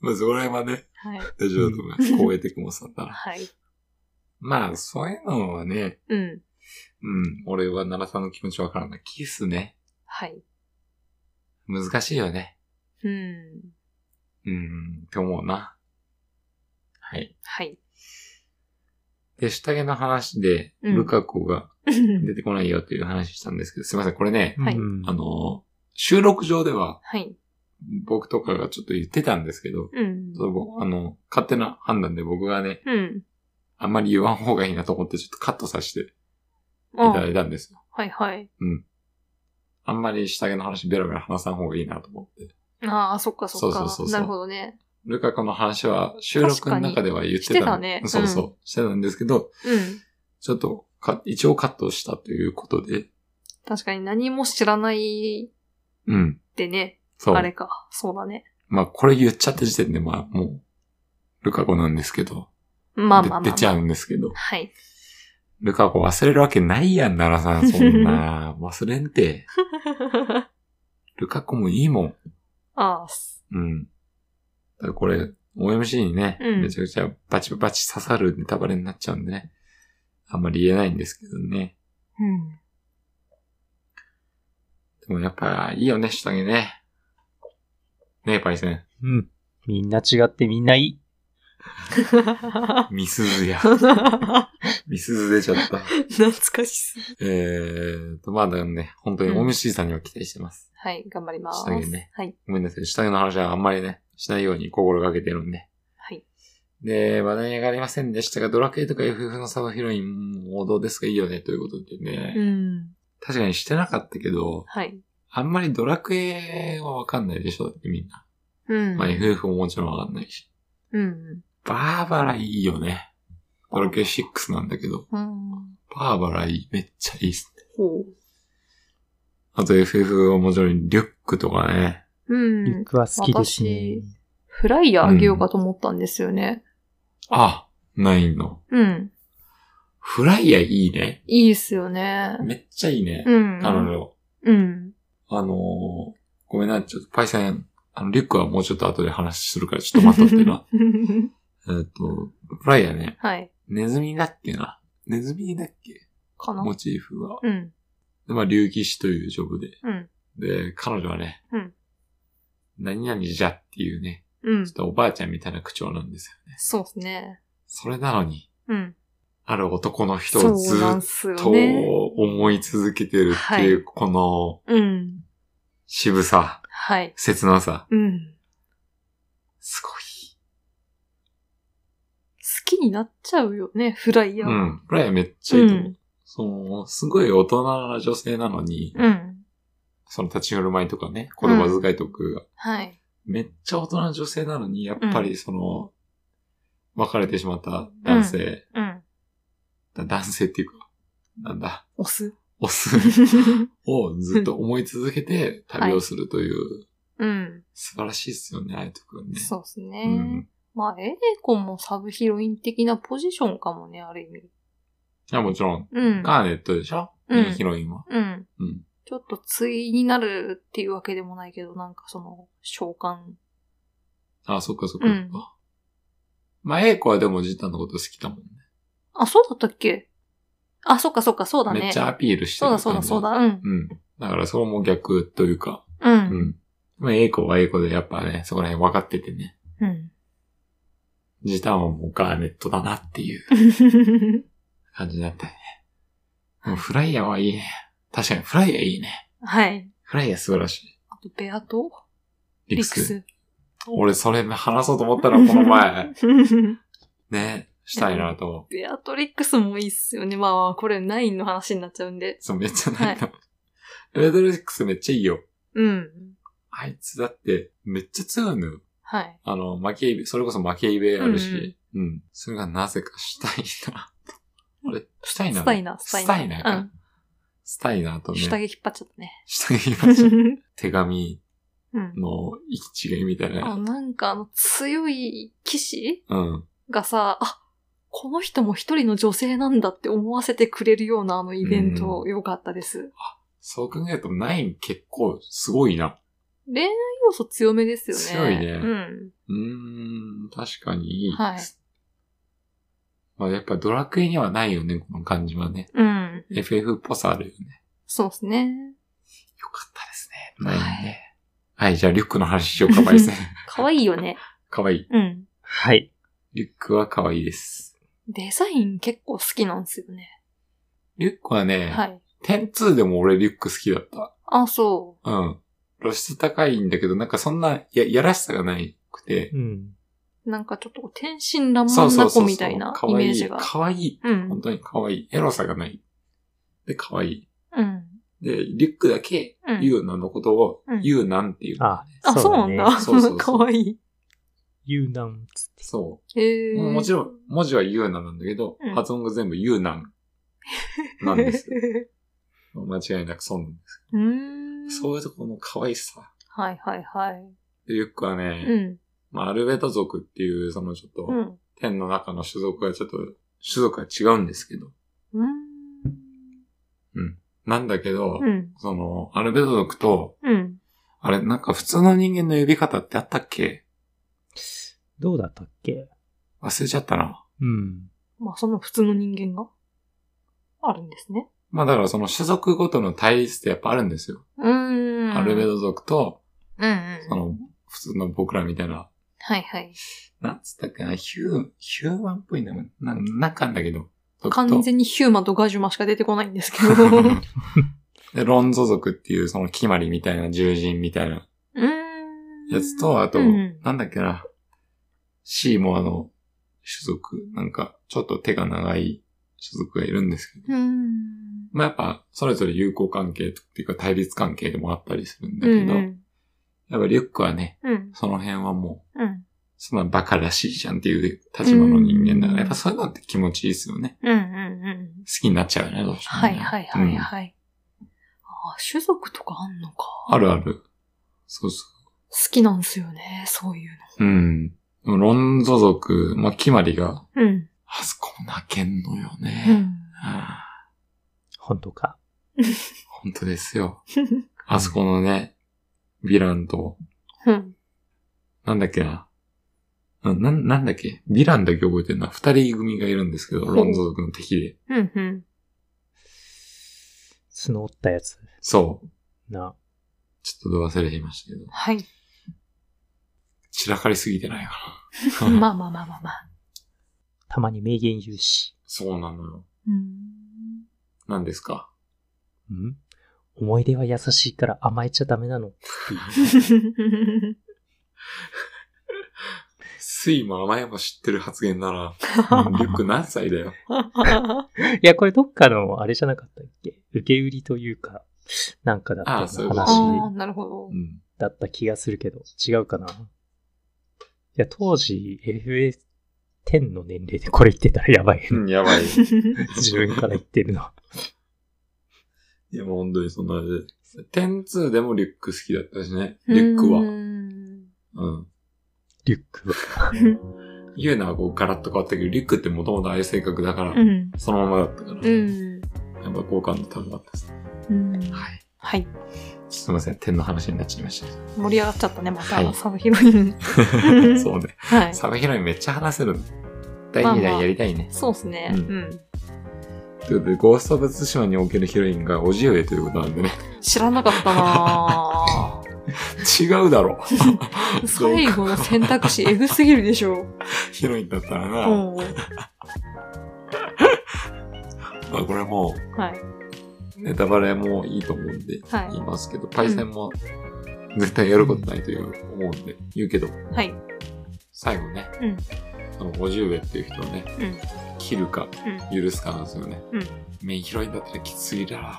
[SPEAKER 1] まあ、そこら辺はね、
[SPEAKER 2] はい。
[SPEAKER 1] 大丈夫だと思います。
[SPEAKER 2] うん
[SPEAKER 1] 光栄テクモさんだな。
[SPEAKER 2] はい。
[SPEAKER 1] まあ、そういうのはね、
[SPEAKER 2] うん。
[SPEAKER 1] うん、俺は奈良さんの気持ちわからない。キスね、
[SPEAKER 2] はい。
[SPEAKER 1] 難しいよね。
[SPEAKER 2] うん。
[SPEAKER 1] うん、って思うな。はい。
[SPEAKER 2] はい。
[SPEAKER 1] で、下着の話で、
[SPEAKER 2] うん
[SPEAKER 1] ルカ子が出てこないよっていう話したんですけど、すいません、これね、
[SPEAKER 2] はい
[SPEAKER 3] うん
[SPEAKER 1] あの、収録上では、
[SPEAKER 2] はい。
[SPEAKER 1] 僕とかがちょっと言ってたんですけど、
[SPEAKER 2] うん。
[SPEAKER 1] そう僕あの、勝手な判断で僕がね、
[SPEAKER 2] うん。
[SPEAKER 1] あんまり言わん方がいいなと思ってちょっとカットさせてい
[SPEAKER 2] あ
[SPEAKER 1] ただいたんですよ。
[SPEAKER 2] はいはい。
[SPEAKER 1] あんまり下着の話ベラベラ話さん方がいいなと思って。
[SPEAKER 2] ああ、そっかそっか。
[SPEAKER 1] そうそうそうそう
[SPEAKER 2] なるほどね。
[SPEAKER 1] ルカ子の話は収録の中では言ってた。
[SPEAKER 2] 確かにしてたね
[SPEAKER 1] そうそう、してたんですけど、
[SPEAKER 2] うん。
[SPEAKER 1] ちょっとか、一応カットしたということで。
[SPEAKER 2] 確かに何も知らない
[SPEAKER 1] うん。
[SPEAKER 2] でね。
[SPEAKER 1] そう。
[SPEAKER 2] あれか。そうだね。
[SPEAKER 1] まあ、これ言っちゃった時点で、まあ、もう、ルカ子なんですけど。
[SPEAKER 2] まあまあまあまあ。
[SPEAKER 1] で出ちゃうんですけど。
[SPEAKER 2] はい。
[SPEAKER 1] ルカ子忘れるわけないやんならさ、そんな。 忘れんて。ルカ子もいいもん。
[SPEAKER 2] ああ、す
[SPEAKER 1] うん。だからこれ、OMC にね、
[SPEAKER 2] うん
[SPEAKER 1] めちゃくちゃバチバチ刺さるネタバレになっちゃうんでね。あんまり言えないんですけどね。
[SPEAKER 2] うん。
[SPEAKER 1] でもやっぱいいよね、下着ね。ねえ、パイセン。
[SPEAKER 3] うん。みんな違ってみんないい。
[SPEAKER 1] ミスズ や。
[SPEAKER 2] 懐
[SPEAKER 1] ミスズ出ちゃった。
[SPEAKER 2] かしすぎ。
[SPEAKER 1] えーと、まあだよね、本当に
[SPEAKER 2] うん
[SPEAKER 1] OMC さんには期待してます。
[SPEAKER 2] はい、頑張ります。
[SPEAKER 1] 下着ね
[SPEAKER 2] はい。
[SPEAKER 1] ごめんなさい、下着の話はあんまりね、しないように心がけてるんで。
[SPEAKER 2] はい。
[SPEAKER 1] で、話題に上がりませんでしたが、ドラクエとか FF のサブヒロイン、王道ですがいいよね、ということでね。
[SPEAKER 2] うん。
[SPEAKER 1] 確かにしてなかったけど、
[SPEAKER 2] はい。
[SPEAKER 1] あんまりドラクエはわかんないでしょ、だってみんな。
[SPEAKER 2] うん。
[SPEAKER 1] まあ FF ももちろんわかんないし。
[SPEAKER 2] うん。
[SPEAKER 1] バーバラいいよね。ドラクエ6なんだけど、
[SPEAKER 2] うん。
[SPEAKER 1] バーバラいい、めっちゃいいっすね。
[SPEAKER 2] ほ
[SPEAKER 1] あと FF はもちろんリュックとかね。
[SPEAKER 2] う。う
[SPEAKER 3] リュ
[SPEAKER 2] ん
[SPEAKER 3] ッ。クは好きですね
[SPEAKER 2] 私。フライヤーあげようかと思ったんですよね。
[SPEAKER 1] あ、ないの。
[SPEAKER 2] うん。
[SPEAKER 1] フライヤーいいね。
[SPEAKER 2] いいっすよね。
[SPEAKER 1] めっちゃいいね。
[SPEAKER 2] うん。
[SPEAKER 1] 彼女。
[SPEAKER 2] うん。
[SPEAKER 1] あのー、ごめんな、ちょっとパイセン、あの、リュックはもうちょっと後で話するから、ちょっと待っとってな。えっと、フライヤーね。
[SPEAKER 2] はい。
[SPEAKER 1] ネズミだっけな。ネズミだっけ
[SPEAKER 2] かな
[SPEAKER 1] モチーフは。
[SPEAKER 2] うん。
[SPEAKER 1] で、まあ、竜騎士というジョブで。
[SPEAKER 2] うん。
[SPEAKER 1] で、彼女はね、
[SPEAKER 2] うん
[SPEAKER 1] 何々じゃっていうね、
[SPEAKER 2] うん
[SPEAKER 1] ちょっ。とおばあちゃんみたいな口調なんですよね。
[SPEAKER 2] そうですね。
[SPEAKER 1] それなのに、
[SPEAKER 2] うん。
[SPEAKER 1] ある男の人
[SPEAKER 2] そ
[SPEAKER 1] をず
[SPEAKER 2] うなん
[SPEAKER 1] っ
[SPEAKER 2] すよ
[SPEAKER 1] と
[SPEAKER 2] ね。
[SPEAKER 1] 思い続けてるっていう、この
[SPEAKER 2] うん。
[SPEAKER 1] 渋さ、
[SPEAKER 2] はい。
[SPEAKER 1] 切なさ、
[SPEAKER 2] うん。
[SPEAKER 1] すごい。
[SPEAKER 2] 好きになっちゃうよね、フライヤー。
[SPEAKER 1] うん。フライヤーめっちゃいいと思う。
[SPEAKER 2] うん
[SPEAKER 1] その、すごい大人な女性なのに、
[SPEAKER 2] うん。
[SPEAKER 1] その立ち振る舞いとかね、言葉遣いとかが、
[SPEAKER 2] はい。
[SPEAKER 1] めっちゃ大人な女性なのに、やっぱりその、別れてしまった男性、
[SPEAKER 2] うん。
[SPEAKER 1] だ男性っていうか、なんだ、
[SPEAKER 2] オス。
[SPEAKER 1] オスをずっと思い続けて旅をするという、
[SPEAKER 2] うん。
[SPEAKER 1] 素晴らしいですよね、ああいうところね。
[SPEAKER 2] そうですね。
[SPEAKER 1] うん。い
[SPEAKER 2] まあ、エレコもサブヒロイン的なポジションかもね、ある意味。
[SPEAKER 1] や、もちろん、
[SPEAKER 2] うん。
[SPEAKER 1] ガーネットでしょ、
[SPEAKER 2] うん
[SPEAKER 1] メインヒロインは。
[SPEAKER 2] うん。
[SPEAKER 1] うん。
[SPEAKER 2] ちょっと対になるっていうわけでもないけど、なんかその、召喚。
[SPEAKER 1] あそっかそっかそっか。
[SPEAKER 2] うん
[SPEAKER 1] まあ、エイコはでもジタのこと好きだもんね。
[SPEAKER 2] あ、そうだったっけあ、そっかそっか、そうだね。
[SPEAKER 1] めっちゃアピールして
[SPEAKER 2] そ
[SPEAKER 1] る
[SPEAKER 2] うだ
[SPEAKER 1] 感じ
[SPEAKER 2] そうだそうだ、うん。
[SPEAKER 1] うん。だからそれも逆というか、
[SPEAKER 2] う。
[SPEAKER 1] うんん。まあ、エイコはエイコでやっぱね、そこら辺分かっててね。
[SPEAKER 2] うん。
[SPEAKER 1] 時短はもうガーネットだなっていう感じだったよね。でもフライヤーはいいね。確かにフライヤーいいね。
[SPEAKER 2] はい。
[SPEAKER 1] フライヤー素晴らしい。
[SPEAKER 2] あと、ベアと
[SPEAKER 1] リクス。。俺それ話そうと思った らこの前、ね、したいなと思う。
[SPEAKER 2] ベアトリックスもいいっすよね。まあ、これ9の話になっちゃうんで。
[SPEAKER 1] そう、めっちゃなんか、レドリックスめっちゃいいよ。
[SPEAKER 2] うん。
[SPEAKER 1] あいつだって、めっちゃ強いのよ。
[SPEAKER 2] はい。
[SPEAKER 1] あの、負けイベ、それこそ負けイベあるし、うん、それがなぜかシュタイナ ー。あれ、シュタイナー
[SPEAKER 2] スタイナー、スタイナ
[SPEAKER 1] ス
[SPEAKER 2] ー。
[SPEAKER 1] タイナーか。
[SPEAKER 2] うん。
[SPEAKER 1] スタイナーとね、
[SPEAKER 2] 下着引っ張っちゃった ね。
[SPEAKER 1] 下着ま した。手紙
[SPEAKER 2] うん。
[SPEAKER 1] の行き違いみたいな。
[SPEAKER 2] あ、なんかあの、強い騎士
[SPEAKER 1] うん。
[SPEAKER 2] がさ、あ、この人も一人の女性なんだって思わせてくれるようなあのイベント、良かったです。
[SPEAKER 1] そう考えると、ナイン結構すごいな。
[SPEAKER 2] 恋愛要素強めですよ
[SPEAKER 1] 強
[SPEAKER 2] ね。
[SPEAKER 1] いね
[SPEAKER 2] うん。
[SPEAKER 1] うーん、確かにいい。
[SPEAKER 2] はい
[SPEAKER 1] まあやっぱドラクエにはないよね、この感じはね。
[SPEAKER 2] うん。
[SPEAKER 1] FF っぽさあるよね。
[SPEAKER 2] そうですね。
[SPEAKER 1] よかったですね。ナインね。はい、じゃあリュックの話しようか、バイ セン。
[SPEAKER 2] 可愛いよね。
[SPEAKER 1] かわいい。
[SPEAKER 2] うん。
[SPEAKER 3] はい。
[SPEAKER 1] リュックはかわいいです。
[SPEAKER 2] デザイン結構好きなんですよね。
[SPEAKER 1] リュックはね、
[SPEAKER 2] はい。
[SPEAKER 1] テンツーでも俺リュック好きだった。
[SPEAKER 2] あ、そ
[SPEAKER 1] うん。露出高いんだけど、なんかそんな、や、やらしさがないくて。
[SPEAKER 3] うん。
[SPEAKER 2] う。なんかちょっと天真爛
[SPEAKER 1] そう
[SPEAKER 2] 漫
[SPEAKER 1] そ
[SPEAKER 2] な
[SPEAKER 1] うそ
[SPEAKER 2] 子
[SPEAKER 1] うそう。
[SPEAKER 2] みたいな
[SPEAKER 1] か
[SPEAKER 2] イ
[SPEAKER 1] わ
[SPEAKER 2] メ
[SPEAKER 1] い
[SPEAKER 2] ー
[SPEAKER 1] い
[SPEAKER 2] ジ。が。
[SPEAKER 1] かわいい。
[SPEAKER 2] うん
[SPEAKER 1] 本。当にかわいい。エロさがない。で、かわいい。
[SPEAKER 2] うん。
[SPEAKER 1] で、リュックだけ、
[SPEAKER 2] うん
[SPEAKER 1] ユウナのことを
[SPEAKER 2] うん、
[SPEAKER 1] ユウナンっていう。
[SPEAKER 3] あ、
[SPEAKER 2] あ、そうなんだ。
[SPEAKER 1] そうそうそう
[SPEAKER 2] 可愛い
[SPEAKER 3] ユーナンつって。
[SPEAKER 1] そ
[SPEAKER 2] い。へ
[SPEAKER 1] う。
[SPEAKER 2] ー
[SPEAKER 1] もちろん、文字はユウナなんだけど、
[SPEAKER 2] うん
[SPEAKER 1] 発音が全部ユウナンなんです よ。
[SPEAKER 2] う
[SPEAKER 1] 間違いなくそうなんです。
[SPEAKER 2] ーん。
[SPEAKER 1] そういうところの可愛さ。
[SPEAKER 2] はいはいはい。
[SPEAKER 1] でリュックはね、
[SPEAKER 2] うん。
[SPEAKER 1] まあ、アルベタ族っていう、そのちょっと、
[SPEAKER 2] うん。
[SPEAKER 1] 天の中の種族がちょっと、種族は違うんですけど、
[SPEAKER 2] うーん。
[SPEAKER 1] なんだけど、
[SPEAKER 2] うん。
[SPEAKER 1] その、アルベド族と、
[SPEAKER 2] うん。
[SPEAKER 1] あれ、なんか普通の人間の呼び方ってあったっけ
[SPEAKER 3] どうだったっけ
[SPEAKER 1] 忘れちゃったな。
[SPEAKER 3] うん。
[SPEAKER 2] まあ、その普通の人間があるんですね。
[SPEAKER 1] まあだからその種族ごとの対立ってやっぱあるんですよ。
[SPEAKER 2] うーん。
[SPEAKER 1] アルベ。ド族と、
[SPEAKER 2] うんうん。
[SPEAKER 1] その、普通の僕らみたいな、
[SPEAKER 2] はいはい。
[SPEAKER 1] なんつったっけな、ヒュー、ヒューマンっぽい名前、ななんかあんだけど。族と
[SPEAKER 2] 完全にヒューマンとガジュマしか出てこないんですけど。う
[SPEAKER 1] で、ロンゾ族っていうその決まりみたいな獣人みたいな
[SPEAKER 2] ーん。
[SPEAKER 1] やつと、あと、
[SPEAKER 2] うん
[SPEAKER 1] なんだっけな、シーモアの種族、なんか、ちょっと手が長い種族がいるんですけど、
[SPEAKER 2] うーん。
[SPEAKER 1] まあやっぱ、それぞれ友好関係っていうか対立関係でもあったりするんだ
[SPEAKER 2] う
[SPEAKER 1] け
[SPEAKER 2] ん
[SPEAKER 1] ど、
[SPEAKER 2] うん。
[SPEAKER 1] やっぱリュックはね、
[SPEAKER 2] うん。
[SPEAKER 1] その辺はもう、
[SPEAKER 2] うん。
[SPEAKER 1] そんなバカらしいじゃんっていう立場の人間だか
[SPEAKER 2] うん
[SPEAKER 1] ら、やっぱそういうのって気持ちいいですよね。
[SPEAKER 2] うんうんうん。
[SPEAKER 1] 好きになっちゃうよね、どうしても
[SPEAKER 2] は
[SPEAKER 1] ね
[SPEAKER 2] いはいはい
[SPEAKER 1] うん
[SPEAKER 2] はい。ああ、種族とかあんのか。
[SPEAKER 1] あるある。そうそ
[SPEAKER 2] 好きなんすよね、そういう
[SPEAKER 1] う。うん。でもロンゾ族、まあ、キマリが、
[SPEAKER 2] の。うん。
[SPEAKER 1] あそこも泣けんのよ
[SPEAKER 2] う
[SPEAKER 1] ね。
[SPEAKER 2] ん。
[SPEAKER 1] はあ
[SPEAKER 3] 本当か。
[SPEAKER 1] 本当ですよ。 あそこのね、ヴィランと、
[SPEAKER 2] うん。
[SPEAKER 1] なんだっけな。うんなん、なんだっけヴィランだけ覚えてるな。二人組がいるんですけど、
[SPEAKER 2] う
[SPEAKER 1] ロンゾ族の敵で。
[SPEAKER 2] うん。うん。
[SPEAKER 3] 角折ったやつ。
[SPEAKER 1] そう。
[SPEAKER 3] な。
[SPEAKER 1] ちょっと忘れていましたけど。
[SPEAKER 2] はい。
[SPEAKER 1] 散らかりすぎてないか
[SPEAKER 2] まあ
[SPEAKER 1] な。
[SPEAKER 2] まあまあまあまあ。
[SPEAKER 3] たまに名言言うし。
[SPEAKER 1] そうなのよ。
[SPEAKER 2] うん。
[SPEAKER 1] 何です か
[SPEAKER 3] ん思い出は優しいから甘えちゃダメなの。
[SPEAKER 1] 水も甘えも知ってる発言な ら、リュック何歳だよ。
[SPEAKER 3] いや、これどっかの、あれじゃなかったっけ受け売りというか、なんかだったよう
[SPEAKER 1] あそういう
[SPEAKER 3] な
[SPEAKER 1] こと
[SPEAKER 2] ああ、
[SPEAKER 3] 話
[SPEAKER 2] なるほど
[SPEAKER 1] う。ん。
[SPEAKER 3] だった気がするけど、違うかな。いや、当時、FA10 の年齢でこれ言ってたらやばい。
[SPEAKER 1] うん、やばい。
[SPEAKER 3] 自分から言ってるの。
[SPEAKER 1] いや、もう本当にそんな感じで。テンツーでもリュック好きだったしね。リュックは。うん。
[SPEAKER 3] リュックは。
[SPEAKER 1] ユーナはこうガラッと変わったけど、リュックってもともとああいう性格だから、
[SPEAKER 2] うん。
[SPEAKER 1] そのままだったから、
[SPEAKER 2] う
[SPEAKER 1] やっ
[SPEAKER 2] ん。
[SPEAKER 1] ぱ好感度高かったです。
[SPEAKER 2] うん。
[SPEAKER 1] はい。
[SPEAKER 2] はい。
[SPEAKER 1] すいません、天の話になっちゃいまし
[SPEAKER 2] 盛り上がっちゃったね、ま
[SPEAKER 1] は
[SPEAKER 2] た、
[SPEAKER 1] い
[SPEAKER 2] サブヒロイン。
[SPEAKER 1] た。 そうね。
[SPEAKER 2] はい。
[SPEAKER 1] サブヒロインめっちゃ話せる。第
[SPEAKER 2] まあま
[SPEAKER 1] 2
[SPEAKER 2] あ
[SPEAKER 1] 弾やりたいね。
[SPEAKER 2] そうっすね。う
[SPEAKER 1] うん
[SPEAKER 2] ん。
[SPEAKER 1] ということで、ゴースト・オブ・ツシマにおけるヒロインがおじ上ということなんでね。
[SPEAKER 2] 知らなかったなぁ。
[SPEAKER 1] 違うだろ。
[SPEAKER 2] 最後の選択肢、えぐすぎるでしょ。
[SPEAKER 1] ヒロインだったらな。
[SPEAKER 2] うん。は
[SPEAKER 1] まあこれも
[SPEAKER 2] い。
[SPEAKER 1] う、ネタバレもいいと思うんで、
[SPEAKER 2] は
[SPEAKER 1] 言いますけど、パイセンも絶対やることないという思うんで、言うけど、
[SPEAKER 2] い。はい。
[SPEAKER 1] 最後ね、
[SPEAKER 2] うん
[SPEAKER 1] その50上っていう人をね、
[SPEAKER 2] うん。
[SPEAKER 1] 切るか
[SPEAKER 2] うん。
[SPEAKER 1] 許すかなんですよね。
[SPEAKER 2] うん
[SPEAKER 1] メインヒロインだったらきつすぎだな。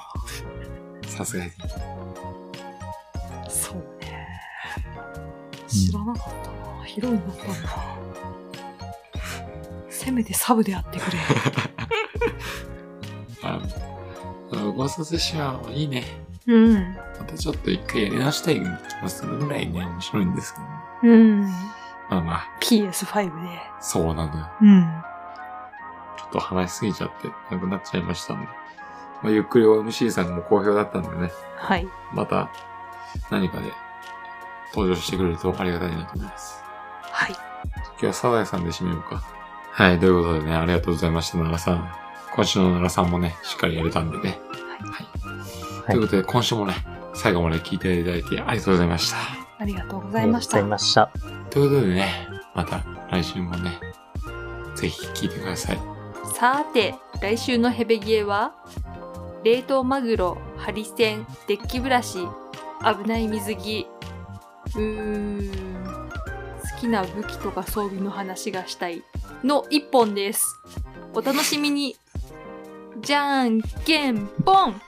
[SPEAKER 1] さすがに。
[SPEAKER 2] そうね。知らなかったな。ヒロインだったんだ。せめてサブであってくれ。
[SPEAKER 1] あの、ごさせしはいいね。
[SPEAKER 2] うん。
[SPEAKER 1] またちょっと一回やり直したい気がするぐらいね、面白いんですけど、ね。
[SPEAKER 2] うん。
[SPEAKER 1] まあまあ、
[SPEAKER 2] PS5 で。
[SPEAKER 1] そうなのよ。
[SPEAKER 2] うん。
[SPEAKER 1] ちょっと話しすぎちゃって、なくなっちゃいましたんで。まあ、ゆっくり OMC さんも好評だったんでね、
[SPEAKER 2] はい。
[SPEAKER 1] また何かで登場してくれるとありがたいなと思います。
[SPEAKER 2] はい。
[SPEAKER 1] 今日はサザエさんで締めようか。はい、ということでね、ありがとうございました、奈良さん。今週の奈良さんもね、しっかりやれたんでね。
[SPEAKER 3] は
[SPEAKER 1] と
[SPEAKER 3] い
[SPEAKER 1] いうことで、今週もね、最後まで聞いていただいてありがとうございました。
[SPEAKER 2] ありがとうご
[SPEAKER 3] あ
[SPEAKER 2] ざい
[SPEAKER 3] りが
[SPEAKER 2] ま
[SPEAKER 3] と
[SPEAKER 2] し
[SPEAKER 3] うござ
[SPEAKER 2] た
[SPEAKER 3] い。ました。
[SPEAKER 1] ということでね、また来週もね、ぜひ聞いてください。
[SPEAKER 2] さて、来週のヘベギエは冷凍マグロ、ハリセン、デッキブラシ、危ない水着。うーん。好きな武器とか装備の話がしたい。の一本です。お楽しみに。じゃんけんぽん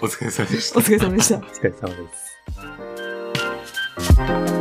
[SPEAKER 1] お疲れ様でした
[SPEAKER 2] お。疲れ様でした
[SPEAKER 3] お。疲れ様です。